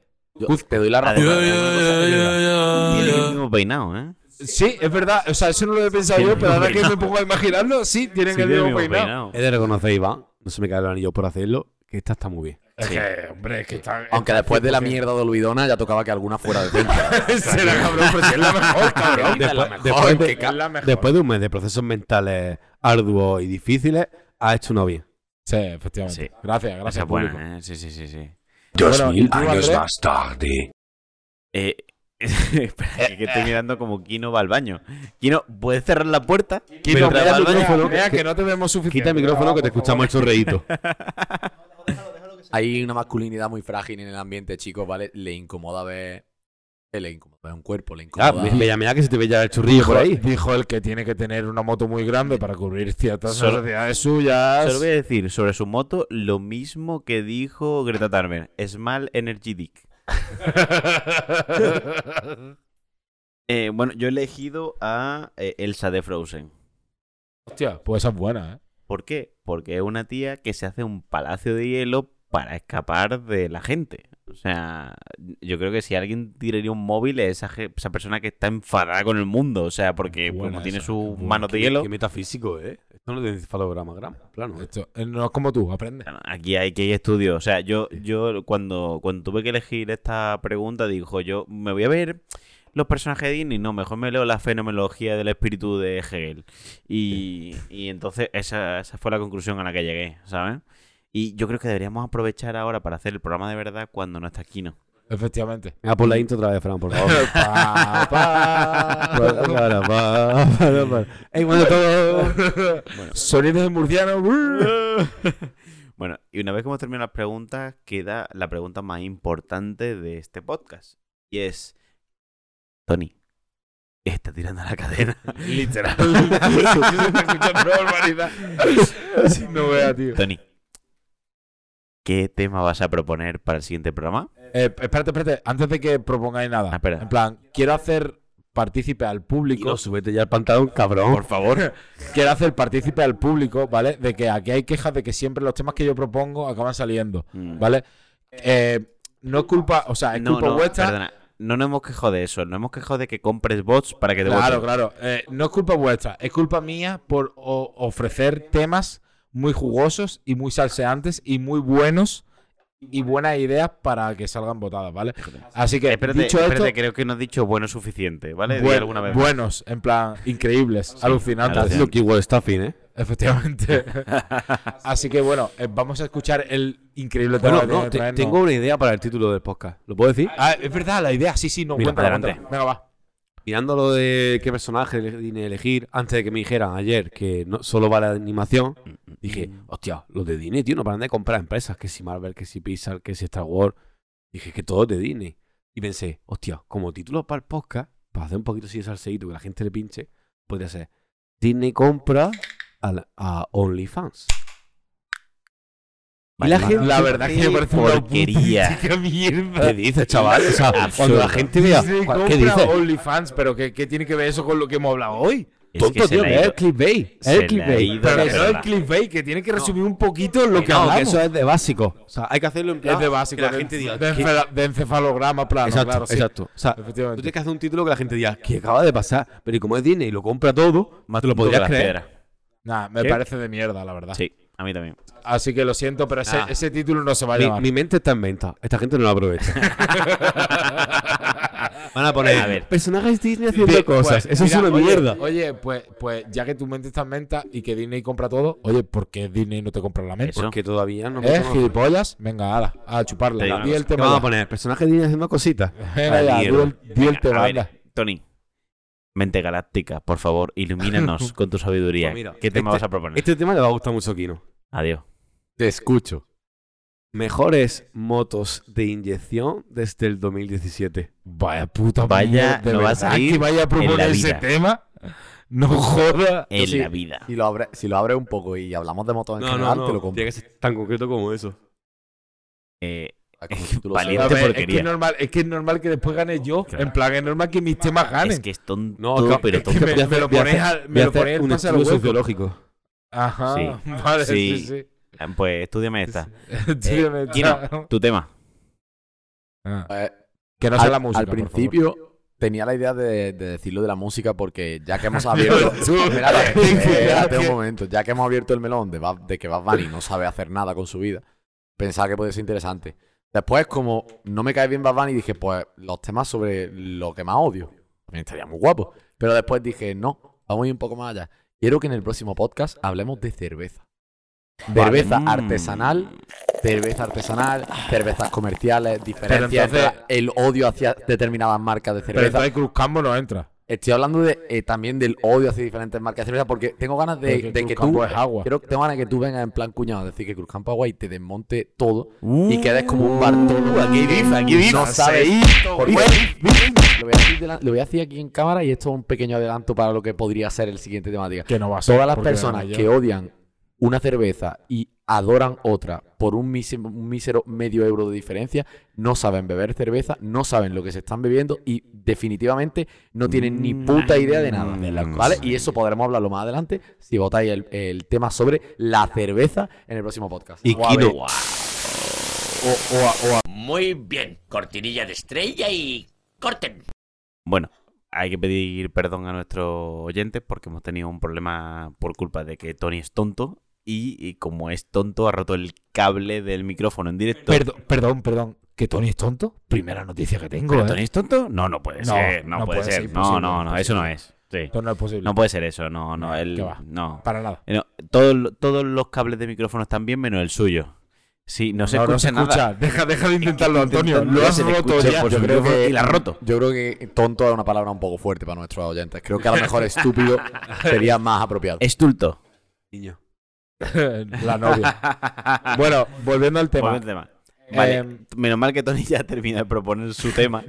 F: te doy la
D: razón. Tiene el mismo peinado, ¿eh?
G: Sí, es verdad. O sea, eso no lo he pensado
D: Tiene
G: yo,
D: el
G: pero ahora que
D: peinado.
G: me pongo a imaginarlo, sí, tienen
D: Sí,
G: el
D: tiene
G: mismo
D: el mismo
G: peinado.
D: peinado.
E: He de reconocer, Iván, no se me cae el anillo por hacerlo, que esta está muy bien.
G: Es que, hombre, es que está...
F: Eh, Aunque
G: está
F: después de la
G: 100%.
F: mierda de Olvidona ya tocaba que alguna fuera de centro.
G: Será cabrón, pero si es la mejor, cabrón.
E: Después-
G: Es la mejor,
E: después de-
G: que ca- es la mejor.
E: Después de un mes de procesos mentales arduos y difíciles, ha hecho uno bien.
G: Sí, efectivamente. Gracias, gracias.
D: Esa es
G: público.
D: buena, ¿eh? Sí, sí, sí, sí.
G: Dos Bueno, mil ¿y tú, años Andrés? más
D: tarde. Eh, espera, que que estoy mirando como Kino va al baño. Kino, ¿puedes cerrar la puerta?
E: Kino,
D: Mientras
E: mira
D: va
E: el
D: al baño.
E: micrófono,
G: Vea que no te vemos suficiente.
E: Quita el micrófono que te escuchamos el chorreíto.
F: Hay una masculinidad muy frágil en el ambiente, chicos, ¿vale? Le incomoda ver. eh, Le incomoda ver un cuerpo, le incomoda.
E: Ah,
G: pues
E: me, me llamé a que se te veía el churrillo por ahí.
G: Dijo el que tiene que tener una moto muy grande para cubrir ciertas
D: Solo-
G: necesidades suyas.
D: Solo voy a decir sobre su moto lo mismo que dijo Greta Thunberg. Small Energy Dick. Eh, bueno, yo he elegido a eh, Elsa de Frozen.
G: Hostia, pues esa es buena, ¿eh?
D: ¿Por qué? Porque es una tía que se hace un palacio de hielo para escapar de la gente. O sea, yo creo que si alguien tiraría un móvil es esa, ge- esa persona que está enfadada con el mundo. O sea, porque
E: Buena
D: como tiene
E: esa,
D: sus
E: buena.
D: manos de
E: Qué-
D: hielo.
E: Qué metafísico, ¿eh? Esto no es de encefalograma, gram, plano. ¿eh?
G: Esto, eh, no es como tú, aprende.
D: Aquí hay, que hay estudios. O sea, yo, yo cuando, cuando tuve que elegir esta pregunta, dijo yo, me voy a ver los personajes de Disney. No, mejor me leo la fenomenología del espíritu de Hegel. Y, y entonces esa, esa fue la conclusión a la que llegué, ¿sabes? Y yo creo que deberíamos aprovechar ahora para hacer el programa de verdad cuando no está Kino.
G: Efectivamente.
E: Venga, pon la intro otra vez, Fran, por favor.
G: Pa, pa,
E: Para, para, para, para, para. Ey, bueno, todo.
G: Sonidos de murciano. uh,
D: Bueno, y una vez que hemos terminado las preguntas, queda la pregunta más importante de este podcast. Y es, Tony, está tirando la cadena.
G: Literal. Se está escuchando una barbaridad. No vea, tío.
D: Tony, ¿qué tema vas a proponer para el siguiente programa?
G: Eh, espérate, espérate. Antes de que propongáis
E: Ah,
G: nada.
D: espera.
G: En plan, quiero hacer partícipe al público.
E: Kino, súbete ya el pantalón, cabrón.
D: Por favor.
G: quiero hacer partícipe al público, ¿vale? De que aquí hay quejas de que siempre los temas que yo propongo acaban saliendo,
D: Mm.
G: ¿vale? Eh, no es culpa, o sea, Ah, es
D: No,
G: culpa
D: no,
G: vuestra.
D: perdona. No nos hemos quejado de eso. No hemos quejado de que compres bots para que te
G: Claro,
D: voten.
G: claro. Eh, no es culpa vuestra, es culpa mía por o- ofrecer temas muy jugosos y muy salseantes y muy buenos y buenas ideas para que salgan votadas, ¿vale? Así que,
D: Espérate,
G: dicho
D: espérate,
G: esto,
D: creo que no has dicho bueno suficiente, ¿vale? Di
G: buen-
D: alguna vez.
G: buenos, en plan, increíbles,
E: Está
G: alucinantes.
E: haciendo keyword stuffing, ¿eh?
G: Efectivamente. Así que bueno, eh, vamos a escuchar el increíble tema
E: Bueno,
G: que
E: no,
G: trae,
E: te-
G: no.
E: tengo una idea para el título del podcast. ¿Lo puedo decir?
G: Ah, es verdad, la idea, sí, sí, no,
E: Mira,
G: cuéntala,
E: adelante.
G: cuéntala. Venga, va.
E: mirando lo de qué personaje ele- de elegir, antes de que me dijeran ayer que no, solo va la animación, dije, hostia, los de Disney, tío, no paran de comprar empresas, que si Marvel, que si Pixar, que si Star Wars. Dije, que todo es de Disney. Y pensé, hostia, como título para el podcast, para hacer un poquito así de salseíto, que la gente le pinche, podría ser Disney compra a, la- a OnlyFans.
D: Vale, vale. La verdad que me parece una auténtica
G: mierda.
E: ¿Qué dices, chaval? O sea, cuando la gente vea.
G: Disney
E: ¿Cuál-
G: compra
E: ¿Qué dices?
G: OnlyFans, pero ¿qué, qué tiene que ver eso con lo que hemos hablado hoy?
E: Es que se le ha ido-
G: clickbait.
E: se le ha ido
G: Pero
E: la
G: que no es
E: verdad.
G: clickbait, que tiene que resumir un poquito lo
E: Que
G: que
E: no, que
G: hablamos.
E: eso es de básico. O sea, hay que hacerlo en plan
G: Es de básico.
E: que la
G: de-
E: gente diga,
G: de,
E: ¿qué?
G: encefala- de encefalograma plano,
E: exacto,
G: claro, sí.
E: exacto. O sea, tú
G: Efectivamente.
E: tienes que hacer un título que la gente diga, que acaba de pasar? Pero y como es Disney y lo compra todo, más te lo podrías creer.
G: Nah, me
E: ¿Qué?
G: parece de mierda, la verdad.
D: Sí, a mí también.
G: Así que lo siento, pero ese,
E: Nah.
G: ese título no se va a
E: Mi,
G: llamar.
E: mi mente está en venta. Esta gente no la aprovecha. Van a poner
G: A ver.
E: personajes Disney haciendo
G: Di-
E: cosas.
G: pues,
E: Eso es
G: mira,
E: una
G: oye,
E: mierda.
G: Oye, pues, pues ya que tu mente está en venta y que Disney compra todo, oye, ¿por qué Disney no te compra la mente?
E: Porque todavía no
G: ¿Eh,
E: conozco.
G: gilipollas? Venga, ala, a chuparle.
E: Te digo
G: Di
E: una cosa.
G: el
E: ¿Qué
G: tema.
E: Vamos
G: ya.
E: a poner personajes Disney haciendo cositas.
G: Venga, ya, di
D: Mierda.
G: el- di el
D: Venga,
G: tema,
D: a ver,
G: anda.
D: Tony, mente galáctica, por favor, ilumínanos con tu sabiduría.
E: Pues mira,
D: ¿Qué tema
E: este-
D: vas a proponer?
E: Este tema le va a gustar mucho a Kino.
D: Adiós.
E: Te escucho. Mejores motos de inyección desde el 2017.
G: Vaya puta
D: Vaya, no va a salir
G: que vaya
D: en
G: a
D: la
G: proponer ese
D: vida.
G: tema. No joda.
D: En
F: Sí.
D: la vida.
F: Si lo, abres si lo abres un poco y hablamos de motos en
E: No, no,
F: general, te lo
E: no.
F: compro.
E: Tiene que ser tan concreto como eso.
D: Eh,
F: Ah, como si tú lo
D: valiente
G: A ver, es, que
D: porquería.
G: es, normal, es que es normal que después gane yo.
D: Claro.
G: En plan, es normal que mis temas ganen.
D: Es que es tonto,
E: No, claro,
D: pero
G: es que
D: tonto.
G: me- me lo
E: voy a
G: ponéis
E: hacer-
G: al-
E: voy
G: me
E: a
G: lo
E: hacer
G: ponéis al
E: un
G: pase al
E: estudio
G: hueco.
E: sociológico.
G: Ajá.
D: Sí.
G: Vale, sí,
D: Sí.
G: sí. sí.
D: Pues estudiame esta.
G: Tío,
D: Kino, tu tema.
G: Ah.
F: Eh,
G: Que no sea
F: al,
G: la música.
F: al
G: por favor.
F: principio tenía la idea de, de decirlo de la música porque ya que hemos abierto.
G: Tú.
F: espérate, eh, espérate
G: Que-
F: un momento. Ya que hemos abierto el melón de, Bad- de que Bad Bunny no sabe hacer nada con su vida, pensaba que podía ser interesante. Después, como no me cae bien Bad Bunny, dije, pues los temas sobre lo que más odio. También estaría muy guapo. Pero después dije, no, vamos a ir un poco más allá. Quiero que en el próximo podcast hablemos de cerveza. Cerveza
D: Mm.
F: artesanal, cerveza artesanal, cervezas comerciales, diferencias entre
G: entonces-
F: la- el odio hacia determinadas marcas de
G: Pero
F: cerveza.
G: entonces Cruz Campo no entra.
F: Estoy hablando de, eh, también del odio hacia diferentes marcas de cerveza porque tengo ganas de,
G: Porque
F: de que
G: Cruzcampo
F: tú
G: es agua.
F: Quiero, tengo ganas de que tú vengas en plan cuñado a decir que Cruzcampo es agua y te desmonte todo y
G: Mm.
D: Uh,
F: quedes como un Bartolo
D: aquí
G: Uh,
D: dice, aquí dice.
F: no sabes por
D: dice,
F: qué. lo, voy a decir delan- lo voy a decir aquí en cámara y esto es un pequeño adelanto para lo que podría ser el siguiente temática
G: Que no va a ser.
F: todas las
G: porque
F: personas
G: además
F: que
G: yo-
F: odian una cerveza y adoran otra por un mísero, un mísero medio euro de diferencia, no saben beber cerveza, no saben lo que se están bebiendo y definitivamente no tienen
E: Mm,
F: ni puta idea de nada. ¿Vale? Y eso podremos hablarlo más adelante si votáis el, el tema sobre la cerveza en el próximo podcast.
E: Y
F: Guau,
E: Kino,
N: Muy bien, cortinilla de estrella y corten.
D: Bueno, hay que pedir perdón a nuestros oyentes porque hemos tenido un problema por culpa de que Tony es tonto y, y como es tonto ha roto el cable del micrófono en directo.
G: Perdón, perdón, perdón. ¿Que Tony es tonto. Primera noticia que tengo.
D: ¿Pero
G: ¿eh?
D: Tony es tonto? No, no puede
G: No,
D: ser, no,
G: no
D: puede,
G: puede
D: ser.
G: ser,
D: no,
G: imposible,
D: no, no, eso no
G: imposible.
D: es. Sí.
G: Esto no es posible.
D: No puede ser eso, no, no,
G: No,
D: el-
G: ¿qué va?
D: no.
G: Para nada.
D: Eh, no, todos, todos los cables de micrófono están bien menos el suyo. Sí, no se
G: No,
D: escucha
G: no se
D: nada.
G: escucha. Deja, deja de intentarlo, Antonio.
D: intentando
G: Lo
D: que
G: has
D: se te
G: roto
D: escuche por
G: ya.
F: pues, Yo
D: su
F: creo
D: micrófono
F: que
D: y la has roto.
F: Yo creo que tonto es una palabra un poco fuerte para nuestros oyentes. Creo que a lo mejor estúpido sería más apropiado.
D: Estulto.
E: niño.
G: La novia. Bueno, volviendo al tema.
D: Volviendo al tema. Vale,
G: Em,
D: menos mal que Tony ya termina de proponer su tema.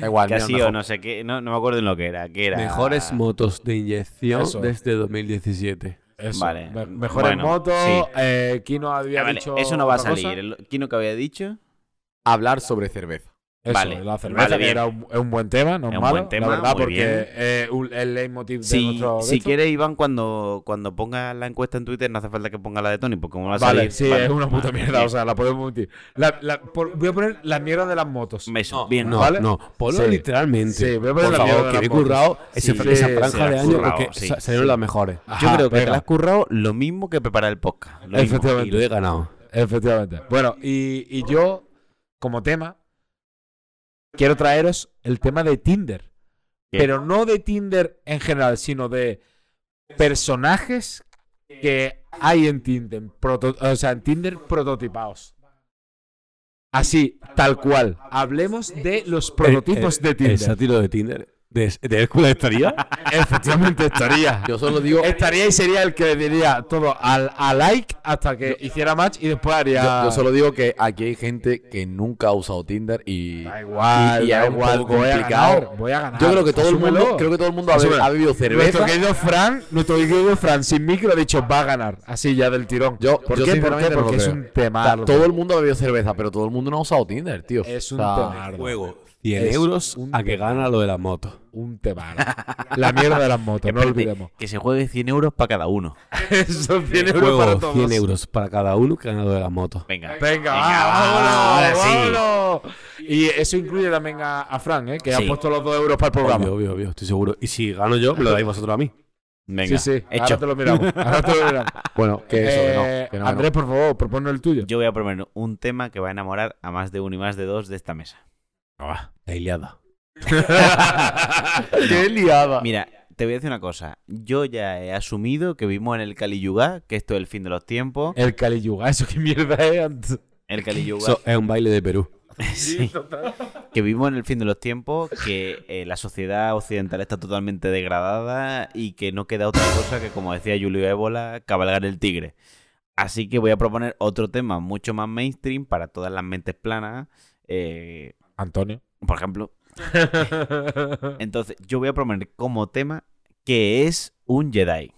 F: Da igual,
D: que ha
F: mira,
D: sido,
F: mejor.
D: no sé qué, no, no me acuerdo en lo que era. Que era...
E: Mejores motos de inyección
G: Eso.
E: desde 2017.
G: eso.
D: vale.
G: Me- Mejores
D: Bueno,
G: motos.
D: sí.
G: eh, Kino había
D: Ah, vale,
G: dicho.
D: Eso no va a
G: otra cosa.
D: salir. El- ¿Kino que había dicho?
F: Hablar sobre cerveza.
G: Eso,
D: Vale,
G: la cerveza
D: vale,
G: que
D: bien.
G: era un, es un buen tema, no
D: Es
G: es
D: un
G: malo,
D: buen tema,
G: la verdad,
D: muy
G: porque
D: bien.
G: eh, un- el leitmotiv de
D: Si,
G: nuestro... de
D: si
G: esto.
D: quiere, Iván, cuando, cuando ponga la encuesta en Twitter, no hace falta que ponga la de Tony, porque como va a
G: Vale,
D: salir.
G: sí,
D: vale,
G: es una puta
D: vale,
G: mierda,
D: bien.
G: o sea, la podemos omitir. La- la- por- voy a poner la mierda de las motos.
D: Eso,
E: No,
D: bien.
E: no,
G: ¿Vale?
E: no. Ponlo
G: Sí.
E: literalmente.
G: Sí, voy a
E: Por
G: poner la mierda
E: favor,
G: de
E: que
G: las
E: me he
G: motos.
E: currado
D: Sí,
E: ese- esa
G: sí,
D: se
E: franja
D: la
E: de
D: has
E: años
D: currado,
E: porque
D: sí,
E: sa- salieron
D: sí.
E: las mejores.
D: Yo
G: Ajá,
D: creo que te
G: Ah, venga.
D: la has currado lo mismo que preparar el podcast. Lo mismo.
G: Efectivamente.
E: Y lo he ganado.
G: Efectivamente. Bueno, y, y yo, como tema, quiero traeros el tema de Tinder.
D: ¿Qué?
G: Pero no de Tinder en general, sino de personajes que hay en Tinder, proto- o sea, en Tinder prototipados. Así, tal cual. Hablemos de los prototipos
E: Eh, eh,
G: de Tinder.
E: El sátiro de Tinder ¿De, de Hércules estaría?
G: Efectivamente estaría.
F: Yo solo digo-
G: Estaría y sería el que le diría todo al, a like hasta que hiciera match y después haría.
F: Yo, yo solo digo que aquí hay gente que nunca ha usado Tinder y. Da
G: igual,
F: y, y
G: da
F: es un
G: igual,
F: poco
G: voy a
F: complicado.
G: ganar, voy a ganar.
F: Yo creo que todo el mundo,
G: Asúmelo.
F: creo que todo el mundo ha, be-
G: Asúmelo.
F: ha bebido cerveza.
G: Nuestro querido Fran, nuestro querido Fran sin micro ha dicho va a ganar. Así ya del tirón.
F: Yo,
G: ¿Por
F: yo
G: qué? ¿Por
F: sinceramente
G: qué?
F: no lo
G: Porque es
F: creo.
G: un
F: O sea,
G: tema.
F: todo el mundo ha bebido cerveza, pero todo el mundo no ha usado Tinder, tío.
G: Es un
F: O sea,
G: tema.
E: Juego 100 euros a que gana lo de las motos.
G: Un tema. La mierda de las motos, no lo
D: Espérate,
G: olvidemos.
D: Que se juegue 100 euros para cada uno.
G: Eso, 100 euros
E: Juego
G: para todos.
E: 100 euros para cada uno que gana lo de las motos.
D: Venga.
G: Venga, ah,
D: ahora
G: vámonos,
D: sí.
G: vámonos. Y eso incluye también a, a Fran, ¿eh? que
E: Sí.
G: ha puesto los dos euros para el programa.
E: Obvio, obvio, obvio, estoy seguro. Y si gano yo, me lo dais vosotros a mí.
D: Venga,
G: sí, sí,
D: hecho.
G: ahora te lo miramos. Ahora te lo miramos.
F: Bueno, que eso, que no,
G: Eh,
F: que no, que no.
G: Andrés, por favor, propone el tuyo.
D: Yo voy a proponer un tema que va a enamorar a más de uno y más de dos de esta mesa.
E: Ah, la Iliada.
F: ¡Qué
G: Ah.
F: liada!
D: Mira, te voy a decir una cosa. Yo ya he asumido que vimos en el Kali Yuga que esto es el fin de los tiempos.
G: El Kali Yuga, eso qué mierda es.
D: El Kali Yuga.
E: Eso es un baile de Perú.
D: Sí. Que vivimos en el fin de los tiempos, que eh, la sociedad occidental está totalmente degradada y que no queda otra cosa que, como decía Julio Ébola, cabalgar el tigre. Así que voy a proponer otro tema mucho más mainstream para todas las mentes planas. eh,
G: Antonio.
D: por ejemplo. Entonces, yo voy a proponer como tema que es un Jedi.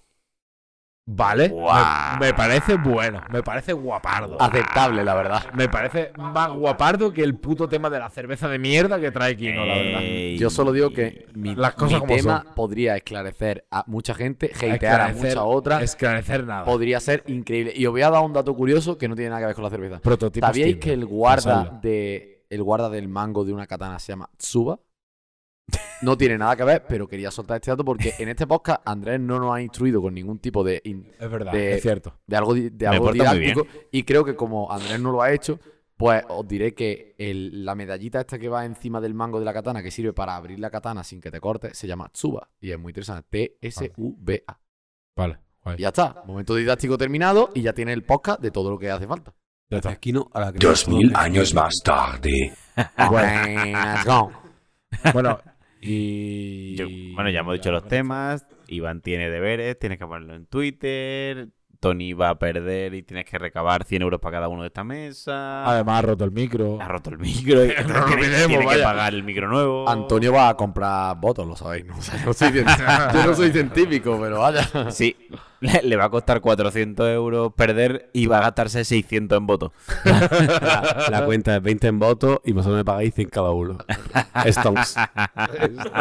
G: Vale.
D: Guau.
G: Me, me parece bueno. Me parece guapardo.
F: Aceptable, la verdad.
G: Me parece más guapardo que el puto tema de la cerveza de mierda que trae Kino, la verdad.
D: Ey.
F: Yo solo digo que Eh, mi,
G: Las cosas
F: mi
G: como
F: tema podría esclarecer a mucha gente, hatear a
G: Esclarecer-
F: mucha otra.
G: Esclarecer nada.
F: Podría ser increíble. Y os voy a dar un dato curioso que no tiene nada que ver con la cerveza.
G: Prototipos
F: ¿Sabíais
G: Tinder.
F: que el guarda
G: Pensadlo.
F: de el guarda del mango de una katana se llama Tsuba? No tiene nada que ver, pero quería soltar este dato porque en este podcast Andrés no nos ha instruido con ningún tipo de, in-
G: Es verdad,
F: de-
G: es cierto.
F: de algo, di- de
D: Me
F: algo
D: porto muy
F: didáctico. Y creo que como Andrés no lo ha hecho, pues os diré que el- la medallita esta que va encima del mango de la katana, que sirve para abrir la katana sin que te corte, se llama Tsuba. Y es muy interesante. T-S-U-B-A.
G: Vale, guay.
F: Y ya está. Momento didáctico terminado y ya tiene el podcast de todo lo que hace falta.
G: Ya está.
E: Aquino a la que
A: Dos mil años más tarde.
F: Let's go.
G: Bueno, y.
D: Yo- bueno, ya hemos dicho los temas. Iván tiene deberes, tienes que ponerlo en Twitter. Tony va a perder y tienes que recabar 100 euros para cada uno de esta mesa.
G: Además, ha roto el micro.
D: Ha roto el micro. y
G: No lo
D: tiene-
G: olvidemos,
D: tiene que
G: vaya.
D: pagar el micro nuevo.
F: Antonio va a comprar votos, lo sabéis, ¿no? O sea, no soy cien- yo no soy científico, pero vaya.
D: Sí, le, le va a costar 400 euros perder y va a gastarse 600 en votos.
E: La, la cuenta es 20 en votos y vosotros me pagáis 100 cada uno. Stones.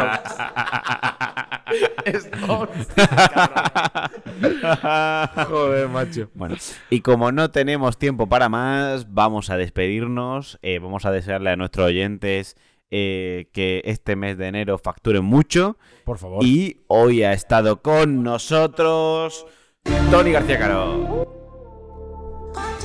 G: Joder, macho.
D: Bueno, y como no tenemos tiempo para más, vamos a despedirnos. eh, vamos a desearle a nuestros oyentes eh, que este mes de enero facturen mucho.
G: Por favor.
D: Y hoy ha estado con nosotros Tony García Caro.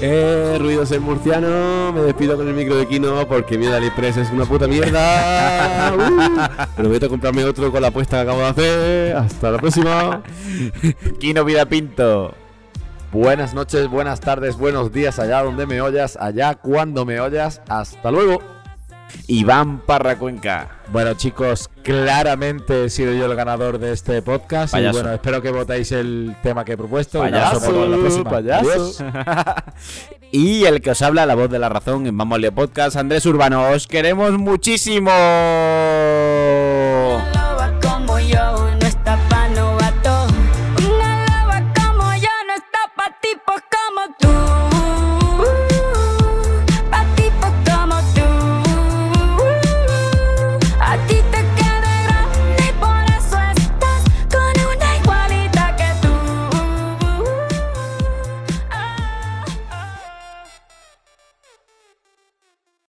E: Eh, ruidos en murciano, me despido con el micro de Kino porque mi Aliexpress es una puta mierda. Uh, prometo comprarme otro con la apuesta que acabo de hacer. Hasta la próxima.
D: Kino Vida Pinto.
F: Buenas noches, buenas tardes, buenos días, allá donde me oyas, allá cuando me oyas. Hasta luego.
D: Iván Parra Cuenca.
G: Bueno, chicos, claramente he sido yo el ganador de este podcast. Y
D: Payaso.
G: bueno, espero que votéis el tema que he propuesto. y nos
D: Payaso,
G: vemos en la próxima.
F: payaso.
G: Adiós.
D: y el que os habla, la voz de la razón en Vamos Leo Podcast, Andrés Urbano. Os queremos muchísimo.